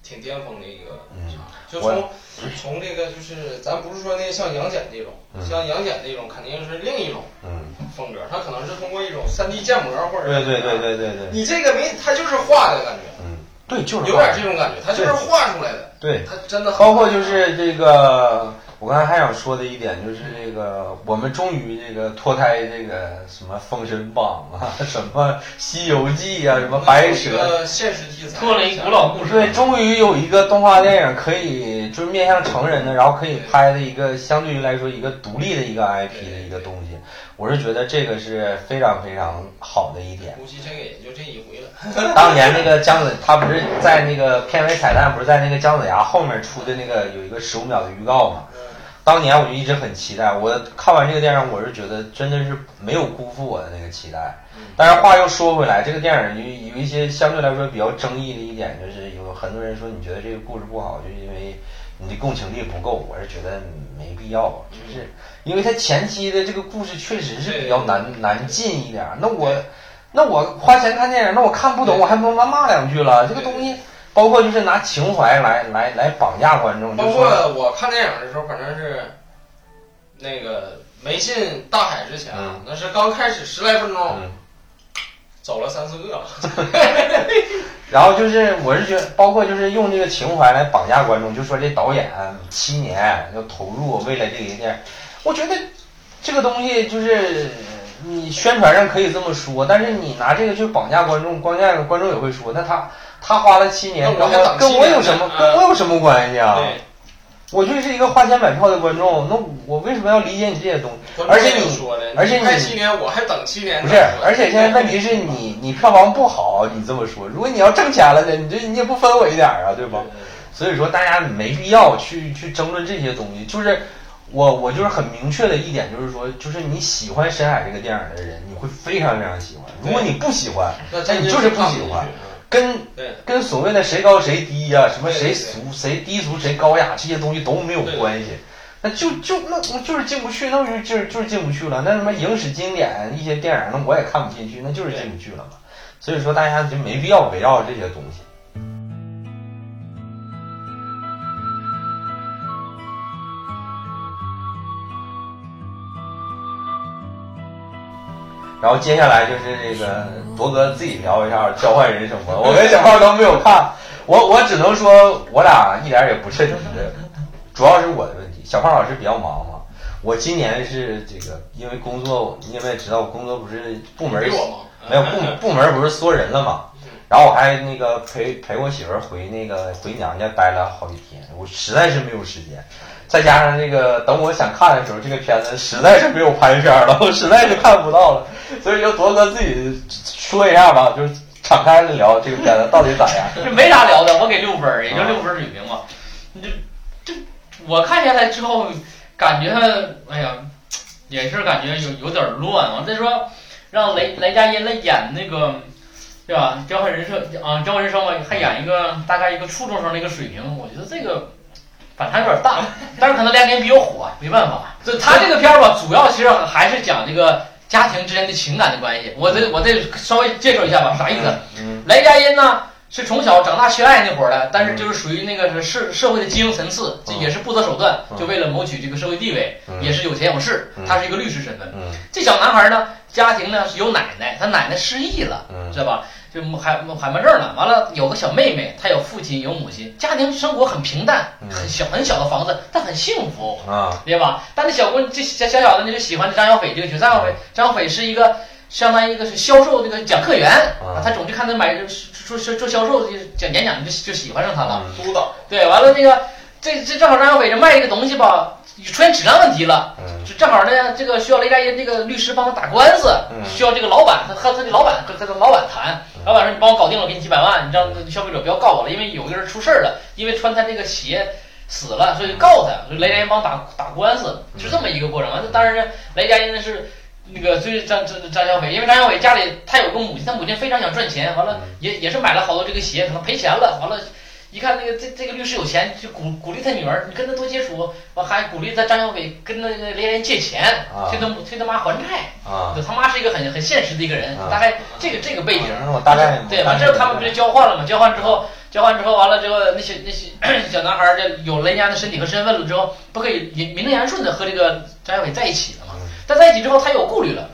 挺巅峰的一个。嗯就我从从这个就是，咱不是说那个像杨戬那种，嗯像杨戬那种肯定是另一种嗯，风格，它可能是通过一种 3D 建模或者对对对，对对对，你这个没，它就是画的感觉，嗯，对，就是有画点这种感觉，它就是画出来的，对。它真的很包括就是这个，我刚才还想说的一点就是这个，我们终于这个脱胎这个什么《封神榜》啊，什么《西游记》啊，什么《白蛇》，呃现实题材，脱离古老故事，对，终于有一个动画电影可以就是面向成人的，然后可以拍的一个相对于来说一个独立的一个 IP 的一个东西，我是觉得这个是非常非常好的一点。估计这个也就这一回了。当年那个姜子，他不是在那个片尾彩蛋，不是在那个姜子牙后面出的那个有一个十五秒的预告嘛？嗯当年我就一直很期待，我看完这个电影，我是觉得真的是没有辜负我的那个期待。嗯但是话又说回来，这个电影有有一些相对来说比较争议的一点，就是有很多人说你觉得这个故事不好，就是因为你的共情力不够。我是觉得没必要，就是因为它前期的这个故事确实是比较难难进一点儿。那我那我花钱看电影，那我看不懂，我还不能骂两句了。这个东西，包括就是拿情怀来来来绑架观众，就包是括说，我看电影的时候，反正是那个没进大海之前啊嗯，那是刚开始十来分钟嗯，走了三四个，然后就是我是觉得，包括就是用这个情怀来绑架观众，就说这导演啊七年要投入为了这个电影，我觉得这个东西就是你宣传上可以这么说，但是你拿这个去绑架观众，关键观众也会说，那他他花了七年，那跟我还我等跟七我年有呢什么啊跟我有什么关 系啊？对， 我就是一个花钱买票的观众，那我为什么要理解你这些东西？而观众且也有你说了，而且你拍七年，我还等七年不呢，是，而且现在问题是你你票房不好，你这么说，如果你要挣钱了呢，你这你也不分我一点儿啊，对吧？所以说大家没必要去去争论这些东西，就是。我我就是很明确的一点，就是说，就是你喜欢深海这个电影的人，你会非常非常喜欢。如果你不喜欢，那真你就是不喜欢看进去啊跟对跟所谓的谁高谁低呀、什么对谁对对俗谁低俗谁高雅这些东西都没有关系。那就就那我就是进不去，那我就就是就是进不去了。那什么影史经典一些电影，那我也看不进去，那就是进不去了嘛。所以说大家就没必要围绕这些东西。然后接下来就是这个铎哥自己聊一下交换人生观，我跟小胖都没有看，我我只能说我俩一点也不称职，主要是我的问题。小胖老师比较忙嘛，我今年是这个因为工作，你也知道工作不是部门比我忙，嗯没有部部门不是缩人了嘛，然后我还那个陪陪我媳妇儿回那个回娘家待了好几天，我实在是没有时间，再加上这个等我想看的时候，这个片子实在是没有盘片了，我实在是看不到了，所以就铎哥自己说一下吧，就是敞开的聊这个片子到底咋样。这没啥聊的，我给六分儿，也就六分儿水平吧。这这，我看下来之后，感觉哎呀，也是感觉有有点儿乱。啊完再说，让雷雷佳音来演那个，对吧？交换人生啊，交换人生吧，还演一个大概一个初中生的一个水平，我觉得这个反差有点儿大。但是可能亮点比较火，啊没办法。这他这个片儿吧，主要其实还是讲这个家庭之间的情感的关系。我这我这稍微介绍一下吧，啥意思？啊嗯雷佳音呢是从小长大缺爱那伙儿的，但是就是属于那个是社社会的精英层次，这嗯也是不择手段，嗯就为了谋取这个社会地位，嗯也是有钱有势嗯。他是一个律师身份。嗯这小男孩呢，家庭呢是有奶奶，他奶奶失忆了，嗯知道吧？就海海门症了，完了有个小妹妹，她有父亲有母亲，家庭生活很平淡，嗯很小很小的房子，但很幸福。啊对吧？但那小姑这小小小子呢就喜欢张小斐这个角色，张小斐张小斐是一个相当于一个是销售这个讲课员，啊他总去看他买做做做销售这个讲演讲就就喜欢上他了。督导，对，完了那个这这正好张小斐这卖这个东西吧，出现质量问题了。嗯就正好呢，这个需要雷佳音这个律师帮他打官司，嗯需要这个老板他和他的老板和他的老板谈，老板说你帮我搞定了，我给你几百万，你让消费者不要告我了，因为有个人出事儿了，因为穿他这个鞋死了，所以告他，所以雷佳音帮打打官司，是这么一个过程。完了，当然雷佳音是那个追张张张小斐，因为张小斐家里他有个母亲，他母亲非常想赚钱，完了嗯也也是买了好多这个鞋，可能赔钱了，完了。一看那个这这个律师有钱，就鼓鼓励他女儿，你跟他多接触，完还鼓励他张小斐跟那个雷佳音借钱，啊催他母催他妈还债。啊！就他妈是一个很很现实的一个人，啊大概这个这个背景。那我大概对，完之后他们不是交换了吗？交换之后，交换之后完了之后，那些 那些小男孩儿这有了人家的身体和身份了之后，不可以名名正言顺的和这个张小斐在一起了嘛？嗯但在一起之后，他有顾虑了，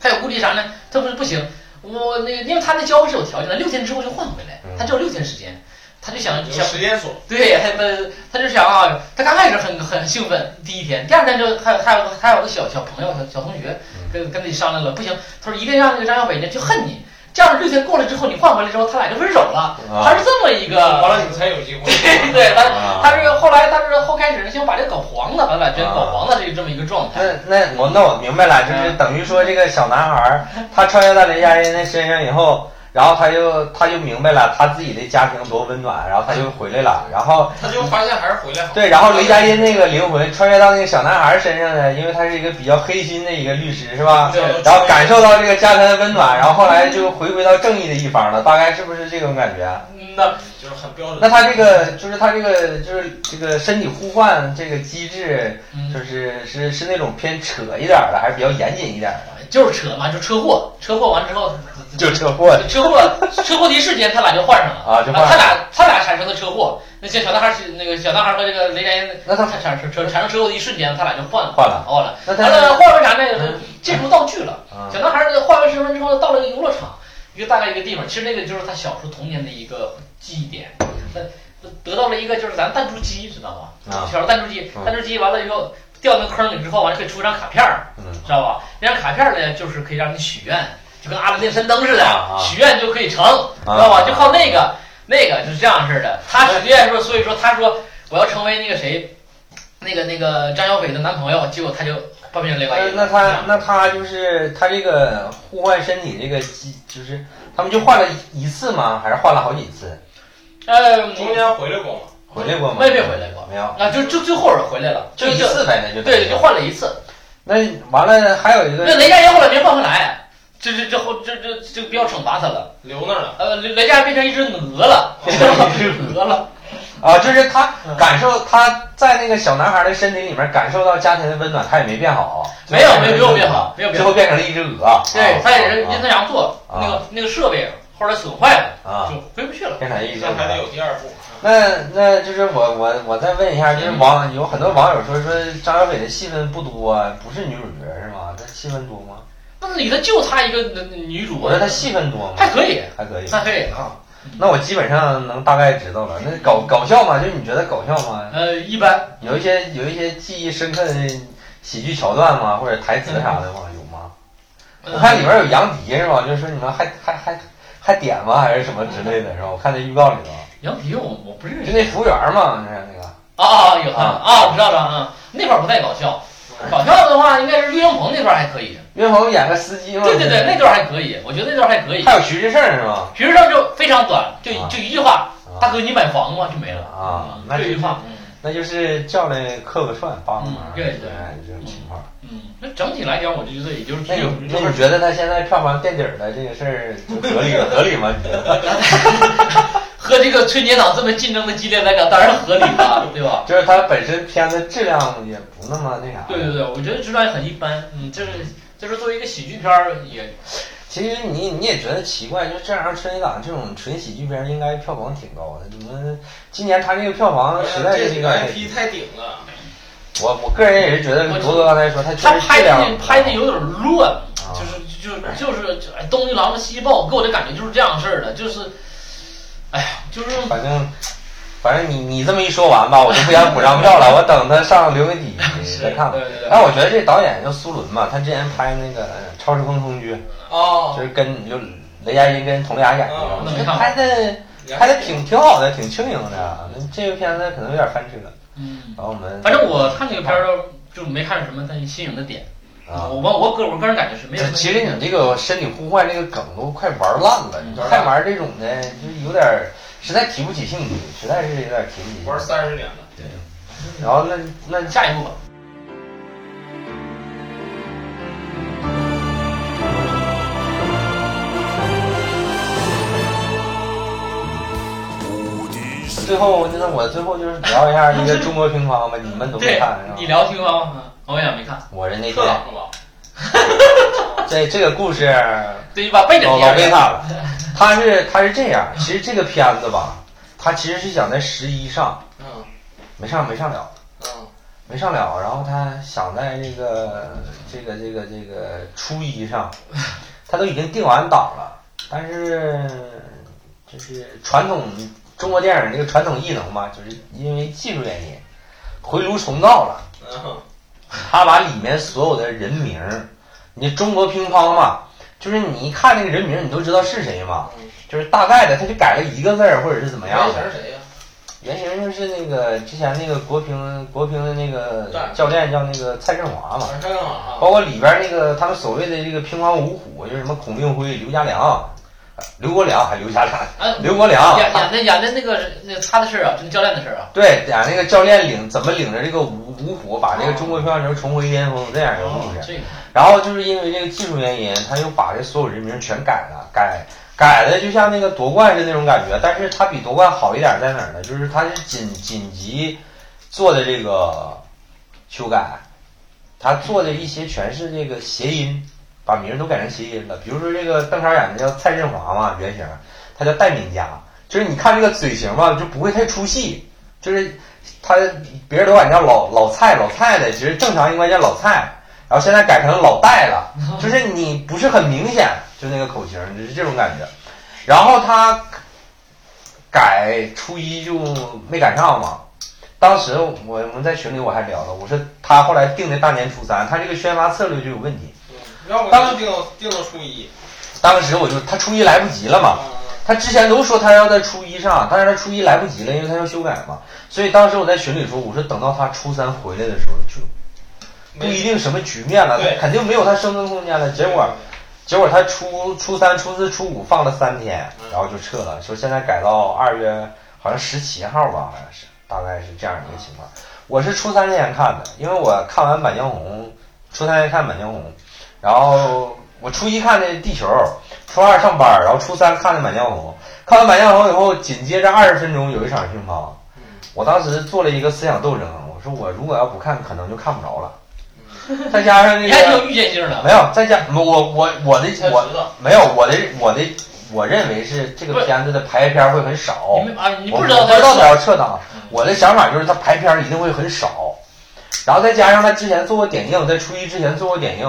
他有顾虑啥呢？他不是不行，我那个因为他那交换是有条件的，六天之后就换回来，嗯他只有六天时间，他就想有想时间锁，对他他他就想啊，他刚开始很很兴奋，第一天，第二天就还有还有个还有个小小朋友小小同学嗯跟跟自己商量了，不行，他说一定让那个张小斐呢就恨你，这样六天过了之后你换回来之后他俩就分手了，他啊是这么一完个，了你才 有机会。 对对，他啊他是后来他是后开始呢想把这搞黄了，把俩真搞黄了这这么一嗯个状态，那那我那我明白了，就是等于说这个小男孩 儿他穿越到雷佳音的身上以后，然后他就他就明白了他自己的家庭多温暖，然后他就回来嗯了，然后他就发现还是回来好。对，然后雷佳音那个灵魂穿越到那个小男孩儿身上呢，因为他是一个比较黑心的一个律师，是吧？对啊然后感受到这个家庭的温暖，然后后来就回归到正义的一方了，大概是不是这种感觉？啊嗯那就是很标准。那他这个就是他这个就是这个身体互换这个机制，嗯就是是是那种偏扯一点儿的，还是比较严谨一点儿的？嗯就是车嘛，就车祸，车祸完之后就车 祸车祸车祸的一瞬间，他俩就换上了啊就换上了他俩他俩产生的车祸，那些小男孩儿那个小男孩儿和这个雷佳音，那他他产生车产生车祸的一瞬间，他俩就换了哦换了，换了，那他嗯完了换为啥呢？借助道具了。啊小男孩儿换完身份之后，到了一个游乐场，一个大概一个地方，其实那个就是他小时候童年的一个记忆点。那得到了一个就是咱弹珠机，知道吗？啊小时候弹珠机，嗯弹珠机完了以后掉那个坑里之后，完了可以出一张卡片儿，嗯知道吧？那张卡片儿呢，就是可以让你许愿，就跟阿拉丁神灯似的啊啊，啊许愿就可以成，知道吧？就靠那个，那个是这样式的。他许愿说，所以说他说我要成为那个谁，那个那个张小斐的男朋友，结果他就碰见另外那一个。哎那他那他就是他这个互换身体这个机，就是他们就换了一次吗？还是换了好几次？呃，中间回来过吗？回来过吗？没没回来过没有，啊，就就最后人回来了，就就一就次呗，那就对，就换了一次。那完了还有一那个雷佳音后来没换回来，这这这后这这这不要惩罚他了。留那儿了。 呃，雷雷佳音变成一只鹅了，变成一只鹅了。啊，就是他嗯感受他在那个小男孩的身体里面感受到家庭的温暖，他也没变好，没有没有没有变好没有变最好后变成了一只鹅，对，他也是阴啊差阳错，啊那个那个设备后来损坏了，啊，就回不去了。变成一只那还得鹅。有第二部。那那就是我我我再问一下，就是网有很多网友说说张小斐的戏份不多，啊不是女主角是吗？她戏份多吗？那里头就她一个女主，我说她戏份多吗？还可以，还可以，还可以。啊。那我基本上能大概知道了。那搞搞笑吗？就是你觉得搞笑吗？呃，一般有一些有一些记忆深刻的喜剧桥段吗？或者台词啥的吗？有吗？我看里面呃有杨迪是吧？就是说你们还还还还点吗？还是什么之类的是吧？我看那预告里头，杨迪我我不认就识那服务员嘛，就是那个啊啊有啊啊，我知道了啊，那块儿不太搞笑，嗯搞笑的话应该是岳云鹏那段还可以，岳鹏演个司机嘛。对对对，那段还可以，我觉得那段还可以。还有徐志胜是吧？徐志胜就非常短，就啊就一句话，啊大哥你买房吗？就没了啊嗯那就就一句话，那就是叫来客个串帮个忙嗯，对对哎这种情况。嗯，那整体来讲，我就觉得也就是那只有你那你觉得他现在票房垫底儿了这个事儿就合 理合理吗？你觉得？和这个春节档这么竞争的激烈来讲，当然合理 了，对吧？就是他本身片子质量也不那么那啥。对对对，我觉得质量很一般。嗯，就是就是作为一个喜剧片儿，也其实你你也觉得奇怪，就这样春节档这种纯喜剧片儿应该票房挺高的，你们今年他这个票房实在这是几应个该 IP 太顶了，我我个人也是觉得我罗哥刚才说他确他实质拍量的拍的有点乱，啊就是就是就是就哎东一榔头西一棒，给我的感觉就是这样式儿的，就是，哎呀，就是反正反正你你这么一说完吧，我就不想补上票了，我等他上流媒体是，再看吧。对对对，但我觉得这导演叫苏伦嘛，他之前拍那个《超时空同居》，哦就是跟就雷佳音跟佟丽娅演的，哦我那觉没得看过拍的拍的挺挺好的，挺轻盈的。那这个片子可能有点翻车，嗯，然后我们反正我看这个片儿就没看什么太新颖的点，啊我。我我个我个人感觉是没有什么。其实你这个身体互换这个梗都快玩烂了，你还玩这种的，就是有点儿实在提不起兴趣，实在是有点提不起玩兴三十年了。趣。然后那那下一步吧。最后那我最后就是聊一下一个中国乒乓吧，你们都没对看，你是吧？聊听了吗？啊我也没看。我是那特天朗吧，这这个故事对，你把背景哦老提老下来悲惨了，他是他是这样，其实这个片子吧，他其实是想在十一上，嗯没上没上了。嗯没上了，然后他想在这个这个这个这个初一上，他都已经定完档了，但是就是传统中国电影这个传统艺能嘛，就是因为技术原因，回炉重造了。嗯，他把里面所有的人名儿，你中国乒乓嘛，就是你一看那个人名儿，你都知道是谁嘛，嗯就是大概的，他就改了一个字儿或者是啊怎么样原的型。谁啊呀？原型就是那个之前那个国乒国乒的那个对教练叫那个蔡振华嘛，反正啊，包括里边那个他们所谓的这个乒乓五虎，就是什么孔令辉、刘家良、呃刘国良还刘家良、哎刘国良，演演的演的那个那个他的事儿啊，就那教练的事儿啊。 对，演那个教练领怎么领着这个五五虎把这个中国乒乓球重回巅哦峰这样一个故事。这个然后就是因为这个技术原因，他又把这所有人名全改了，改改的就像那个夺冠是那种感觉，但是他比夺冠好一点在哪儿呢？就是他是紧紧急做的这个修改，他做的一些全是这个谐音，把名儿都改成谐音了。比如说这个邓超演的叫蔡振华嘛，原型他叫戴敏佳，就是你看这个嘴型吧，就不会太出戏，就是他别人都管叫老老蔡老蔡的，其实正常应该叫老蔡。然后现在改成老戴了，就是你不是很明显，就那个口型，就是这种感觉。然后他改初一就没赶上嘛。当时我我们在群里我还聊了，我说他后来定的大年初三，他这个宣发策略就有问题。嗯要不就定到定到初一。嗯当时我就他初一来不及了嘛，他之前都说他要在初一上，但是他初一来不及了，因为他要修改嘛。所以当时我在群里说，我说等到他初三回来的时候，就不一定什么局面了，对肯定没有他生存空间了。结果，结果他初初三、初四、初五放了三天，嗯然后就撤了，说现在改到二月好像十七号吧，好像是，大概是这样一个情况。我是初三那天看的，因为我看完《满江红》，初三那天看《满江红》，然后我初一看的《地球》，初二上嗯班，然后初三看的《满江红》，看完《满江红》以后，紧接着二十分钟有一场乒乓。我当时做了一个思想斗争，我说我如果要不看，可能就看不着了。再加上那嗯 你还挺个有预见性的。没有，再加我我我的才知我道，没有我的我的我认为是这个片子的排片会很少。你们啊，你哦我不知道不知道他他要撤档。我的想法就是他排片儿一定会很少，然后再加上他之前做过点映，在初一之前做过点映，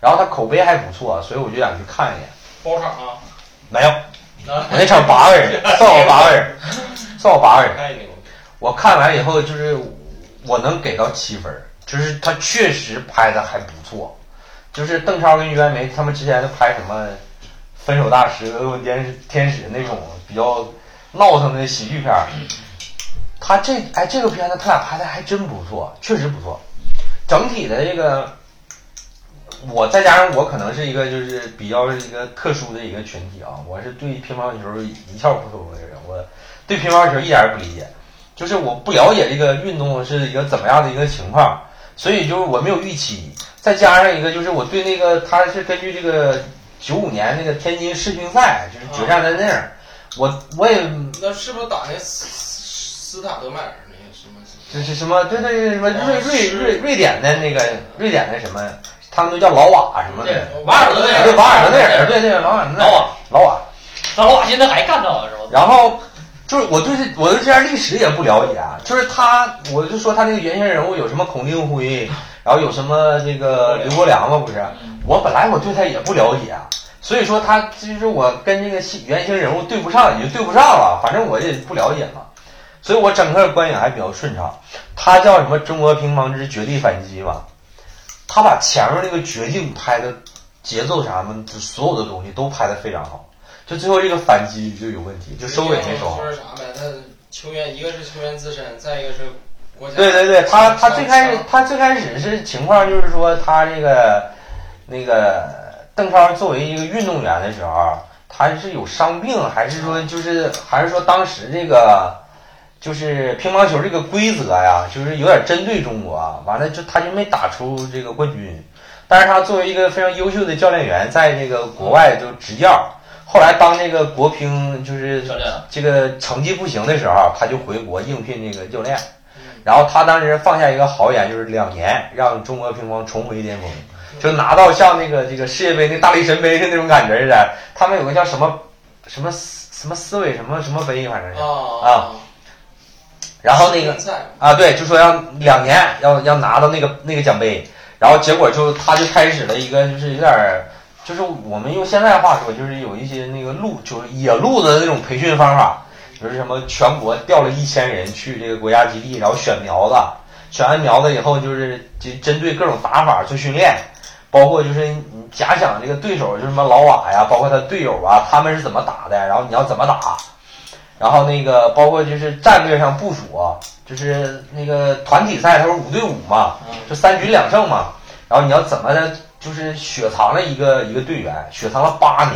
然后他口碑还不错，所以我就想去看一眼。包场啊，没有，啊我那场八个人，算我八个人，算我八个人。太牛了！我看完以后就是我能给到七分儿，就是他确实拍的还不错，就是邓超跟于白梅他们之前都拍什么《分手大师》《恶棍天使》天使那种比较闹腾的喜剧片儿，他这哎这个片子他俩拍的还真不错，确实不错，整体的这个。我再加上我可能是一个就是比较是一个特殊的一个群体啊，我是对乒乓球一窍不通的人，我对乒乓球一点儿也不理解。就是我不了解这个运动是一个怎么样的一个情况，所以就是我没有预期，再加上一个就是我对那个他是根据这个九五年那个天津世乒赛，就是决战在那儿，我我也那是不是打那斯斯斯塔德迈尔那个什么？这是什么对对对什么瑞瑞是瑞瑞典的那个瑞典的什么，他们都叫老瓦什么的，瓦尔德内哎尔对瓦尔德内尔，对对老瓦尔德内尔老瓦老瓦，老瓦现在还干到是吧？然后就是我对这我对这段历史也不了解啊，就是他，我就说他那个原型人物有什么孔令辉，然后有什么这个刘国梁嘛，不是？我本来我对他也不了解啊，所以说他就是我跟这个戏原型人物对不上，也就对不上了，反正我也不了解嘛，所以我整个观影还比较顺畅。他叫什么？中国乒乓之绝地反击吧，他把前面那个绝境拍的节奏啥的，所有的东西都拍的非常好。就最后这个反击就有问题，就收尾没啊收好就。是啥呗？他球员一个是球员自身，再一个是国家。对对对，他他最开始他最开始是情况就是说他这个那个邓超作为一个运动员的时候，他是有伤病，还是嗯说就是还是说当时这个就是乒乓球这个规则呀，就是有点针对中国啊。完了就他就没打出这个冠军，但是他作为一个非常优秀的教练员，在这个国外就执教。后来当这个国乒就是教练啊这个成绩不行的时候，他就回国应聘这个教练。然后他当时放下一个豪言，就是两年让中国乒乓重回巅峰，就拿到像那个这个世界杯那大力神杯是那种感觉似的。他们有个叫什么什么思什么思维什么什么杯，反正是。啊，然后那个啊，对，就说要两年要要拿到那个那个奖杯，然后结果就他就开始了一个就是有点儿，就是我们用现在话说就是有一些那个路就是野路子的那种培训方法，就是什么全国调了一千人去这个国家基地，然后选苗子，选完苗子以后就是就针对各种打法做训练。包括就是你假想这个对手就是什么老瓦呀，包括他队友啊，他们是怎么打的，然后你要怎么打，然后那个包括就是战略上部署啊，就是那个团体赛，它不是五对五嘛，就三局两胜嘛。然后你要怎么的，就是雪藏了一个一个队员，雪藏了八年，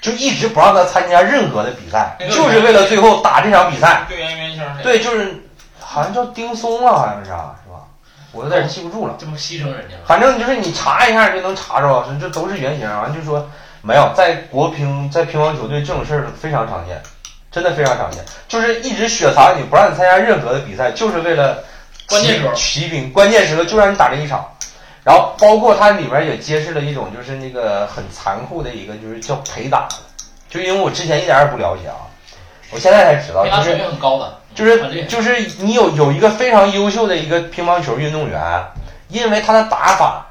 就一直不让他参加任何的比赛，就是为了最后打这场比赛。队员原型。，对，就是好像叫丁松啊，好像是啊，是吧？我有点记不住了。这不牺牲人家了？反正就是你查一下就能查着，这都是原型。完就说没有，在国乒在乒乓球队这种事儿非常常见，真的非常常见，就是一直雪藏你，不让你参加任何的比赛，就是为了关键时候骑兵，关键时刻就让你打这一场。然后包括它里面也揭示了一种就是那个很残酷的一个就是叫陪打，就因为我之前一点儿也不了解啊，我现在才知道，陪打啊就是水平很高的，就是就是你有有一个非常优秀的一个乒乓球运动员，因为他的打法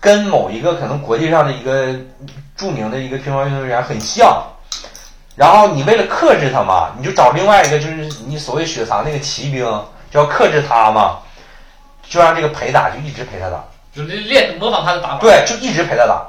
跟某一个可能国际上的一个著名的一个乒乓运动员很像，然后你为了克制他嘛，你就找另外一个就是你所谓雪藏那个骑兵，就要克制他嘛，就让这个陪打就一直陪他打。就练模仿他的打法。对，就一直陪他打，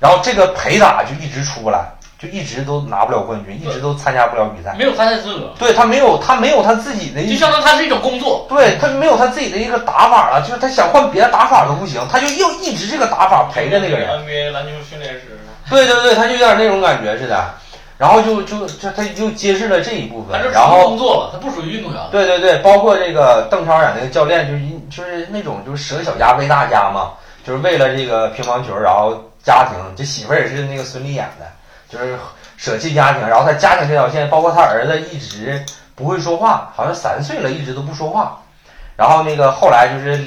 然后这个陪打就一直出不来，就一直都拿不了冠军，一直都参加不了比赛。没有参赛资格，对他没有，他没有他自己的一就相当于他是一种工作。对他没有他自己的一个打法了，就是他想换别的打法都不行，他就又一直这个打法陪着那个人。 NBA 篮球训练师，对对对，他就有点那种感觉似的，然后就就就他就揭示了这一部他这分，然属于后工作了，他不属于运动员了。对对对，包括这个邓超演那个教练，就是一就是那种就是舍小家为大家嘛，就是为了这个乒乓球，然后家庭，这媳妇儿也是那个孙俪演的，就是舍弃家庭，然后他家庭这条线，包括他儿子一直不会说话，好像三岁了一直都不说话。然后那个后来就是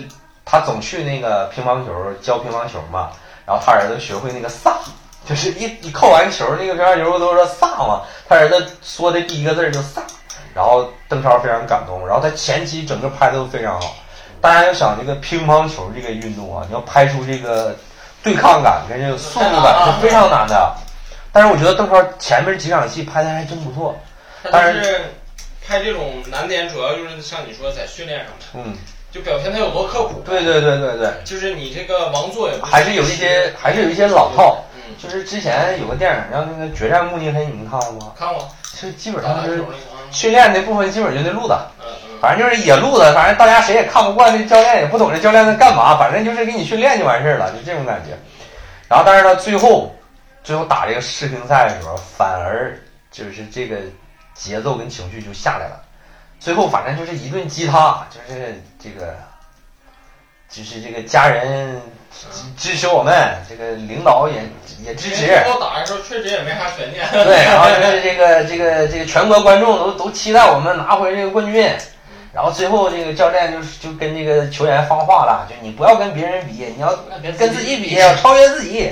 他总去那个乒乓球教乒乓球嘛，然后他儿子学会那个撒， 就是一一扣完球那个乒乓球不都说撒嘛，他儿子说的第一个字儿就撒。然后邓超非常感动，然后他前期整个拍的都非常好。大家要想这个乒乓球这个运动啊，你要拍出这个对抗感跟这个速度感是非常难的。但是我觉得邓超前面几场戏拍的还真不错，他就是拍这种难点，主要就是像你说在训练上，嗯，就表现他有多刻苦。对对对对对，就是你这个王座也不还是有一些还是有一些老套。嗯，就是之前有个电影叫那个《决战慕尼黑》，你们看过吗？嗯看过是基本打上篮就球是那个啊，训练那部分基本就那路子，嗯嗯，反正就是野路子，反正大家谁也看不惯这教练，也不懂这教练在干嘛，反正就是给你训练就完事儿了，就这种感觉。然后，但是他最后，最后打这个世乒赛的时候，反而就是这个节奏跟情绪就下来了。最后，反正就是一顿鸡汤，就是这个，就是这个家人支持我们，这个领导也也支持。我打的时候确实也没啥悬念。对，然后就是这个这个这个全国观众都都期待我们拿回这个冠军，然后最后这个教练就是就跟这个球员放话了，就你不要跟别人比，你要跟自己比，要超越自己。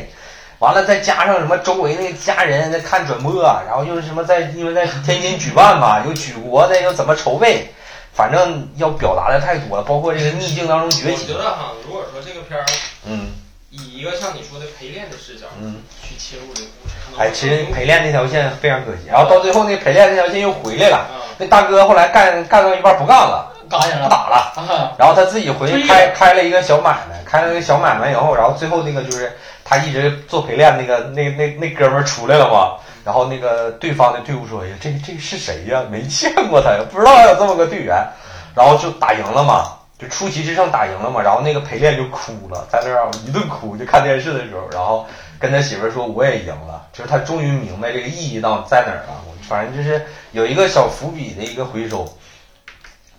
完了，再加上什么周围那个家人在看转播，啊然后又是什么在因为在天津举办嘛，又举国的又怎么筹备，反正要表达的太多了，包括这个逆境当中崛我起觉。得哈，如果说这个片儿嗯以一个像你说的陪练的视角嗯，去切入这个故事，可能哎，其实陪练那条线非常可惜，然后到最后那陪练那条线又回来了，啊，那大哥后来干干到一半不干了。干下不了，打了，啊然后他自己回去开开了一个小买卖，开了一个小买卖以后，然后最后那个就是他一直做陪练那个那那那哥们儿出来了嘛，然后那个对方的队伍说：“哎呀，这这是谁呀？没见过他呀，不知道有这么个队员。”然后就打赢了嘛，就出奇制胜打赢了嘛，然后那个陪练就哭了，在那儿啊一顿哭，就看电视的时候，然后跟他媳妇儿说：“我也赢了。”就是他终于明白这个意义到在哪儿了。我反正就是有一个小伏笔的一个回收。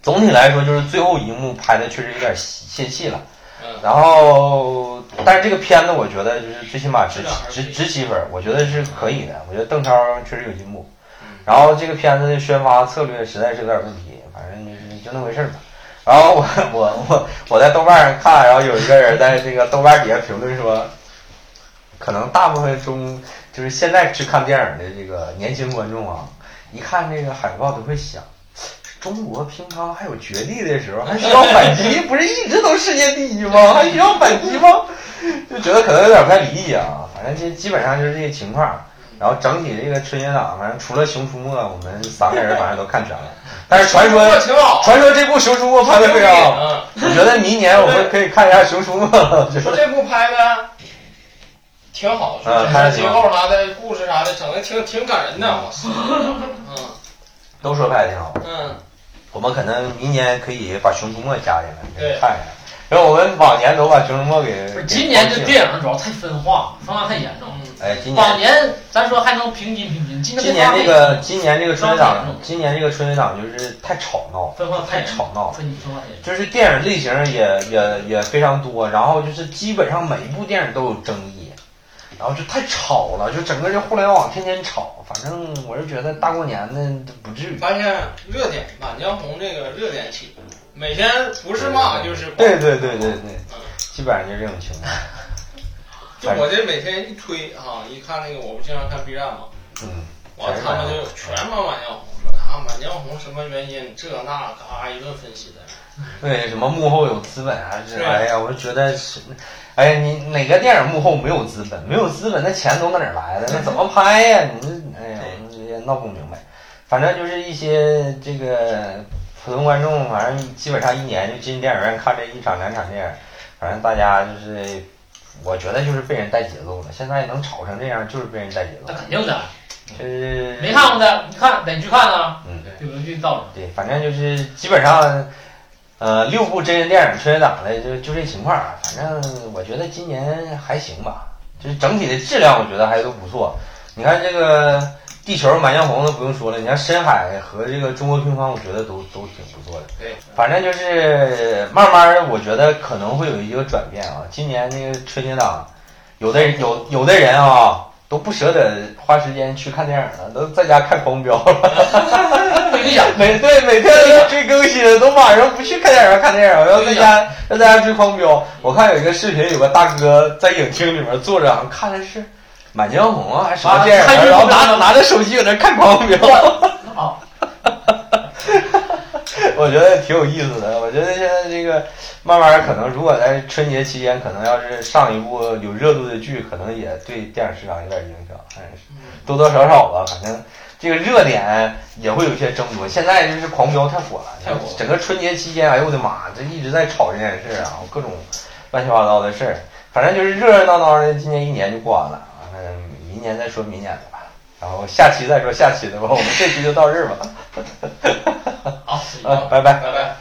总体来说，就是最后一幕拍的确实有点泄气了。嗯，然后，但是这个片子我觉得就是最起码值质量还是值可以值七分，我觉得是可以的。我觉得邓超确实有进步。嗯然后这个片子的宣发策略实在是有点问题，反正你就那回事儿吧。然后我我我我在豆瓣上看，然后有一个人在这个豆瓣底下评论说，可能大部分中就是现在去看电影的这个年轻观众啊，一看这个海报都会想。中国乒乓还有绝地的时候，还需要反击？不是一直都世界第一吗？ 还需要反击吗？ 就觉得可能有点不太理解啊。反正这基本上就是这些情况。然后整体这个春节档，反正除了《熊出没》，我们三个人反正都看全了。 但是传说，挺好，传说这部《熊出没》拍的非常好，嗯，我觉得明年我们可以看一下《熊出没》了。 我觉说得这部拍的挺好，说嗯拍得挺结好构啥的、故事啥的，整的挺挺感人的，我操嗯都说拍的挺好，嗯，我们可能明年可以把《熊出没》加进来，可以对看一下。因为我们往年都把《熊出没》给不给是今年放这弃了电影主要太分化，分化太严重。嗯哎，今年往年咱说还能平均平均，今今年年这这个今年这个春节分化太严档重，今年这个春节档就是太吵闹，分化太太吵闹了。分分化太严重。就是电影类型也也也非常多，然后就是基本上每一部电影都有争议，然后就太吵了，就整个这互联网天天吵，反正我是觉得大过年的不至于。发现热点《满江红》这个热点起，每天不是骂就是对对对对对，基本上就是这种情况。就我这每天一推啊，一看那个，我不经常看 B 站嘛，嗯，完他们就全骂满江红，说啊满江红什么原因，这那嘎一顿分析的，对，什么幕后有资本啊？这对哎呀，我就觉得是，哎呀，你哪个电影幕后没有资本？没有资本，那钱都哪儿来的？那怎么拍呀？你这，哎呀，我们也闹不明白。反正就是一些这个普通观众，反正基本上一年就进电影院看这一场两场电影，反正大家就是，我觉得就是被人带节奏了。现在能吵成这样，就是被人带节奏那，肯定的，就是没看过的你看得去看啊，嗯。有一句道理。对，反正就是基本上，呃，六部真人电影春节档的就就这情况儿。反正我觉得今年还行吧，就是整体的质量我觉得还都不错。你看这个《地球》《满江红》都不用说了，你看《深海》和这个《中国乒乓》，我觉得都都挺不错的。对，反正就是慢慢儿，我觉得可能会有一个转变啊。今年那个春节档，有的人有有的人啊都不舍得花时间去看电影了，都在家看《狂飙》了。一个眼，每对每天都追更新了，都晚上不去看电影看电影，然后在家在家追狂飙。我看有一个视频，有个大哥在影厅里面坐着，好像看的是《满江红》啊，还是什么电影啊看啊，日然后本拿拿着手机搁那看狂 飙。好， 我觉得挺有意思的。我觉得现在这个慢慢可能，如果在春节期间，可能要是上一部有热度的剧，可能也对电影市场有点影响，还是嗯多多少少吧。反正这个热点也会有些争夺。现在就是《狂飙》太火了，太火了整个春节期间，哎呦我的妈，这一直在吵这件事儿啊，各种乱七八糟的事儿。反正就是热热闹闹的，今年一年就过完了。完了，明年再说明年的吧。然后下期再说下期的吧，我们这期就到这儿吧。好，哦嗯，拜拜。拜拜。